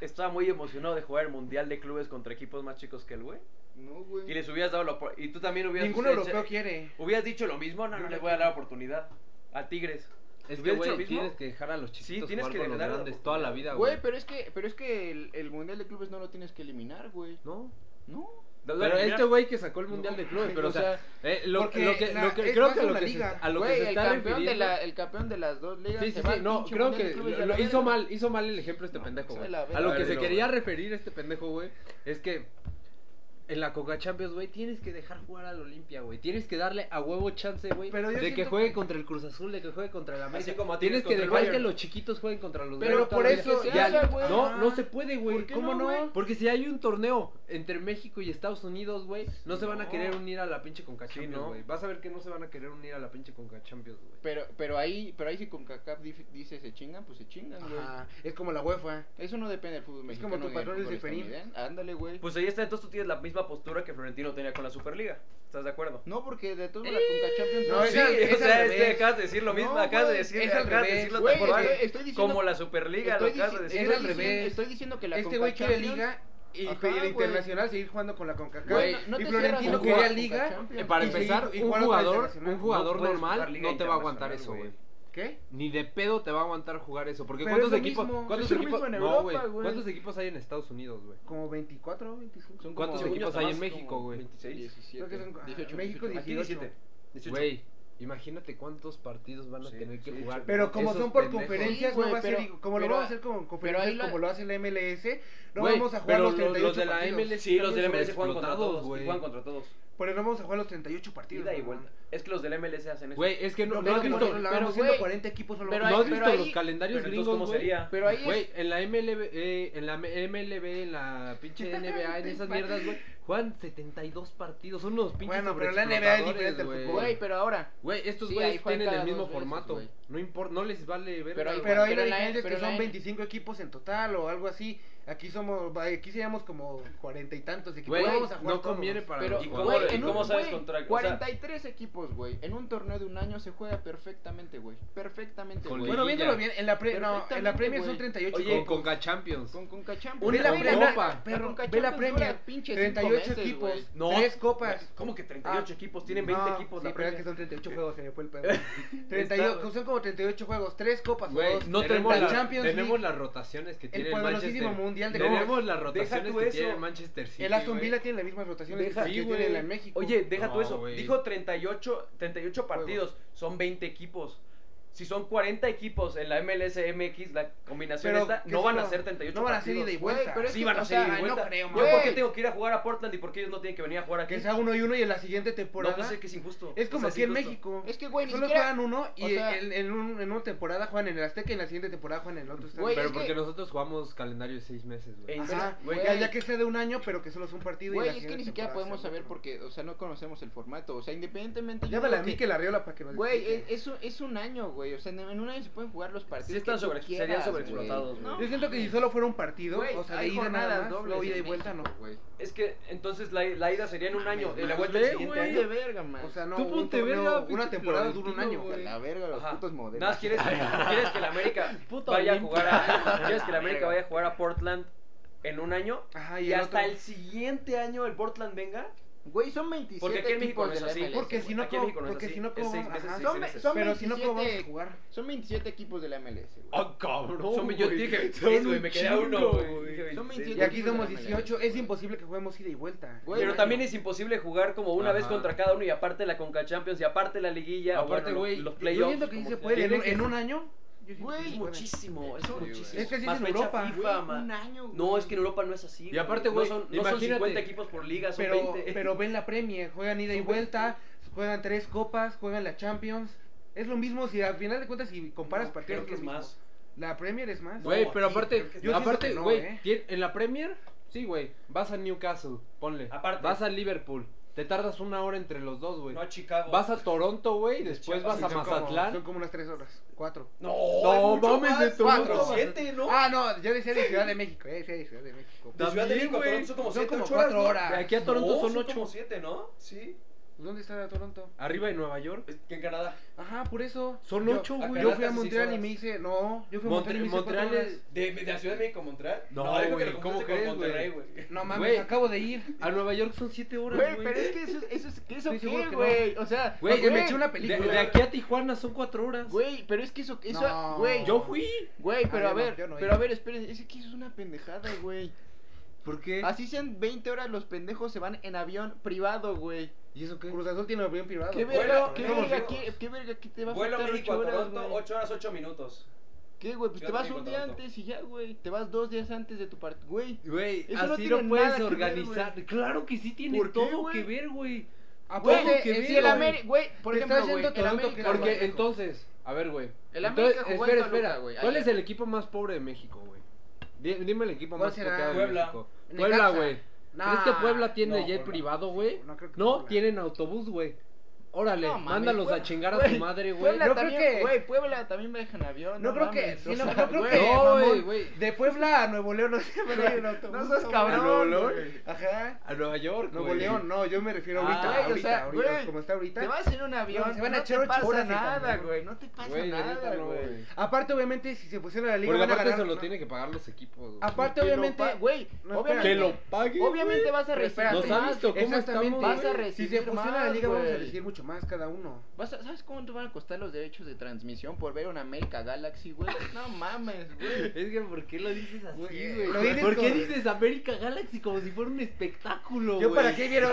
Speaker 3: estaba muy emocionado de jugar el Mundial de Clubes contra equipos más chicos que el güey?
Speaker 4: No,
Speaker 3: Y
Speaker 4: güey.
Speaker 3: les hubieras dado la opor- Y tú también hubieras...
Speaker 2: Ningún
Speaker 3: hubieras-
Speaker 2: europeo quiere.
Speaker 3: Hubieras dicho lo mismo, no, no le voy a dar oportunidad. A Tigres.
Speaker 1: Es que,
Speaker 3: ¿Hubieras hecho lo
Speaker 1: güey,
Speaker 3: mismo?
Speaker 1: tienes que dejar a los
Speaker 3: Sí,
Speaker 1: chiquitos
Speaker 3: tienes
Speaker 1: jugar
Speaker 3: que
Speaker 1: con los
Speaker 3: dejar a-
Speaker 1: grandes toda la vida,
Speaker 4: Güey, pero es que, pero es que el, el Mundial de Clubes no lo tienes que eliminar, güey.
Speaker 1: No,
Speaker 4: No.
Speaker 1: Pero este güey que sacó el mundial de clubes, pero o sea, eh, lo,
Speaker 2: porque
Speaker 1: lo que,
Speaker 2: la-
Speaker 1: lo que-
Speaker 2: es
Speaker 1: creo
Speaker 2: más
Speaker 1: que, lo
Speaker 2: una
Speaker 1: que se,
Speaker 2: liga.
Speaker 1: a lo
Speaker 4: Güey,
Speaker 1: que se
Speaker 4: el
Speaker 1: está
Speaker 4: campeón, de
Speaker 1: refiriendo-
Speaker 4: la, el campeón de las dos ligas.
Speaker 1: Sí,
Speaker 4: se
Speaker 1: sí,
Speaker 4: va
Speaker 1: sí,
Speaker 4: al
Speaker 1: no,
Speaker 4: pinche
Speaker 1: creo
Speaker 4: mundial
Speaker 1: que
Speaker 4: de clubes y a
Speaker 1: lo,
Speaker 4: la
Speaker 1: lo hizo
Speaker 4: verga.
Speaker 1: mal, hizo mal el ejemplo este pendejo,
Speaker 4: se
Speaker 1: güey.
Speaker 4: la
Speaker 1: A lo
Speaker 4: verga.
Speaker 1: que se
Speaker 3: Velo,
Speaker 1: quería
Speaker 3: güey.
Speaker 1: referir este pendejo, güey, es que en la Coca Champions, güey, tienes que dejar jugar al Olimpia, güey. Tienes que darle a huevo chance, güey,
Speaker 2: Pero yo
Speaker 1: de que
Speaker 2: siento
Speaker 1: juegue
Speaker 2: que-
Speaker 1: contra el Cruz Azul, de que juegue contra el América.
Speaker 3: como a ti
Speaker 1: tienes que
Speaker 3: contra el
Speaker 1: dejar que
Speaker 3: Bayern.
Speaker 1: los chiquitos jueguen contra los
Speaker 4: Pero
Speaker 1: grandes
Speaker 4: por
Speaker 1: todavía.
Speaker 4: eso
Speaker 1: Y
Speaker 4: se
Speaker 1: al-
Speaker 4: hace, güey. Ah.
Speaker 1: No, no se puede, güey.
Speaker 4: ¿Por qué no, güey?
Speaker 1: Porque si hay un torneo entre México y Estados Unidos, güey, no se van a
Speaker 4: No.
Speaker 1: querer unir a la pinche Conca
Speaker 3: Sí,
Speaker 1: Champions,
Speaker 3: ¿no?
Speaker 1: güey. Vas a ver que no se van a querer unir a la pinche Conca Champions, güey.
Speaker 4: Pero, pero ahí, pero ahí si con CACAP dice se chingan, pues se chingan, güey.
Speaker 2: Ajá, es como la UEFA.
Speaker 4: Eso no depende del fútbol
Speaker 2: Es
Speaker 4: mexicano.
Speaker 2: como tu
Speaker 4: ni del
Speaker 2: patrón es
Speaker 4: fútbol
Speaker 2: diferente.
Speaker 4: estadounidense. Ándale, güey.
Speaker 3: Pues ahí está, entonces tú tienes la misma postura que Florentino tenía con la Superliga. ¿Estás de acuerdo?
Speaker 4: no, porque de todos modos la Conca Champions.
Speaker 2: No, es al-
Speaker 3: o
Speaker 2: es al
Speaker 3: sea,
Speaker 2: revés.
Speaker 3: este, acabas de decir lo
Speaker 4: No,
Speaker 3: mismo, acabas de
Speaker 4: güey,
Speaker 3: decir,
Speaker 2: es al
Speaker 3: acabas de
Speaker 2: revés.
Speaker 3: decirlo
Speaker 4: Güey,
Speaker 3: tal cual.
Speaker 4: estoy, estoy diciendo.
Speaker 3: Como la Superliga, lo
Speaker 4: estoy,
Speaker 3: acabas
Speaker 4: dici-
Speaker 3: de
Speaker 2: es
Speaker 3: decir.
Speaker 4: estoy
Speaker 2: al
Speaker 4: diciendo-
Speaker 2: revés.
Speaker 4: estoy diciendo que la
Speaker 2: Este
Speaker 4: Conca
Speaker 2: güey quiere
Speaker 4: Champions-
Speaker 2: liga y
Speaker 4: Ajá,
Speaker 2: pero
Speaker 4: güey.
Speaker 2: internacional seguir jugando con la CONCACAF.
Speaker 4: Güey, no
Speaker 2: y
Speaker 4: te
Speaker 2: Florentino
Speaker 4: cierras a
Speaker 2: quería
Speaker 4: jugar
Speaker 2: liga.
Speaker 4: Conca Champions.
Speaker 1: Eh, para
Speaker 2: Y sí,
Speaker 1: empezar,
Speaker 2: y
Speaker 1: un
Speaker 2: jugar otra
Speaker 1: jugador,
Speaker 2: internacional.
Speaker 1: un jugador
Speaker 3: No puedes jugar
Speaker 1: normal
Speaker 3: Liga
Speaker 1: no te va a aguantar
Speaker 3: Internacional,
Speaker 1: eso,
Speaker 3: güey.
Speaker 1: güey.
Speaker 2: ¿Qué?
Speaker 1: Ni de pedo te va a aguantar jugar eso, porque
Speaker 2: Pero
Speaker 1: cuántos
Speaker 2: es lo
Speaker 1: equipos,
Speaker 2: mismo,
Speaker 1: cuántos
Speaker 4: es lo
Speaker 1: equipos,
Speaker 4: mismo en
Speaker 1: no,
Speaker 4: Europa,
Speaker 1: güey.
Speaker 4: güey.
Speaker 1: ¿Cuántos equipos hay en Estados Unidos, güey?
Speaker 2: Como 24 o 25.
Speaker 4: Son
Speaker 1: ¿Cuántos
Speaker 4: como-
Speaker 1: equipos
Speaker 3: Según yo,
Speaker 1: hay
Speaker 3: más
Speaker 1: en México,
Speaker 3: como
Speaker 1: güey?
Speaker 3: 26.
Speaker 4: 17,
Speaker 2: Creo que son- ah,
Speaker 4: 18,
Speaker 2: México
Speaker 4: 18.
Speaker 3: Aquí
Speaker 2: 18.
Speaker 3: 17. 18.
Speaker 1: Güey, imagínate cuántos partidos van a
Speaker 3: Sí,
Speaker 1: tener que
Speaker 3: sí,
Speaker 1: jugar.
Speaker 3: sí.
Speaker 2: Pero como
Speaker 1: esos
Speaker 2: son por
Speaker 1: pendejos.
Speaker 2: conferencias,
Speaker 4: Sí, güey,
Speaker 2: no va a ser
Speaker 4: pero-
Speaker 2: ig- como lo
Speaker 4: pero
Speaker 2: vamos a
Speaker 4: a-
Speaker 2: hacer con
Speaker 4: pero
Speaker 2: conferencias,
Speaker 4: ahí la-
Speaker 2: como lo hace la MLS, no
Speaker 1: Güey,
Speaker 2: vamos a jugar
Speaker 1: pero
Speaker 2: los 38
Speaker 1: de la
Speaker 2: partidos.
Speaker 1: MLS
Speaker 3: Sí, los del
Speaker 1: están
Speaker 3: MLS juegan contra
Speaker 1: sobreexplotados,
Speaker 3: todos,
Speaker 1: güey.
Speaker 3: güey. Juegan contra todos.
Speaker 2: Por eso no vamos a jugar los 38 partidos.
Speaker 3: Ida y
Speaker 2: mamá.
Speaker 3: vuelta. Es que los del MLS hacen eso.
Speaker 1: Güey, es que no,
Speaker 2: No,
Speaker 1: no
Speaker 2: pero
Speaker 1: has
Speaker 2: como
Speaker 1: visto,
Speaker 2: nosotros la
Speaker 4: pero,
Speaker 2: vamos haciendo
Speaker 4: güey,
Speaker 2: 40 equipos solo
Speaker 1: ¿no
Speaker 4: pero
Speaker 2: vamos
Speaker 1: has
Speaker 2: a-
Speaker 4: pero
Speaker 1: visto
Speaker 4: ahí-
Speaker 1: los
Speaker 3: Pero
Speaker 1: calendarios
Speaker 3: entonces,
Speaker 1: gringos,
Speaker 3: ¿cómo
Speaker 1: güey?
Speaker 3: sería?
Speaker 4: Pero ahí
Speaker 1: Güey,
Speaker 4: es.
Speaker 1: en la MLB, eh, en la M- MLB, en la pinche
Speaker 2: <laughs>
Speaker 1: NBA, en esas mierdas, güey, juegan 72 partidos, son unos pinches
Speaker 2: Bueno, pero la NBA es
Speaker 1: sobreexplotadores,
Speaker 2: diferente al fútbol.
Speaker 4: Güey, pero ahora.
Speaker 1: Güey, estos
Speaker 4: Sí,
Speaker 1: güeyes
Speaker 4: ahí juegan
Speaker 1: tienen el
Speaker 4: cada
Speaker 1: mismo
Speaker 4: dos veces,
Speaker 1: formato.
Speaker 4: güey.
Speaker 1: no importa, no les vale ver.
Speaker 4: Pero ahí-
Speaker 2: Pero ahí
Speaker 4: Pero
Speaker 2: la
Speaker 4: la-
Speaker 2: diferencia es
Speaker 4: pero
Speaker 2: que
Speaker 4: la-
Speaker 2: son 25 equipos en total o algo así. Aquí somos, aquí seríamos como 40 y tantos equipos.
Speaker 1: Güey,
Speaker 2: vamos a jugar
Speaker 1: no
Speaker 2: todos.
Speaker 1: conviene para
Speaker 4: Pero,
Speaker 1: los
Speaker 3: ¿y cómo-
Speaker 1: jugadores.
Speaker 4: güey,
Speaker 3: y
Speaker 4: en un-
Speaker 3: cómo sabes
Speaker 4: güey,
Speaker 3: contra- o sea-
Speaker 4: 43 equipos, güey. En un torneo de un año se juega perfectamente, güey. Perfectamente,
Speaker 1: Con
Speaker 4: güey.
Speaker 2: Bueno,
Speaker 1: Liguilla.
Speaker 2: viéndolo bien, en la, pre- no, en la
Speaker 4: Perfectamente,
Speaker 2: Premier son
Speaker 4: güey.
Speaker 2: 38.
Speaker 3: Oye,
Speaker 1: Con
Speaker 2: equipos.
Speaker 1: Conca Champions.
Speaker 4: Con Conca
Speaker 1: Una
Speaker 4: Champions.
Speaker 2: Ve la,
Speaker 1: Conca-
Speaker 2: Premier,
Speaker 1: Copa.
Speaker 2: perro,
Speaker 4: Conca
Speaker 2: ve la
Speaker 4: Champions
Speaker 2: Premier,
Speaker 4: dura pinche cinco
Speaker 2: 38
Speaker 4: meses,
Speaker 2: equipos,
Speaker 4: güey.
Speaker 3: No.
Speaker 2: tres copas.
Speaker 3: ¿Cómo que 38
Speaker 2: Ah,
Speaker 3: equipos? Tienen 20
Speaker 2: No,
Speaker 3: equipos.
Speaker 2: sí,
Speaker 3: la
Speaker 2: pero es
Speaker 3: Premier.
Speaker 2: que son 38 juegos, se me fue el pedo. 38, son como 38 juegos, tres copas. o
Speaker 1: Güey,
Speaker 2: dos.
Speaker 1: no
Speaker 2: Tenemos
Speaker 1: tenemos, la-
Speaker 2: Champions
Speaker 1: tenemos
Speaker 2: League,
Speaker 1: las rotaciones que tiene
Speaker 2: el
Speaker 1: el
Speaker 2: poderosísimo
Speaker 1: Manchester.
Speaker 2: mundial de Copa.
Speaker 1: Tenemos las
Speaker 3: Deja
Speaker 1: rotaciones
Speaker 3: tú
Speaker 1: que
Speaker 3: eso.
Speaker 1: tiene el Manchester City.
Speaker 2: El Aston
Speaker 1: güey.
Speaker 2: Villa tiene las mismas rotaciones
Speaker 3: Deja-
Speaker 2: que
Speaker 1: sí,
Speaker 2: tiene
Speaker 1: güey.
Speaker 2: la México.
Speaker 3: Oye, deja
Speaker 1: No,
Speaker 3: tú eso.
Speaker 1: güey.
Speaker 3: Dijo 38, 38 partidos. Son 20 equipos. Si son 40 equipos en la MLS MX, la combinación
Speaker 2: Pero,
Speaker 3: esta,
Speaker 2: ¿qué
Speaker 3: no van
Speaker 2: son?
Speaker 3: a ser 38
Speaker 2: No van a ser
Speaker 3: partidos.
Speaker 2: ida y
Speaker 4: Güey,
Speaker 2: vuelta.
Speaker 4: pero es
Speaker 3: Sí,
Speaker 4: que,
Speaker 3: van a
Speaker 4: o
Speaker 3: ser
Speaker 4: sea,
Speaker 3: ida y
Speaker 4: ay,
Speaker 3: vuelta.
Speaker 4: no creo,
Speaker 3: Yo, ¿por
Speaker 4: güey.
Speaker 3: qué tengo que ir a jugar a Portland y por qué ellos no tienen que venir a jugar aquí?
Speaker 2: Que sea uno y uno y en la siguiente
Speaker 3: No,
Speaker 2: temporada.
Speaker 3: pues es que es injusto.
Speaker 2: Es como
Speaker 3: O sea,
Speaker 2: aquí en
Speaker 3: injusto.
Speaker 2: México.
Speaker 4: Es que, güey, ni
Speaker 2: Solo
Speaker 4: siquiera.
Speaker 2: juegan uno y
Speaker 4: o sea-
Speaker 2: en, en un- en una temporada juegan en el Azteca y en la siguiente temporada juegan en el otro estadio.
Speaker 4: Güey,
Speaker 1: Pero
Speaker 4: es
Speaker 1: porque
Speaker 4: que-
Speaker 1: nosotros jugamos calendario de seis meses, güey.
Speaker 3: Ey,
Speaker 2: Ajá,
Speaker 4: güey.
Speaker 2: ya, ya que sea de un año, pero que solo es un partido. y
Speaker 4: Güey,
Speaker 2: la
Speaker 4: es que ni
Speaker 2: siguiente
Speaker 4: siquiera
Speaker 2: temporada
Speaker 4: podemos
Speaker 2: sea el
Speaker 4: saber
Speaker 2: otro.
Speaker 4: porque, o sea, no conocemos el formato. O sea, independientemente. yo
Speaker 2: Llámale a
Speaker 4: creo que-
Speaker 2: Miquel Arriola para que nos
Speaker 4: Güey, es,
Speaker 2: explique.
Speaker 4: es un, es un año, güey. O sea, en, en un año se pueden jugar los partidos.
Speaker 3: Sí están
Speaker 4: que tú
Speaker 3: sobre-
Speaker 4: quieras,
Speaker 3: serían
Speaker 4: güey.
Speaker 3: sobreexplotados, güey.
Speaker 4: No,
Speaker 2: Yo siento que si
Speaker 4: mames.
Speaker 2: solo fuera un partido,
Speaker 4: Güey,
Speaker 2: o sea, de
Speaker 4: hay
Speaker 2: ida
Speaker 4: jornadas
Speaker 2: nada más,
Speaker 4: dobles
Speaker 2: luego
Speaker 4: en
Speaker 2: ida y vuelta no.
Speaker 4: México, güey.
Speaker 3: Es que entonces la, la ida sería en un año. Y la vuelta
Speaker 1: Ve,
Speaker 3: el siguiente
Speaker 1: güey.
Speaker 4: Vete
Speaker 3: año.
Speaker 4: verga, man.
Speaker 2: O sea, no,
Speaker 1: Tú
Speaker 2: un
Speaker 1: ponte
Speaker 2: torneo,
Speaker 1: verga,
Speaker 2: una
Speaker 1: pinche
Speaker 2: temporada dura un
Speaker 1: Florentino,
Speaker 2: año.
Speaker 1: güey.
Speaker 4: A la verga, los
Speaker 3: Ajá.
Speaker 4: putos modelos.
Speaker 3: Nada más quieres, quieres que la
Speaker 2: <laughs>
Speaker 3: América
Speaker 1: Puto
Speaker 3: vaya a
Speaker 1: Olimpia.
Speaker 3: jugar a, quieres que la
Speaker 4: La
Speaker 3: América
Speaker 4: verga.
Speaker 3: vaya a jugar a Portland en un año
Speaker 2: Ajá,
Speaker 3: y,
Speaker 2: el
Speaker 3: hasta
Speaker 2: otro-
Speaker 3: el siguiente año el Portland venga.
Speaker 4: Güey, son 27
Speaker 3: Porque aquí en México
Speaker 4: equipos
Speaker 3: no
Speaker 4: de
Speaker 3: es
Speaker 4: la
Speaker 3: así.
Speaker 4: MLS,
Speaker 2: Porque
Speaker 4: güey.
Speaker 2: si no,
Speaker 3: Aquí en
Speaker 2: como-
Speaker 3: México no es
Speaker 2: porque
Speaker 3: así,
Speaker 2: si no,
Speaker 3: es
Speaker 2: como-
Speaker 3: seis meses,
Speaker 2: ajá.
Speaker 3: seis
Speaker 4: Son,
Speaker 3: meses.
Speaker 4: son
Speaker 2: Pero si no, ¿cómo vamos a
Speaker 4: 27
Speaker 2: jugar?
Speaker 4: Son 27 equipos de la MLS, güey.
Speaker 3: Oh,
Speaker 1: ¡Ah, cabrón!
Speaker 3: Son- yo
Speaker 1: güey.
Speaker 3: dije,
Speaker 1: Son
Speaker 3: "Tres, güey,
Speaker 1: un
Speaker 3: me queda uno,
Speaker 1: chingo,
Speaker 3: güey". Dije,
Speaker 4: Son
Speaker 3: "Veintiséis".
Speaker 2: Y
Speaker 4: 27
Speaker 2: aquí
Speaker 4: equipos de la
Speaker 2: somos
Speaker 4: MLS,
Speaker 2: 18, es
Speaker 4: güey.
Speaker 2: imposible que juguemos ida y vuelta.
Speaker 4: Güey,
Speaker 3: Pero
Speaker 4: no,
Speaker 3: también
Speaker 4: no.
Speaker 3: es imposible jugar como una vez
Speaker 1: Ajá.
Speaker 3: contra cada uno y aparte la Conca Champions y aparte la liguilla. o
Speaker 1: Aparte,
Speaker 3: bueno,
Speaker 1: güey,
Speaker 3: los
Speaker 2: Yo
Speaker 3: playoffs.
Speaker 2: siento que sí
Speaker 3: como
Speaker 2: se
Speaker 3: sea.
Speaker 2: puede, en,
Speaker 1: Tiene
Speaker 2: un-
Speaker 1: que
Speaker 2: en
Speaker 1: ser-
Speaker 2: un año. yo siento que
Speaker 4: Güey,
Speaker 2: sí
Speaker 3: Es
Speaker 2: se puede.
Speaker 3: muchísimo, es
Speaker 4: Sí, güey.
Speaker 3: muchísimo.
Speaker 2: Es que así
Speaker 3: Más
Speaker 2: es en
Speaker 3: fecha
Speaker 2: Europa.
Speaker 3: FIFA,
Speaker 4: Güey,
Speaker 3: man.
Speaker 4: un año, güey.
Speaker 3: No, es que en Europa no es así. güey.
Speaker 1: aparte, güey,
Speaker 3: no son, no son
Speaker 1: imagínate.
Speaker 3: 50 equipos por liga, son
Speaker 2: Pero,
Speaker 3: <laughs> 20.
Speaker 2: pero ven la Premier, juegan ida y
Speaker 3: Son
Speaker 2: vuelta, juegan tres copas, juegan la Champions. Es lo mismo si al final de cuentas si comparas
Speaker 3: No,
Speaker 2: partidos
Speaker 3: creo que
Speaker 2: lo
Speaker 3: es
Speaker 2: mismo.
Speaker 3: más.
Speaker 2: La Premier es más.
Speaker 1: Güey,
Speaker 3: No,
Speaker 1: pero
Speaker 3: aquí
Speaker 1: aparte,
Speaker 3: creo que
Speaker 2: sí. Yo
Speaker 1: aparte,
Speaker 2: siento que no,
Speaker 1: güey,
Speaker 2: ¿eh?
Speaker 1: tien- en la Premier, sí, güey, vas a Newcastle, ponle.
Speaker 3: Aparte.
Speaker 1: Vas a Liverpool, te tardas una hora entre los dos, güey.
Speaker 3: No a Chicago.
Speaker 1: Vas a Toronto, güey,
Speaker 3: De
Speaker 1: después vas
Speaker 3: Chiapas
Speaker 2: Sí,
Speaker 1: a
Speaker 2: son como-
Speaker 1: Mazatlán.
Speaker 2: son como unas tres horas, cuatro.
Speaker 3: No,
Speaker 1: No, mames, de Toronto.
Speaker 3: Toronto. siete, ¿no?
Speaker 2: Ah, no, yo decía de Ciudad de México, eh, decía de Ciudad de México.
Speaker 3: de Ciudad de
Speaker 1: también,
Speaker 3: México a
Speaker 1: güey.
Speaker 3: Toronto son como
Speaker 2: Son
Speaker 3: 7,
Speaker 2: como
Speaker 3: 8
Speaker 2: cuatro
Speaker 3: horas.
Speaker 2: horas.
Speaker 4: Ah,
Speaker 1: De aquí a Toronto son
Speaker 3: ocho. como
Speaker 1: ocho.
Speaker 3: 7, ¿no? Sí.
Speaker 2: ¿Dónde está Toronto?
Speaker 1: Arriba de Nueva York.
Speaker 3: Es que en Canadá.
Speaker 2: Ajá, por eso.
Speaker 1: Son
Speaker 2: Yo-
Speaker 1: ocho,
Speaker 2: yo
Speaker 1: güey.
Speaker 2: fui a
Speaker 3: Hace seis
Speaker 2: Montreal y
Speaker 3: horas.
Speaker 2: me hice, no, yo fui
Speaker 1: Montre-
Speaker 2: a Montreal y me hice cuatro
Speaker 1: Montreal es-
Speaker 2: horas.
Speaker 3: ¿De, de la Ciudad de México a Montreal?
Speaker 1: No,
Speaker 3: dijo que
Speaker 1: güey,
Speaker 3: lo
Speaker 1: ¿cómo
Speaker 3: confundiste
Speaker 1: crees,
Speaker 3: con Monterrey, güey.
Speaker 2: No mames,
Speaker 1: Güey.
Speaker 2: acabo de ir.
Speaker 1: A Nueva York son siete horas,
Speaker 4: Güey,
Speaker 1: güey.
Speaker 4: pero es que eso, eso, es- que eso
Speaker 2: Estoy seguro
Speaker 4: qué,
Speaker 2: que
Speaker 4: güey. O sea,
Speaker 1: Güey,
Speaker 2: me eché una
Speaker 1: De,
Speaker 2: película.
Speaker 1: de aquí a Tijuana son cuatro horas.
Speaker 4: Güey, pero es que eso, eso,
Speaker 2: No.
Speaker 4: güey.
Speaker 1: Yo <laughs> fui.
Speaker 4: Güey,
Speaker 2: Ah,
Speaker 4: pero a
Speaker 2: yo no,
Speaker 4: ver,
Speaker 2: yo no
Speaker 4: pero a
Speaker 2: iba.
Speaker 4: ver, esperen, es que eso es una pendejada, güey.
Speaker 1: ¿Por qué?
Speaker 4: Así sean 20 horas, los pendejos se van en avión privado, güey.
Speaker 1: ¿Y eso qué?
Speaker 2: Cruz Azul tiene avión privado.
Speaker 4: ¿Qué
Speaker 3: Vuelo-
Speaker 4: verga, qué
Speaker 3: vuelo
Speaker 4: verga,
Speaker 3: México.
Speaker 4: qué, qué verga, qué te va a
Speaker 3: Vuelo
Speaker 4: faltar
Speaker 3: México a
Speaker 4: 8 horas,
Speaker 3: Toronto,
Speaker 4: güey?
Speaker 3: 8 horas 8 minutos.
Speaker 4: ¿Qué, güey? Pues te
Speaker 3: Yo
Speaker 4: vas
Speaker 3: tengo
Speaker 4: un día
Speaker 3: Toronto.
Speaker 4: antes y ya, güey. Te vas dos días antes de tu partido, güey.
Speaker 1: Güey,
Speaker 4: Eso no
Speaker 1: así
Speaker 4: tiene
Speaker 1: lo puedes
Speaker 4: nada que ver,
Speaker 1: organizar.
Speaker 4: güey.
Speaker 1: claro que sí tiene
Speaker 4: ¿Por qué,
Speaker 1: todo
Speaker 4: güey?
Speaker 1: que ver, güey.
Speaker 2: Ah,
Speaker 4: Güey,
Speaker 1: Todo que
Speaker 4: eh,
Speaker 1: ver,
Speaker 4: si el
Speaker 1: güey.
Speaker 4: América, güey, por
Speaker 2: Te
Speaker 4: ejemplo,
Speaker 2: estás
Speaker 4: güey,
Speaker 2: yendo a
Speaker 4: el
Speaker 2: Toronto,
Speaker 4: América,
Speaker 2: que era
Speaker 4: güey.
Speaker 1: Porque entonces, a ver, güey.
Speaker 4: El
Speaker 1: Entonces,
Speaker 4: América jugó
Speaker 1: espera,
Speaker 4: en Toluca,
Speaker 1: espera.
Speaker 4: güey,
Speaker 1: ¿Cuál
Speaker 4: ayer.
Speaker 1: es el equipo más pobre de México, güey? Di- Dime el equipo
Speaker 2: ¿Cuál
Speaker 1: más
Speaker 2: será?
Speaker 1: pobre de
Speaker 3: Puebla.
Speaker 1: México. Puebla,
Speaker 2: Necaxa.
Speaker 1: güey.
Speaker 2: Nah,
Speaker 1: ¿Crees que Puebla tiene
Speaker 2: no,
Speaker 1: jet
Speaker 2: Puebla.
Speaker 1: privado, güey?
Speaker 2: No,
Speaker 1: No,
Speaker 2: creo que Puebla.
Speaker 1: tienen autobús, güey. Órale,
Speaker 4: No, mames,
Speaker 1: mándalos a
Speaker 4: Puebla-
Speaker 1: chingar a
Speaker 4: güey,
Speaker 1: su madre, güey.
Speaker 4: Puebla
Speaker 2: No creo
Speaker 4: también,
Speaker 2: que-
Speaker 4: güey, Puebla también viaja en avión.
Speaker 2: No creo que.
Speaker 4: mames,
Speaker 2: sí,
Speaker 4: o
Speaker 2: no,
Speaker 4: sea,
Speaker 2: no creo
Speaker 4: güey.
Speaker 2: que.
Speaker 1: No,
Speaker 2: mamón,
Speaker 1: güey, güey.
Speaker 2: De Puebla a Nuevo León no se van a ir en autobús.
Speaker 4: No seas
Speaker 2: güey.
Speaker 4: cabrón.
Speaker 1: ¿A Nuevo León?
Speaker 4: güey.
Speaker 2: Ajá.
Speaker 1: A Nueva York,
Speaker 2: Nuevo
Speaker 1: güey.
Speaker 2: León, no, yo me refiero ahorita.
Speaker 4: Ah, güey, o
Speaker 2: ahorita,
Speaker 4: sea,
Speaker 2: ahorita,
Speaker 4: güey,
Speaker 2: como está ahorita.
Speaker 4: Te vas en un avión,
Speaker 2: No, se van a
Speaker 4: no
Speaker 2: echar
Speaker 4: te
Speaker 2: ocho
Speaker 4: pasa
Speaker 2: horas, hija,
Speaker 4: nada,
Speaker 2: mamón.
Speaker 4: güey. No te pasa
Speaker 1: Güey, la neta,
Speaker 4: nada,
Speaker 1: no,
Speaker 4: güey.
Speaker 1: güey.
Speaker 2: Aparte, obviamente, si se pusiera la liga,
Speaker 1: Porque
Speaker 2: van a
Speaker 1: aparte
Speaker 2: ganar,
Speaker 1: eso lo
Speaker 2: ¿no?
Speaker 1: tienen que pagar los equipos, güey.
Speaker 2: Aparte,
Speaker 4: Que lo
Speaker 2: obviamente,
Speaker 4: pa- güey,
Speaker 2: no,
Speaker 4: obviamente,
Speaker 1: Que lo paguen,
Speaker 4: obviamente
Speaker 1: güey.
Speaker 4: vas a
Speaker 2: Pero
Speaker 4: recibir
Speaker 2: espérate,
Speaker 1: ¿Nos han
Speaker 4: más.
Speaker 1: visto cómo
Speaker 2: Exactamente.
Speaker 1: estamos?
Speaker 4: Vas
Speaker 1: güey?
Speaker 4: a
Speaker 2: Si
Speaker 4: recibir
Speaker 2: se fusiona la
Speaker 4: más,
Speaker 2: liga, vamos a
Speaker 4: güey.
Speaker 2: recibir mucho más cada uno.
Speaker 4: Vas a- ¿Sabes cómo te van a costar los derechos de transmisión por ver una América Galaxy, güey? No mames, güey.
Speaker 1: Es que, ¿por qué lo dices así,
Speaker 2: Güey,
Speaker 1: güey?
Speaker 2: lo dices
Speaker 1: ¿Por qué
Speaker 2: como-
Speaker 1: dices América Galaxy como si fuera un espectáculo, güey?
Speaker 2: ¿Yo para
Speaker 1: <laughs>
Speaker 2: qué vieron?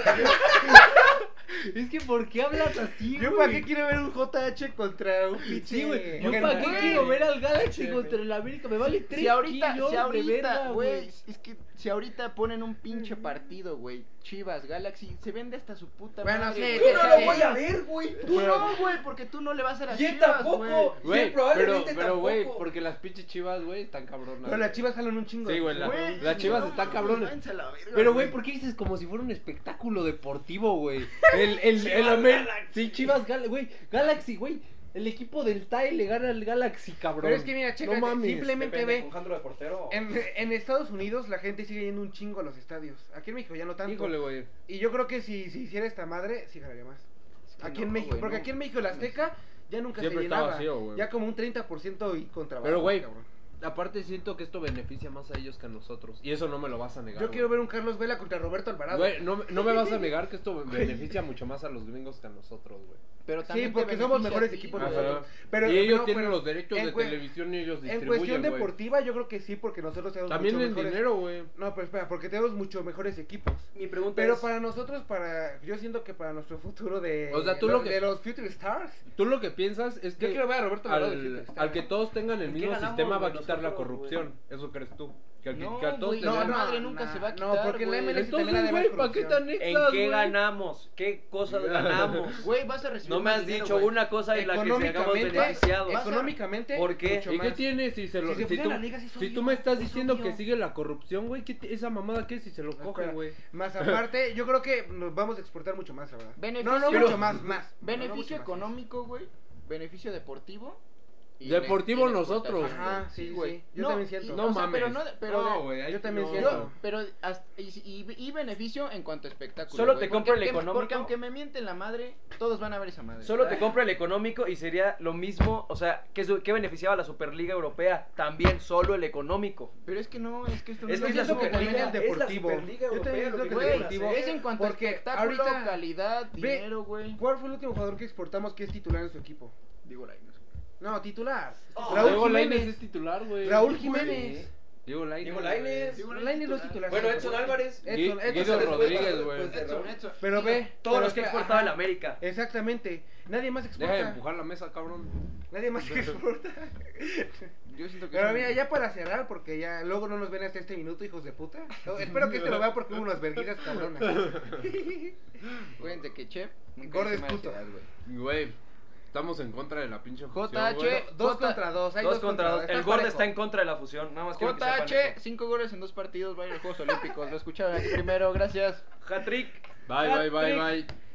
Speaker 1: Es que, ¿por qué hablas así,
Speaker 2: ¿Yo
Speaker 1: güey?
Speaker 2: para qué quiero ver un JH contra un pinche?
Speaker 1: Sí, güey. Yo
Speaker 2: Porque
Speaker 1: para
Speaker 2: no,
Speaker 1: qué
Speaker 2: güey.
Speaker 1: quiero ver al Galaxy contra el América. Me vale tres
Speaker 4: Si ahorita,
Speaker 1: kilos
Speaker 4: si
Speaker 1: de
Speaker 4: ahorita,
Speaker 1: verga,
Speaker 4: güey, es que si ahorita ponen un pinche partido, güey, Chivas, Galaxy, se vende hasta su puta
Speaker 2: Bueno,
Speaker 4: madre.
Speaker 2: sí,
Speaker 4: güey.
Speaker 2: sí, Yo no lo sí. voy a
Speaker 3: ver, güey.
Speaker 4: Tú no, güey, porque tú no le vas a las
Speaker 3: Y él
Speaker 4: Chivas,
Speaker 3: tampoco.
Speaker 4: güey.
Speaker 1: Güey,
Speaker 3: Sí, probablemente
Speaker 1: pero, pero, güey,
Speaker 3: tampoco.
Speaker 1: porque las pinches chivas, güey, están cabronas.
Speaker 2: Pero las chivas jalan un chingo.
Speaker 1: Sí, güey, la-
Speaker 4: Güey,
Speaker 1: las chivas
Speaker 4: no
Speaker 1: están
Speaker 4: mames,
Speaker 1: cabrones.
Speaker 4: váyanse a la verga,
Speaker 1: Pero, güey, ¿por qué dices como si fuera un espectáculo deportivo, güey? El, el, el
Speaker 3: Chivas
Speaker 1: Amer-
Speaker 3: Galaxy.
Speaker 1: Sí, Chivas Galaxy, güey. Galaxy, güey. El equipo del TAE le gana al Galaxy, cabrón.
Speaker 2: Pero es que mira, chécate,
Speaker 1: no mames.
Speaker 2: simplemente
Speaker 3: Depende,
Speaker 2: ve.
Speaker 3: ¿con Jandro de portero?
Speaker 2: En, en Estados Unidos la gente sigue yendo un chingo a los estadios. Aquí en México ya no tanto.
Speaker 1: Híjole, güey.
Speaker 2: Y yo creo que si, si hiciera esta madre, sí jalaría más.
Speaker 4: Es que
Speaker 2: Aquí
Speaker 4: no,
Speaker 2: en México,
Speaker 4: güey,
Speaker 2: porque
Speaker 4: no.
Speaker 2: aquí en México la Azteca ya nunca
Speaker 1: Siempre
Speaker 2: se
Speaker 1: está
Speaker 2: llenaba.
Speaker 1: vacío, güey.
Speaker 2: ya como un 30% y contra
Speaker 1: Pero, güey,
Speaker 2: cabrón.
Speaker 1: aparte siento que esto beneficia más a ellos que a nosotros. Y eso no me lo vas a negar.
Speaker 2: Yo
Speaker 1: güey.
Speaker 2: quiero ver un Carlos Vela contra Roberto Alvarado.
Speaker 1: Güey, no, me- no me vas a negar que
Speaker 2: <laughs>
Speaker 1: esto beneficia mucho más a los gringos que a nosotros, güey.
Speaker 4: Pero
Speaker 2: sí,
Speaker 4: también te
Speaker 2: porque somos
Speaker 4: beneficia a
Speaker 2: mejores
Speaker 4: ti,
Speaker 2: equipos
Speaker 4: güey.
Speaker 2: nosotros.
Speaker 1: Ajá.
Speaker 2: Pero
Speaker 1: y ellos
Speaker 2: no,
Speaker 1: tienen
Speaker 2: pero
Speaker 1: los derechos
Speaker 2: en
Speaker 1: de
Speaker 2: cue-
Speaker 1: televisión y ellos
Speaker 2: En
Speaker 1: distribuyen,
Speaker 2: cuestión
Speaker 1: güey.
Speaker 2: deportiva, yo creo que sí, porque nosotros tenemos
Speaker 1: También
Speaker 2: mucho
Speaker 1: en
Speaker 2: mejores-
Speaker 1: dinero, güey.
Speaker 2: No, pero espera, porque tenemos mucho mejores equipos.
Speaker 3: Mi pregunta
Speaker 2: Pero
Speaker 3: es...
Speaker 2: para nosotros, para yo siento que para nuestro futuro de
Speaker 1: O sea, tú
Speaker 2: lo-
Speaker 1: lo que-
Speaker 2: de los Future Stars,
Speaker 1: Tú lo que piensas es
Speaker 2: yo
Speaker 1: que
Speaker 2: quiero ver a Roberto Alvarado de Future
Speaker 1: al,
Speaker 2: Star.
Speaker 1: al que todos tengan el
Speaker 3: ¿En qué
Speaker 1: mismo
Speaker 3: ganamos,
Speaker 1: sistema va a
Speaker 3: güey,
Speaker 1: quitar la
Speaker 3: nosotros,
Speaker 1: corrupción. Eso crees tú. Que al que,
Speaker 4: No,
Speaker 1: que a todos
Speaker 4: güey,
Speaker 1: tengan-
Speaker 4: no, madre nunca
Speaker 2: no,
Speaker 4: se va a
Speaker 2: no,
Speaker 4: quitar,
Speaker 2: porque en la
Speaker 4: güey.
Speaker 2: MLS también
Speaker 1: Entonces,
Speaker 2: hay
Speaker 1: güey,
Speaker 2: más
Speaker 1: ¿para qué
Speaker 2: corrupción.
Speaker 1: tan
Speaker 3: ¿En
Speaker 1: extras,
Speaker 3: qué
Speaker 1: güey?
Speaker 3: ganamos? ¿Qué
Speaker 1: <laughs>
Speaker 3: cosas ganamos?
Speaker 4: Güey, vas a recibir
Speaker 3: No me
Speaker 4: más
Speaker 3: has
Speaker 4: dinero,
Speaker 3: dicho
Speaker 4: güey.
Speaker 3: una cosa de la que seamos
Speaker 2: Económicamente,
Speaker 3: beneficiados.
Speaker 4: Vas a-
Speaker 2: económicamente,
Speaker 3: ¿Por qué?
Speaker 2: mucho
Speaker 1: ¿Y qué
Speaker 2: más.
Speaker 1: tiene si se lo
Speaker 2: Si
Speaker 1: si
Speaker 2: se fuera
Speaker 1: tú,
Speaker 2: la liga, sí soy
Speaker 1: si tú
Speaker 2: yo,
Speaker 1: me estás
Speaker 2: sí soy
Speaker 1: diciendo que
Speaker 2: yo.
Speaker 1: sigue la corrupción, güey, ¿qué te- esa mamada qué si se lo cogen,
Speaker 2: Espera,
Speaker 1: güey?
Speaker 2: Más aparte, yo creo que nos vamos a exportar mucho más, la verdad.
Speaker 4: Beneficio-
Speaker 2: no, no,
Speaker 4: Pero-
Speaker 2: mucho más, más. No, no,
Speaker 4: Beneficio
Speaker 2: mucho más.
Speaker 4: económico, güey. Beneficio deportivo.
Speaker 1: Deportivo
Speaker 4: en- en
Speaker 1: nosotros,
Speaker 4: exportación,
Speaker 2: Ajá,
Speaker 4: güey.
Speaker 2: sí, sí,
Speaker 4: güey.
Speaker 2: sí. Yo también siento.
Speaker 4: y-
Speaker 1: No
Speaker 4: o sea,
Speaker 1: mames.
Speaker 4: Pero no, de- pero de-
Speaker 1: no, güey, ahí
Speaker 2: yo también
Speaker 1: no.
Speaker 2: siento.
Speaker 4: yo- pero hasta- y, y- y beneficio en cuanto a espectáculo.
Speaker 3: Solo
Speaker 4: güey,
Speaker 3: te
Speaker 4: porque
Speaker 3: compra el
Speaker 4: aunque-
Speaker 3: económico.
Speaker 4: Porque aunque me mienten la madre, todos van a ver esa madre.
Speaker 3: Solo te compra el económico y sería lo mismo, o sea, ¿qué, su- qué beneficiaba a la Superliga Europea? También solo el económico.
Speaker 4: Pero es que no, es que esto no
Speaker 3: Es
Speaker 4: lo
Speaker 3: que es la
Speaker 4: mismo,
Speaker 2: Pues que
Speaker 4: güey.
Speaker 2: también
Speaker 3: Superliga,
Speaker 2: el deportivo.
Speaker 3: es la Superliga
Speaker 2: Yo también
Speaker 3: Europea, lo
Speaker 2: creo
Speaker 3: que
Speaker 2: que
Speaker 4: Güey,
Speaker 2: el
Speaker 3: quieren
Speaker 2: deportivo.
Speaker 4: Es en cuanto
Speaker 2: Porque
Speaker 4: a espectáculo,
Speaker 2: ahorita-
Speaker 4: calidad,
Speaker 2: Ve-
Speaker 4: dinero, güey.
Speaker 2: ¿Cuál fue el último jugador que exportamos que es titular en su equipo?
Speaker 4: Digo, la Inés.
Speaker 2: No, titular.
Speaker 3: Oh,
Speaker 2: Raúl
Speaker 1: Diego Lainez es
Speaker 2: Jiménez.
Speaker 1: titular, güey.
Speaker 2: Raúl Jiménez.
Speaker 1: Diego Lainez.
Speaker 3: Diego
Speaker 1: güey.
Speaker 3: Lainez.
Speaker 4: Digo, la
Speaker 2: Lainez no es
Speaker 4: titular.
Speaker 2: titular.
Speaker 3: Bueno, Edson Álvarez.
Speaker 1: Gui-
Speaker 2: Edson- Edson
Speaker 1: Guido
Speaker 2: Álvarez.
Speaker 1: Rodríguez, güey.
Speaker 4: Edson, Edson.
Speaker 2: Pero ve,
Speaker 3: Todos
Speaker 2: pero
Speaker 3: los que
Speaker 2: ve,
Speaker 3: exportaba
Speaker 2: ajá,
Speaker 3: la América.
Speaker 2: Exactamente. Nadie más exporta.
Speaker 1: Deja de empujar la mesa, cabrón.
Speaker 2: Nadie más exporta.
Speaker 4: Yo siento que.
Speaker 2: Pero
Speaker 4: es un-
Speaker 2: mira, ya para cerrar, porque ya luego no nos ven hasta este minuto, hijos de puta. No, espero que este lo vea porque hubo unas verguitas cabronas.
Speaker 3: <laughs>
Speaker 4: Acuérdense que Chef. nunca
Speaker 2: Gordo
Speaker 4: hizo
Speaker 2: es
Speaker 4: mala
Speaker 2: puto.
Speaker 4: ciudad, güey.
Speaker 1: Güey, estamos en contra de la pinche fusión, güey.
Speaker 4: JH.
Speaker 2: Dos
Speaker 4: Jota-
Speaker 2: contra dos. Hay
Speaker 3: Dos contra dos.
Speaker 2: Está
Speaker 3: El gordo
Speaker 2: parejo.
Speaker 3: está en contra de la fusión. Nada más quiero que sepan
Speaker 4: JH,
Speaker 3: eso.
Speaker 4: 5 goles en dos partidos, va a ir a los Juegos Olímpicos. Lo escucharon aquí primero, gracias.
Speaker 3: Hat-trick.
Speaker 1: Bye, bye, bye, bye.